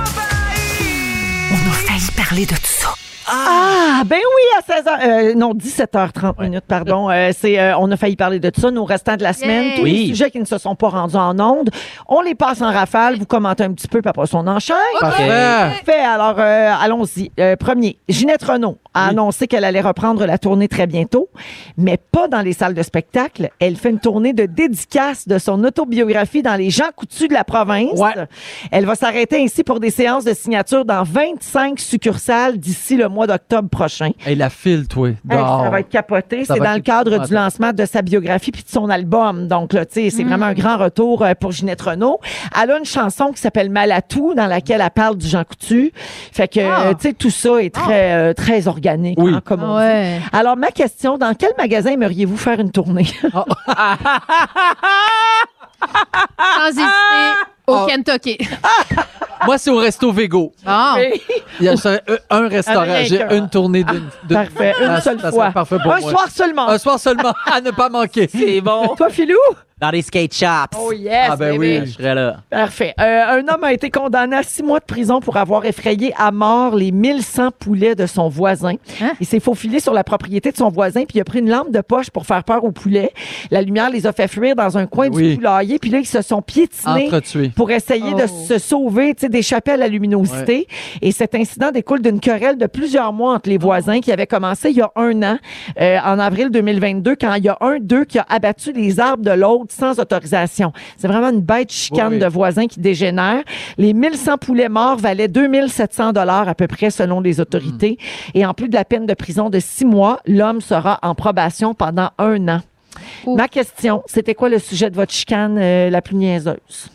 Speaker 13: On a failli parler de tout ça.
Speaker 4: Ah, ben oui, à 16h. euh, non, 17h30 minutes, pardon. Euh, c'est, euh, on a failli parler de ça, nos restants de la semaine.
Speaker 6: Yay.
Speaker 4: Tous les
Speaker 5: Oui.
Speaker 4: sujets qui ne se sont pas rendus en ondes. On les passe en rafale. Vous commentez un petit peu, puis après, on enchaîne.
Speaker 8: Parfait.
Speaker 4: Parfait. Alors, euh, allons-y. Euh, premier, Ginette Renault a annoncé qu'elle allait reprendre la tournée très bientôt, mais pas dans les salles de spectacle. Elle fait une tournée de dédicace de son autobiographie dans les gens coutus de la province.
Speaker 8: Ouais.
Speaker 4: Elle va s'arrêter ainsi pour des séances de signature dans 25 succursales d'ici le mois d'octobre prochain.
Speaker 8: Hey, la file, toi.
Speaker 4: Hey,
Speaker 8: dehors.
Speaker 4: ça va être capoté.
Speaker 8: Ça
Speaker 4: C'est
Speaker 8: va
Speaker 4: dans le
Speaker 8: être
Speaker 4: cadre du
Speaker 8: épouvantable.
Speaker 4: lancement de sa biographie puis de son album. Donc, là, tu sais,
Speaker 6: Mm.
Speaker 4: c'est vraiment un grand retour euh, pour Ginette Renault. Elle a une chanson qui s'appelle Malatou, dans laquelle elle parle du Jean Coutu. Fait que,
Speaker 6: Ah.
Speaker 4: euh, tu sais, tout ça est très, euh, très organique,
Speaker 8: Oui.
Speaker 4: hein, comme on dit.
Speaker 6: Ouais.
Speaker 4: Alors, ma question, dans quel magasin aimeriez-vous faire une tournée?
Speaker 8: Ah,
Speaker 6: Sans hésiter, au Kentucky.
Speaker 8: Moi, c'est au Resto Vego.
Speaker 6: Ah.
Speaker 8: Il y a ça, euh, un restaurant.
Speaker 4: Rien
Speaker 8: J'ai
Speaker 4: qu'un.
Speaker 8: une tournée d'une. d'une-
Speaker 4: Parfait, une
Speaker 8: Ah,
Speaker 4: seule
Speaker 8: ça serait
Speaker 4: fois.
Speaker 8: parfait pour
Speaker 4: un
Speaker 8: moi. Ah.
Speaker 4: soir seulement.
Speaker 8: Un soir seulement, à ne pas manquer.
Speaker 5: C'est bon.
Speaker 4: Toi, Philou?
Speaker 5: Dans les skate shops.
Speaker 4: Oh yes,
Speaker 5: ah ben
Speaker 4: bébé.
Speaker 5: oui, je serais là.
Speaker 4: Parfait. Euh, un homme a été condamné à six mois de prison pour avoir effrayé à mort les 1100 poulets de son voisin. Il s'est faufilé sur la propriété de son voisin, puis il a pris une lampe de poche pour faire peur aux poulets. La lumière les a fait fuir dans un coin du
Speaker 8: Oui.
Speaker 4: poulailler, puis là, ils se sont piétinés
Speaker 8: Entretués.
Speaker 4: pour essayer de se sauver, tu sais, d'échapper à la luminosité. Et cet incident découle d'une querelle de plusieurs mois entre les voisins qui avait commencé il y a un an, euh, en avril 2022, quand il y a un d'eux qui a abattu les arbres de l'autre sans autorisation. C'est vraiment une bête chicane
Speaker 15: Oui, oui.
Speaker 4: de voisins qui dégénère. Les 1100 poulets morts valaient 2700 dollars à peu près selon les autorités.
Speaker 15: Hmm.
Speaker 4: Et en plus de la peine de prison de six mois, l'homme sera en probation pendant un an. Ma question, c'était quoi le sujet de votre chicane euh, la plus niaiseuse?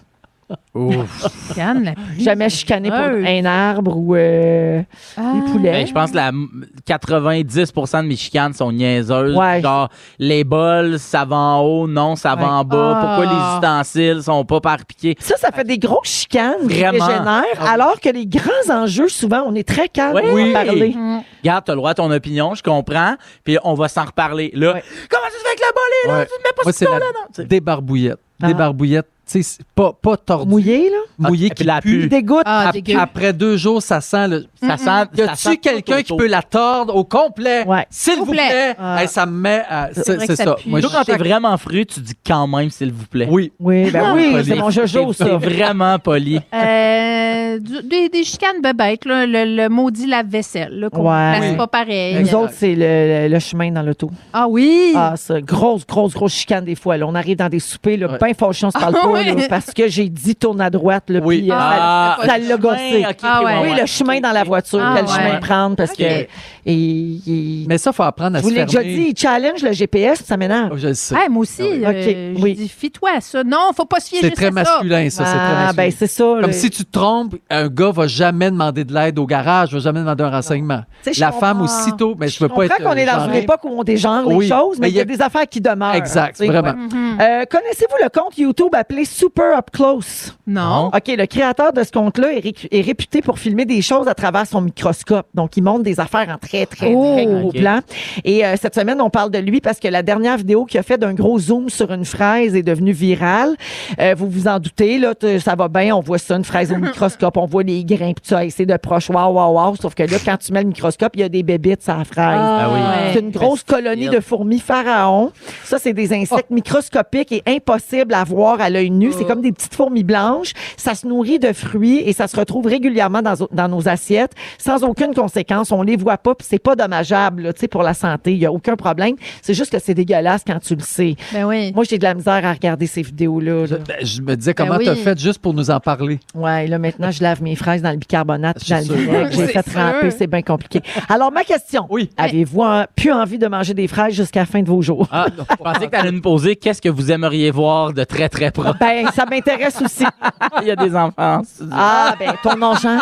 Speaker 6: Chicane la plus
Speaker 4: Jamais chicané pour un
Speaker 6: niaiseuse.
Speaker 4: arbre ou euh,
Speaker 6: Ah.
Speaker 4: les poulets.
Speaker 5: Ben, je pense que la m- 90% de mes chicanes sont niaiseuses.
Speaker 4: Ouais.
Speaker 5: Genre, les bols, ça va en haut, non, ça va en bas. Pourquoi
Speaker 4: Ah.
Speaker 5: les ustensiles sont pas par piqué?
Speaker 4: Ça, ça fait des grosses chicanes qui
Speaker 5: Vraiment. Ah
Speaker 4: dégénèrent, alors que les grands enjeux, souvent, on est très calme pour en parler.
Speaker 5: Garde, t'as le droit à ton opinion, je comprends, puis on va s'en reparler. Là, comment ça se fait que le bol est là?
Speaker 8: Ouais.
Speaker 5: Tu mets pas
Speaker 8: Moi,
Speaker 5: ce
Speaker 8: c'est la
Speaker 5: là, non? Tu sais.
Speaker 8: débarbouillette. Débarbouillette. Tu sais, c'est pas, pas
Speaker 4: Ah.
Speaker 8: tordu. Ah,
Speaker 4: Mouillé, là?
Speaker 8: Mouillé qui la pue.
Speaker 4: Dégoûte.
Speaker 6: Ah,
Speaker 8: Ap-
Speaker 6: dégueu.
Speaker 8: Après deux jours, ça sent le.
Speaker 5: Ça sent-
Speaker 8: Y
Speaker 5: ça sent
Speaker 8: a-tu
Speaker 5: tout
Speaker 8: quelqu'un qui
Speaker 5: autour.
Speaker 8: peut la tordre au complet? S'il vous plaît.
Speaker 6: Ah.
Speaker 8: Hey, ça me met à. C'est c'est ça. Moi,
Speaker 5: Toi,
Speaker 8: je-
Speaker 5: quand t'es vraiment fru, tu dis quand même, s'il vous plaît.
Speaker 8: Oui.
Speaker 4: Oui, ben oui, c'est mon jojo, ça.
Speaker 5: C'est vraiment poli.
Speaker 6: Euh, du- des, des chicanes bébêtes, là, le, le maudit lave-vaisselle. là, qu'on
Speaker 4: Ouais.
Speaker 6: place
Speaker 4: Oui.
Speaker 6: Ben, pas pareil.
Speaker 4: Nous autres, c'est le, le chemin dans l'auto.
Speaker 6: Ah oui!
Speaker 4: Ah, ça, grosse, grosse, grosse chicane des fois. là. On arrive dans des soupers, là, ben fâché, on se parle
Speaker 6: Ah,
Speaker 4: pas,
Speaker 6: oui.
Speaker 4: là, parce que j'ai dit tourne à droite, là, puis euh,
Speaker 5: Ah,
Speaker 4: ça- ça
Speaker 5: ah,
Speaker 4: l'a
Speaker 5: le
Speaker 4: gossé.
Speaker 5: chemin, ok, Ah, ok, ouais.
Speaker 4: Oui,
Speaker 5: ouais.
Speaker 4: le chemin dans la voiture,
Speaker 6: Ah,
Speaker 4: quel
Speaker 6: ouais.
Speaker 4: chemin prendre, parce
Speaker 6: Ok.
Speaker 4: que... Et, et-
Speaker 8: Mais ça, faut apprendre à
Speaker 4: je
Speaker 8: se
Speaker 4: vous l'ai déjà
Speaker 8: fermer.
Speaker 4: dit, il challenge le GPS, puis ça m'énerve.
Speaker 8: Oh, Je le sais.
Speaker 6: Ah, moi aussi, euh,
Speaker 4: OK,
Speaker 6: je dis, fie-toi à ça. Non, faut pas se fier
Speaker 8: C'est
Speaker 6: juste
Speaker 8: très
Speaker 6: à
Speaker 8: masculin, ça. c'est très
Speaker 4: Ah,
Speaker 8: masculin.
Speaker 4: ben, c'est ça,
Speaker 8: Comme
Speaker 4: le-
Speaker 8: si tu te trompes, un gars va jamais demander de l'aide au garage, va jamais demander un renseignement.
Speaker 4: Tu sais, je
Speaker 8: La
Speaker 4: comprends.
Speaker 8: femme aussitôt, mais je veux
Speaker 4: Je
Speaker 8: pas
Speaker 4: comprends
Speaker 8: être.
Speaker 4: qu'on est dans une
Speaker 8: euh, genré.
Speaker 4: époque où on dégendre
Speaker 8: Oui,
Speaker 4: les choses, mais
Speaker 8: mais
Speaker 4: il y a
Speaker 8: il y
Speaker 4: des affaires qui demeurent.
Speaker 8: Exact,
Speaker 4: tu sais,
Speaker 8: vraiment.
Speaker 4: ouais.
Speaker 6: Mm-hmm.
Speaker 4: Euh, Connaissez-vous le compte YouTube appelé Super Up Close?
Speaker 5: Ah,
Speaker 6: Non.
Speaker 4: OK, le créateur de ce compte-là est, ré- est réputé pour filmer des choses à travers son microscope. Donc, il montre des affaires en très, très, très gros
Speaker 5: OK.
Speaker 4: plan. Et euh, cette semaine, on parle de lui parce que la dernière vidéo qu'il a fait d'un gros zoom sur une fraise est devenue virale. Euh, vous vous en doutez, là, t- ça va bien, on voit ça, une fraise au microscope, on voit les grains, puis ça, c'est de proche, waouh, waouh, waouh. Sauf que là, quand tu mets le microscope, il y a des bébites sur la fraise.
Speaker 5: Ah oui.
Speaker 4: C'est une grosse colonie de fourmis pharaons. Ça, c'est des insectes
Speaker 8: Oh.
Speaker 4: microscopiques et impossibles à voir à l'œil nu. C'est comme des petites fourmis blanches. Ça se nourrit de fruits et ça se retrouve régulièrement dans, dans nos assiettes sans aucune conséquence. On les voit pas, puis c'est pas dommageable là, tu sais, pour la santé. Il y a aucun problème. C'est juste que c'est dégueulasse quand tu le sais.
Speaker 6: Ben
Speaker 8: Mm.
Speaker 6: oui.
Speaker 4: Moi, j'ai de la misère à regarder ces vidéos-là. là.
Speaker 8: Ben, je me disais comment
Speaker 4: Ben
Speaker 8: tu as
Speaker 4: oui.
Speaker 8: fait juste pour nous en parler.
Speaker 4: Ouais, là maintenant je lave mes fraises dans le bicarbonate, puis
Speaker 8: C'est
Speaker 4: dans le
Speaker 8: sûr.
Speaker 4: vinaigre, j'ai
Speaker 8: C'est
Speaker 4: fait
Speaker 8: sûr.
Speaker 4: tremper, c'est bien compliqué. Alors ma question, oui. avez-vous euh, plus envie de manger des fraises jusqu'à la fin de vos jours
Speaker 5: Ah, je pensais que t'allais nous poser qu'est-ce que vous aimeriez voir de très très
Speaker 6: Ah,
Speaker 5: proche.
Speaker 4: Ben ça m'intéresse aussi.
Speaker 5: Il y a des enfants. en studio.
Speaker 4: Ah ben ton engin.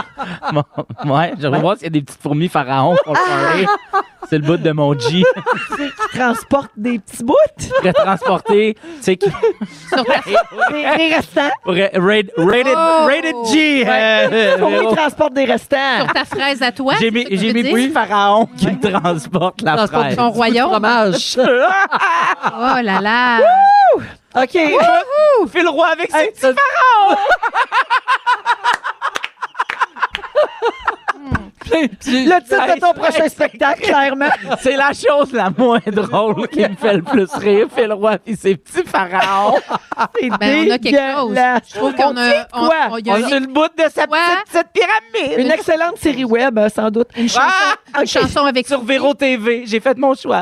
Speaker 5: Bon, ouais, je vais voir s'il y a des petites fourmis pharaons pour le parler. C'est le bout de mon G.
Speaker 4: transporte des petits bouts.
Speaker 5: Pourrait transporter, tu sais, qui
Speaker 4: Des, des restants.
Speaker 6: Eh
Speaker 5: pourrait- raid- rated,
Speaker 6: Oh!
Speaker 5: rated G. euh,
Speaker 4: Pour moi,
Speaker 5: Véro.
Speaker 4: ils transportent des restants.
Speaker 6: ben, Sur ta fraise à toi.
Speaker 5: J'ai mis,
Speaker 6: c'est ça que
Speaker 5: j'ai
Speaker 6: tu
Speaker 5: mis
Speaker 6: veux dire?
Speaker 5: Pouille Pharaon qui me transporte la
Speaker 8: Transporte
Speaker 5: fraise.
Speaker 6: Ton royaume.
Speaker 8: Fromage.
Speaker 6: Oh là là.
Speaker 4: OK.
Speaker 5: Fais le roi avec ses petits pharaons!
Speaker 6: Hmm.
Speaker 4: Le titre de ton prochain spectacle, clairement.
Speaker 5: C'est la chose la moins drôle qui me fait le plus rire. Fais le roi et ses petits pharaons.
Speaker 4: C'est
Speaker 6: Ben, on a quelque chose.
Speaker 4: dégueulasse.
Speaker 6: Je trouve qu'on a.
Speaker 4: On dit quoi?
Speaker 6: il y
Speaker 5: On
Speaker 6: a
Speaker 5: a le bout de sa
Speaker 6: Ouais.
Speaker 5: petite, cette pyramide.
Speaker 4: Une excellente série web, euh, sans doute.
Speaker 6: une chanson, une chanson avec
Speaker 5: Sur Véro TV, j'ai fait mon choix.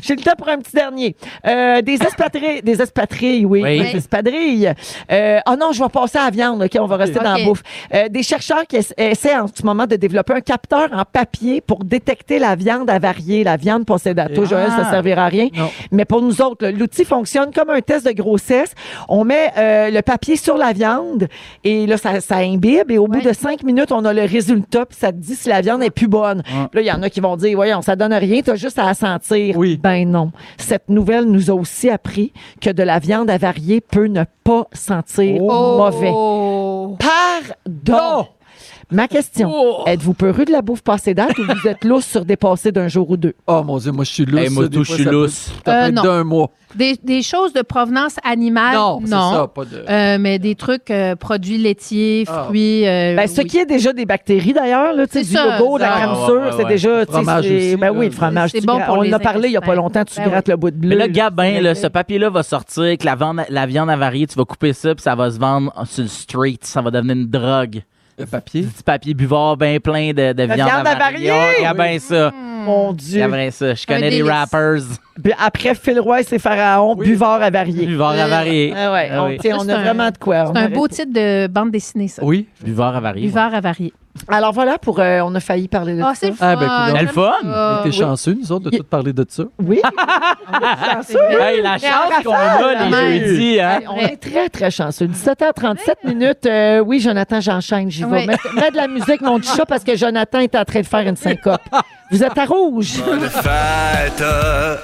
Speaker 4: J'ai le temps pour un petit dernier. Euh, des espadrilles, des espadrilles, oui.
Speaker 5: Oui.
Speaker 4: Des espadrilles. Euh, oh non, je vais passer à la viande. OK, on va rester dans la
Speaker 6: Ok.
Speaker 4: bouffe. Euh, des chercheurs qui essa- essaient en ce moment de développer un capteur en papier pour détecter la viande avariée, la viande possédato. Joël, ça servira à rien.
Speaker 8: Non.
Speaker 4: Mais pour nous autres, là, l'outil fonctionne comme un test de grossesse. On met euh, le papier sur la viande et là, ça, ça imbibe. Et au bout de cinq minutes, on a le résultat. Puis ça te dit si la viande est plus bonne. Puis Là, il y en a qui vont dire, voyons, ça donne rien. T'as juste à la sentir.
Speaker 8: Oui.
Speaker 4: Ben non. Cette nouvelle nous a
Speaker 6: Oh.
Speaker 4: aussi appris que de la viande avariée peut ne pas sentir mauvais. Pardon. Ma question,
Speaker 6: Oh.
Speaker 4: êtes-vous peureux de la bouffe passée date ou vous êtes lousse sur dépassé d'un jour ou deux?
Speaker 8: Oh mon Dieu, moi, je suis lousse.
Speaker 4: Hey, moi,
Speaker 8: ça, des
Speaker 4: tout,
Speaker 8: fois,
Speaker 4: je suis
Speaker 8: ça peut-
Speaker 4: lousse.
Speaker 8: Ça
Speaker 6: Euh,
Speaker 8: peut être
Speaker 6: non.
Speaker 8: d'un mois.
Speaker 6: Des, des choses de provenance animale,
Speaker 8: Non,
Speaker 6: non.
Speaker 8: c'est ça, pas de-
Speaker 6: Euh, mais des trucs, euh, produits laitiers,
Speaker 4: Ah.
Speaker 6: fruits. euh,
Speaker 4: Ben, ce
Speaker 6: oui.
Speaker 4: qui est déjà des bactéries d'ailleurs, là, tu sais,
Speaker 6: C'est
Speaker 4: du
Speaker 6: ça,
Speaker 4: yogourt, de la
Speaker 6: ça.
Speaker 4: crème
Speaker 6: Ah,
Speaker 4: sûre,
Speaker 6: ouais, ouais,
Speaker 4: c'est
Speaker 6: ouais.
Speaker 4: déjà. tu sais,
Speaker 5: Fromage
Speaker 4: c'est-
Speaker 5: aussi,
Speaker 4: Ben
Speaker 5: là.
Speaker 4: oui, le fromage.
Speaker 6: C'est
Speaker 4: tu
Speaker 6: bon
Speaker 4: gra-
Speaker 6: pour
Speaker 4: On
Speaker 6: les
Speaker 4: en a parlé il n'y a pas
Speaker 6: intestins.
Speaker 4: longtemps, tu
Speaker 6: Ben oui.
Speaker 4: grattes le bout de bleu.
Speaker 5: Mais là, Gabin, là, ce papier-là va sortir, que la, viande- la viande avariée, tu vas couper ça, puis ça va se vendre sur le street. Ça va devenir une drogue.
Speaker 8: Le papier?
Speaker 5: Du papier buvard, ben plein de, de viande,
Speaker 4: viande
Speaker 5: avariée.
Speaker 4: avariée!
Speaker 5: Oh, Gabin, ça.
Speaker 4: Mon Dieu.
Speaker 5: Gabin, ça. Je
Speaker 4: Un
Speaker 5: connais des
Speaker 4: délice.
Speaker 5: rappers.
Speaker 4: Puis Après, Phil Roy, c'est Pharaon, buvard avarié.
Speaker 5: Buvard avarié.
Speaker 4: Ah ouais,
Speaker 5: Ah
Speaker 4: on,
Speaker 5: oui.
Speaker 4: tu sais,
Speaker 6: Ça,
Speaker 4: on
Speaker 6: c'est
Speaker 4: a
Speaker 6: un-
Speaker 4: vraiment de quoi. on
Speaker 6: C'est un
Speaker 4: aurait-
Speaker 6: beau titre de bande dessinée, ça.
Speaker 8: Oui.
Speaker 5: Buvard avarié. ouais.
Speaker 6: Buvard avarié.
Speaker 4: Alors voilà, pour euh, on a failli parler de
Speaker 6: Ah,
Speaker 4: ça.
Speaker 6: c'est le fun.
Speaker 4: ben,
Speaker 8: coudonc.
Speaker 6: j'aime
Speaker 8: Elle fun.
Speaker 6: ça.
Speaker 8: On était chanceux, nous autres, de tout parler de ça.
Speaker 4: Oui.
Speaker 6: C'est vrai.
Speaker 5: Hey, la
Speaker 4: Mais en
Speaker 5: chance qu'on
Speaker 4: rafale,
Speaker 5: a
Speaker 4: hein.
Speaker 5: les jeudis, hein?
Speaker 4: On est très, très chanceux. 17h37 minutes. Euh, oui, Jonathan, j'enchaîne. J'y vais.
Speaker 6: Oui.
Speaker 4: Mets, mets de la musique, mon petit chat, parce que Jonathan est en train de faire une syncope. Vous êtes à rouge.
Speaker 13: Bonne fête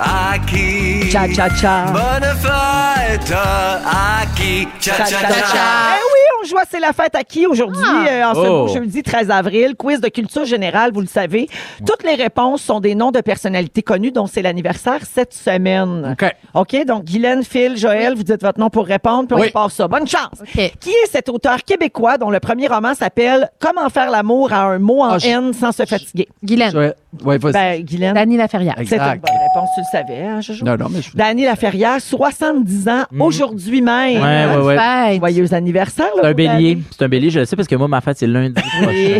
Speaker 13: à qui?
Speaker 4: Cha, cha, cha.
Speaker 13: Bonne fête à qui? Cha, cha, cha.
Speaker 4: Eh oui, on joue à C'est la fête à qui aujourd'hui, euh, en ce
Speaker 13: Oh.
Speaker 4: beau jeudi 13 avril. Quiz de culture générale, vous le savez. Toutes les réponses sont des noms de personnalités connues dont c'est l'anniversaire cette semaine.
Speaker 8: OK.
Speaker 4: OK, donc Guylaine, Phil, Joël, vous dites votre nom pour répondre, puis on part ça. Bonne chance. Qui est cet auteur québécois dont le premier roman s'appelle Comment faire l'amour à un mot en haine sans se fatiguer?
Speaker 6: Guylaine.
Speaker 8: Ouais, ouais, Ah, vas-y.
Speaker 4: Ben, Guylaine.
Speaker 6: Dani Laferrière.
Speaker 4: C'est une bonne
Speaker 8: Exact.
Speaker 4: réponse, tu le savais, hein, Jojo?
Speaker 8: Non, Mhm. non, mais je-
Speaker 4: Dany Laferrière, 70 ans, aujourd'hui même.
Speaker 5: Ouais, ouais, ouais.
Speaker 4: Joyeux anniversaire, là,
Speaker 5: C'est un
Speaker 4: vous,
Speaker 5: bélier.
Speaker 4: Dany.
Speaker 5: C'est un bélier, je le sais, parce que moi, ma fête, c'est lundi.
Speaker 4: Et-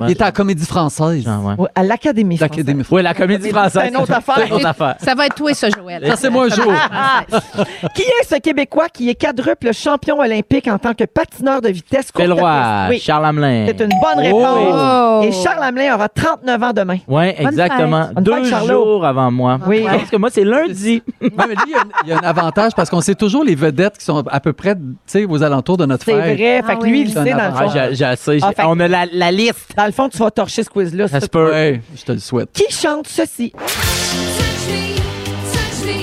Speaker 8: Il était à la Comédie française.
Speaker 5: ouais.
Speaker 4: Ouais, à l'Académie française.
Speaker 8: L'Académie
Speaker 5: Oui, la comédie française.
Speaker 4: C'est une autre affaire.
Speaker 5: C'est une autre affaire.
Speaker 6: Ça va être toi, ça, Joël.
Speaker 8: Laissez-moi un
Speaker 6: Ça va
Speaker 8: jour.
Speaker 6: être français.
Speaker 4: Qui est ce Québécois qui est quadruple champion olympique en tant que patineur de vitesse? courte
Speaker 5: Fais le roi,
Speaker 4: piste? Oui.
Speaker 5: Charles Hamelin.
Speaker 4: C'est une bonne réponse.
Speaker 6: Oh.
Speaker 4: Ah, Et Charles Hamelin aura 39 ans demain.
Speaker 5: Oui,
Speaker 4: Bonne
Speaker 5: exactement.
Speaker 4: fête. Bonne
Speaker 5: Deux
Speaker 4: fête, Charlot.
Speaker 5: jours avant
Speaker 6: Ah,
Speaker 5: moi.
Speaker 4: Oui.
Speaker 5: Parce que moi, c'est lundi.
Speaker 8: Non, mais lui, il y, a, il y a un avantage parce qu'on sait toujours les vedettes qui sont à peu près, tu sais, aux alentours de notre
Speaker 4: C'est
Speaker 8: fête.
Speaker 4: vrai.
Speaker 6: Ah
Speaker 4: fait que lui, il
Speaker 8: C'est un
Speaker 4: sait, dans le
Speaker 5: Ah,
Speaker 4: fond.
Speaker 5: j'ai- j'ai- j'ai-
Speaker 4: Ah, fait-
Speaker 5: on a la, la liste.
Speaker 4: Dans le fond, tu vas torcher ce quiz-là.
Speaker 5: Ça
Speaker 4: c'est
Speaker 5: se peut.
Speaker 8: Ouais, je te le souhaite.
Speaker 4: Qui chante ceci?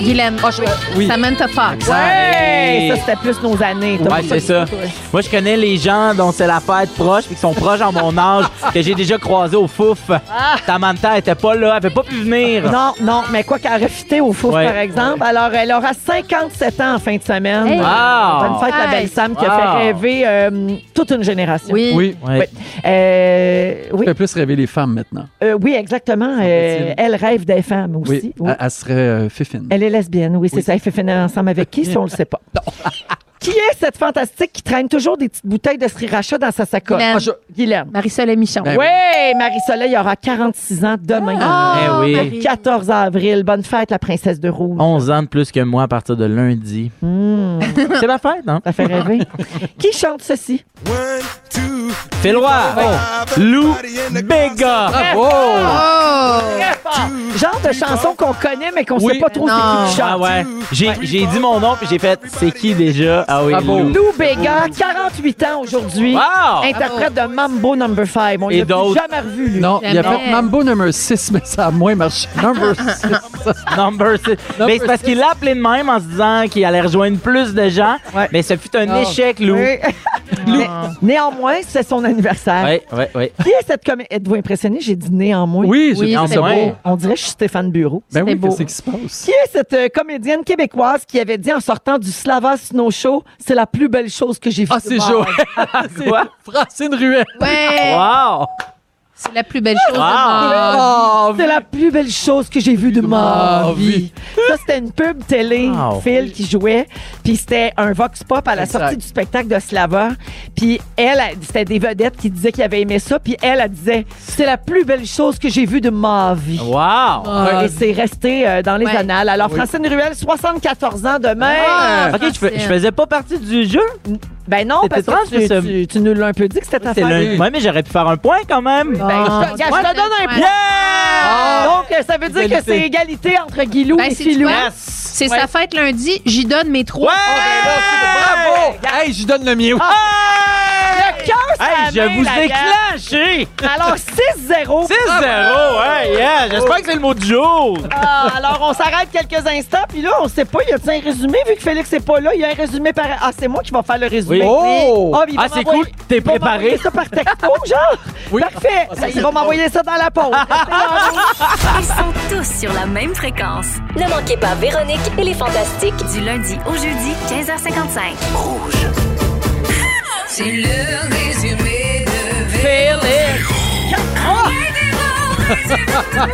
Speaker 6: Guylaine. euh, Samantha Fox.
Speaker 4: Ah, Ouais! Ça, c'était plus nos années. T'as
Speaker 5: Ouais,
Speaker 4: pas
Speaker 5: c'est ça. Moi, je connais les gens dont c'est la fête proche puis qui sont proches en mon âge, que j'ai déjà croisé au fouf.
Speaker 4: Ah.
Speaker 5: Samantha était pas là, elle avait pas pu venir.
Speaker 4: Non, non, mais quoi qu'elle a refité au four,
Speaker 5: Ouais.
Speaker 4: par exemple. Alors, elle aura 57 ans en fin de semaine.
Speaker 6: Hey.
Speaker 5: Wow.
Speaker 4: Bonne fête, la belle
Speaker 6: Nice.
Speaker 4: Sam, qui a
Speaker 5: Wow.
Speaker 4: fait rêver euh, toute une génération.
Speaker 6: Oui.
Speaker 8: Oui.
Speaker 5: Ouais.
Speaker 4: Oui. Euh, oui.
Speaker 8: Je fais plus rêver les femmes maintenant.
Speaker 4: Euh, oui, exactement. Euh, elle rêve des femmes aussi.
Speaker 8: Oui.
Speaker 4: Oui.
Speaker 8: Elle, elle serait euh, fifine.
Speaker 4: Elle est lesbienne, oui, c'est ça. Elle fait finir ensemble avec qui, si on le sait pas. qui est cette fantastique qui traîne toujours des petites bouteilles de sriracha dans sa sacoche?
Speaker 6: Guylaine.
Speaker 4: Ah, je- Guylaine.
Speaker 6: Marie-Soleil Michon.
Speaker 5: Eh
Speaker 8: Ben
Speaker 4: Oui, Marie-Soleil aura 46 ans demain.
Speaker 5: Ah, Eh oui. Marie.
Speaker 4: 14 avril. Bonne fête, la princesse de rouge.
Speaker 5: 11 ans de plus que moi à partir de lundi. C'est ma fête, hein? non?
Speaker 4: Ça fait rêver. qui chante ceci?
Speaker 5: C'est le roi. Oh. Lou Béga.
Speaker 8: Oh!
Speaker 4: Oh!
Speaker 6: Oh!
Speaker 4: Genre de chanson qu'on connaît, mais qu'on
Speaker 8: Oui.
Speaker 4: sait pas trop c'est qui qui chante.
Speaker 5: Ah ouais. J'ai j'ai dit mon nom puis j'ai fait c'est qui déjà? Ah oui.
Speaker 8: Bravo.
Speaker 5: Lou.
Speaker 4: Lou
Speaker 8: Oh.
Speaker 4: Béga, 48 ans aujourd'hui.
Speaker 5: Wow!
Speaker 4: Interprète de Mambo Number 5. On
Speaker 5: Et
Speaker 4: l'a plus
Speaker 5: d'autres.
Speaker 4: jamais revu, lui.
Speaker 8: Non, il a
Speaker 6: Jamais.
Speaker 8: fait Mambo number 6, mais ça a moins marché. Number 6.
Speaker 5: Number six. Mais c'est parce qu'il l'a appelé de même en se disant qu'il allait rejoindre plus de gens.
Speaker 4: Ouais.
Speaker 5: Mais ce fut un
Speaker 8: Ah.
Speaker 5: échec, Lou. Oui,
Speaker 4: Oui. Mais- néanmoins, c'est son anniversaire.
Speaker 5: oui, oui.
Speaker 4: Qui est cette comédie? Êtes-vous impressionné? J'ai dit néanmoins.
Speaker 8: Oui, j'ai
Speaker 6: Oui,
Speaker 8: trouvé
Speaker 5: c'est
Speaker 8: ça
Speaker 5: vrai.
Speaker 8: beau.
Speaker 4: On dirait que je suis Stéphane Bureau.
Speaker 8: Ben
Speaker 6: C'était
Speaker 8: oui,
Speaker 6: beau.
Speaker 8: qu'est-ce qui se passe?
Speaker 4: Qui est cette euh, comédienne québécoise qui avait dit en sortant du Slava Snow Show, c'est la plus belle chose que j'ai vue?
Speaker 8: Ah, c'est
Speaker 4: de ma
Speaker 8: Joël.
Speaker 4: vie.
Speaker 8: C'est Francine Ruel.
Speaker 6: Ouais.
Speaker 5: Wow!
Speaker 6: C'est la plus belle chose. de
Speaker 5: Wow.
Speaker 6: ma vie.
Speaker 4: Ah, C'est la plus belle chose que j'ai vue de
Speaker 6: Ah,
Speaker 4: ma
Speaker 8: ma
Speaker 4: vie.
Speaker 8: vie.
Speaker 4: Ça, c'était une pub télé,
Speaker 5: Wow.
Speaker 4: Phil, qui jouait. Puis c'était un vox pop à la
Speaker 8: Exact.
Speaker 4: sortie du spectacle de Slava. Puis elle, elle- c'était des vedettes qui disaient qu'ils avaient aimé ça. Puis elle, elle disait, c'est la plus belle chose que j'ai vue de ma vie.
Speaker 5: Wow!
Speaker 4: Ouais, et c'est resté euh, dans les
Speaker 6: Ah, Ouais.
Speaker 4: annales. Alors, Francine Ruel, 74 ans demain.
Speaker 6: Ah.
Speaker 5: Ok, je, fais- je faisais pas partie du jeu.
Speaker 4: Ben non,
Speaker 5: C'était
Speaker 4: parce que tu,
Speaker 5: étrange, mais ça-
Speaker 4: tu- tu nous l'as un peu dit que c'était ta
Speaker 5: C'est
Speaker 4: femme.
Speaker 5: lundi. Ouais, mais j'aurais pu faire un point quand même.
Speaker 4: Ben, je, te-
Speaker 6: Ah.
Speaker 4: je te donne un point.
Speaker 6: Ouais. Ah.
Speaker 4: Donc, euh, ça veut dire que
Speaker 5: Égalité.
Speaker 4: c'est égalité entre Guilou
Speaker 6: Ben,
Speaker 4: et
Speaker 6: c'est
Speaker 4: Philou.
Speaker 6: quoi?
Speaker 5: Yes!
Speaker 6: C'est
Speaker 4: Ouais.
Speaker 6: sa fête lundi. J'y
Speaker 8: Ah,
Speaker 5: Oh,
Speaker 8: ben
Speaker 5: ben
Speaker 6: donne mes trois.
Speaker 5: Ouais!
Speaker 4: Ah!
Speaker 8: Bravo! Hey, je lui donne le mien.
Speaker 4: Le cœur
Speaker 5: Hey, je vous ai clenché!
Speaker 4: Alors, 6-0.
Speaker 5: 6-0, hey, yeah, j'espère que c'est le mot du jour.
Speaker 4: Ah, alors, on s'arrête quelques instants, puis là, on sait pas, y a-t-il un résumé? Vu que Félix n'est pas là, il y a un résumé par. Ah, c'est moi qui vais faire le résumé.
Speaker 5: Oui. Oh!
Speaker 4: Ah, mais il va
Speaker 5: Ah, c'est
Speaker 4: m'envoyer-
Speaker 5: cool, t'es
Speaker 4: il va
Speaker 5: préparé. Ah,
Speaker 4: m'envoyer ça par texto, genre? Parfait!
Speaker 7: Ça,
Speaker 4: Ils
Speaker 7: c'est
Speaker 4: vont m'envoyer ça dans la pause.
Speaker 7: Ils sont tous sur la même fréquence.
Speaker 11: Ne manquez pas Véronique et les Fantastiques.
Speaker 7: Du lundi au jeudi, 15h55. Rouge.
Speaker 15: C'est le résumé de
Speaker 4: Félix.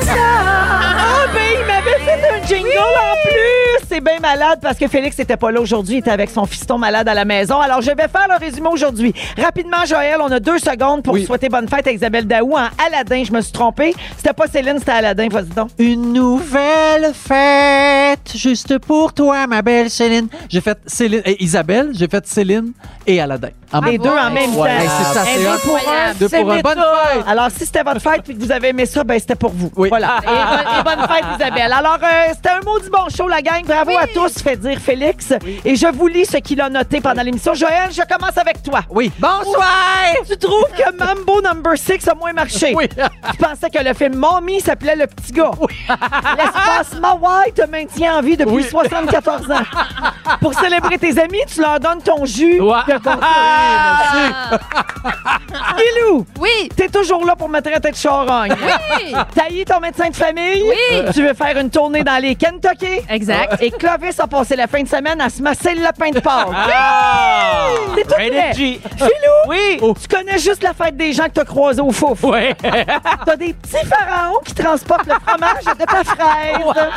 Speaker 4: Ah, ben, il m'avait fait un jingle en plus! C'est bien malade parce que Félix n'était pas là aujourd'hui, il était avec son fiston malade à la maison. Alors, je vais faire le résumé aujourd'hui. Rapidement, Joël, on a deux secondes pour souhaiter bonne fête à Isabelle Daou en Aladdin. Je me suis trompée. C'était pas Céline, c'était Aladdin. Vas-y donc.
Speaker 8: Une nouvelle fête, juste pour toi, ma belle Céline. J'ai fait Céline et Isabelle, j'ai fait Céline et Aladdin.
Speaker 4: les
Speaker 8: même
Speaker 4: Ah, deux
Speaker 8: temps.
Speaker 4: en même
Speaker 8: Ah, Ouais,
Speaker 4: temps.
Speaker 8: c'est ça,
Speaker 4: Un
Speaker 8: c'est
Speaker 4: deux
Speaker 8: un
Speaker 4: pour un,
Speaker 8: deux pour un.
Speaker 4: c'est
Speaker 8: Bonne
Speaker 4: méta.
Speaker 8: fête.
Speaker 4: Alors, si c'était votre fête et que vous avez aimé ça, ben c'était pour vous. Voilà.
Speaker 8: Ah,
Speaker 4: Et, bonne- et bonne fête, Isabelle. Alors, euh, c'était un mot du bon show, la gang. Bravo à tous, fait dire Félix. Et je vous lis ce qu'il a noté pendant l'émission. Joël, je commence avec toi.
Speaker 8: Oui.
Speaker 4: Bonsoir! Tu trouves que Mambo Number 6 a moins marché? Oui. tu pensais que le film Mommy s'appelait Le Petit Gars. Oui. L'espace Mawai te maintient en vie depuis 74 ans. Pour célébrer tes amis, tu leur donnes ton jus. de
Speaker 5: Ah!
Speaker 4: cocktail. Guilou!
Speaker 6: Oui!
Speaker 4: T'es toujours là pour me traiter de charogne.
Speaker 6: Oui.
Speaker 4: Taillé ton médecin de famille. Euh,
Speaker 6: Oui.
Speaker 4: Tu veux faire une tournée dans les Kentucky.
Speaker 6: Exact.
Speaker 4: Et Clovis a passé la fin de semaine à se masser le lapin de porc.
Speaker 5: Ah!
Speaker 4: Oui. C'est tout
Speaker 5: Rated
Speaker 4: vrai.
Speaker 5: G.
Speaker 4: Philou!
Speaker 5: Oui!
Speaker 4: Tu connais juste la fête des gens que t'as croisés au fouf.
Speaker 5: Ouais.
Speaker 4: T'as des petits pharaons qui transportent le fromage de ta fraise.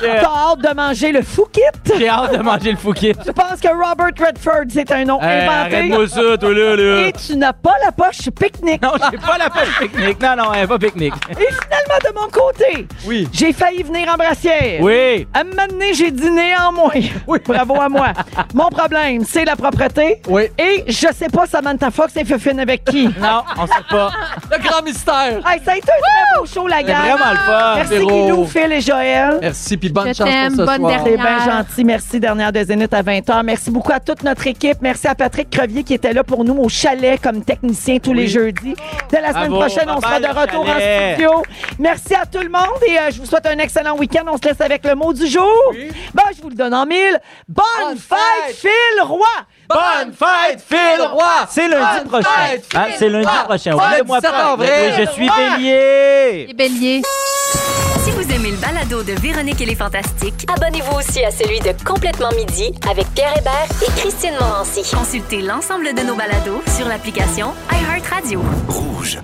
Speaker 4: T'as hâte de manger le fouquet.
Speaker 5: J'ai hâte de manger le fouquet.
Speaker 4: Tu penses que Robert Redford, c'est un nom
Speaker 5: Hey,
Speaker 4: inventé?
Speaker 5: arrête-moi ça, toi, là, là.
Speaker 4: Et tu n'as pas la poche pique-nique.
Speaker 5: Non, j'ai pas la pêche pique-nique. Non, non, hein, pas pique-nique.
Speaker 4: Et finalement, de mon côté,
Speaker 5: Oui.
Speaker 4: j'ai failli venir en brassière.
Speaker 5: Oui.
Speaker 4: À un moment donné, j'ai dîné en moins. Oui. Bravo à moi. Mon problème, c'est la propreté. Oui. Et je sais pas Samantha Fox et Fufine avec qui.
Speaker 5: Non, on sait pas.
Speaker 8: Le grand mystère.
Speaker 4: Hey, ça a été un très beau show, la
Speaker 8: C'est
Speaker 4: gang.
Speaker 8: vraiment le fun,
Speaker 4: Merci,
Speaker 8: Véro.
Speaker 4: Guilou, Phil et Joël.
Speaker 8: Merci, puis bonne
Speaker 4: Je
Speaker 8: chance
Speaker 4: t'aime,
Speaker 8: pour ce
Speaker 4: bonne
Speaker 8: soir.
Speaker 4: dernière. C'est bien gentil. Merci, dernière de Zénith à 20h. Merci beaucoup à toute notre équipe. Merci à Patrick Crevier qui était là pour nous au chalet comme technicien tous les jeudis. De la semaine
Speaker 5: Bravo,
Speaker 4: prochaine, on
Speaker 5: bye
Speaker 4: sera
Speaker 5: bye,
Speaker 4: de
Speaker 5: le
Speaker 4: retour en
Speaker 5: chalet.
Speaker 4: studio. Merci à tout le monde et euh, je vous souhaite un excellent week-end. On se laisse avec le mot du jour. Ben, je vous le donne en mille. Bonne, fête, Phil Roy!
Speaker 5: Bonne fête, Phil Roy! C'est lundi
Speaker 4: Bonne
Speaker 5: prochain.
Speaker 4: fête,
Speaker 5: Hein,
Speaker 4: Phil
Speaker 5: c'est lundi
Speaker 4: Roy!
Speaker 5: prochain.
Speaker 4: Bonne
Speaker 5: Oubliez-moi
Speaker 4: fête,
Speaker 5: pas.
Speaker 4: avril.
Speaker 5: Oui, je suis bélier.
Speaker 6: Bélier.
Speaker 7: Si vous aimez le balado de Véronique et les Fantastiques,
Speaker 11: Abonnez-vous aussi à celui de Complètement Midi avec Pierre Hébert et Christine Morancy.
Speaker 7: consultez l'ensemble de nos balados sur l'application iHeartRadio.
Speaker 13: Rouge.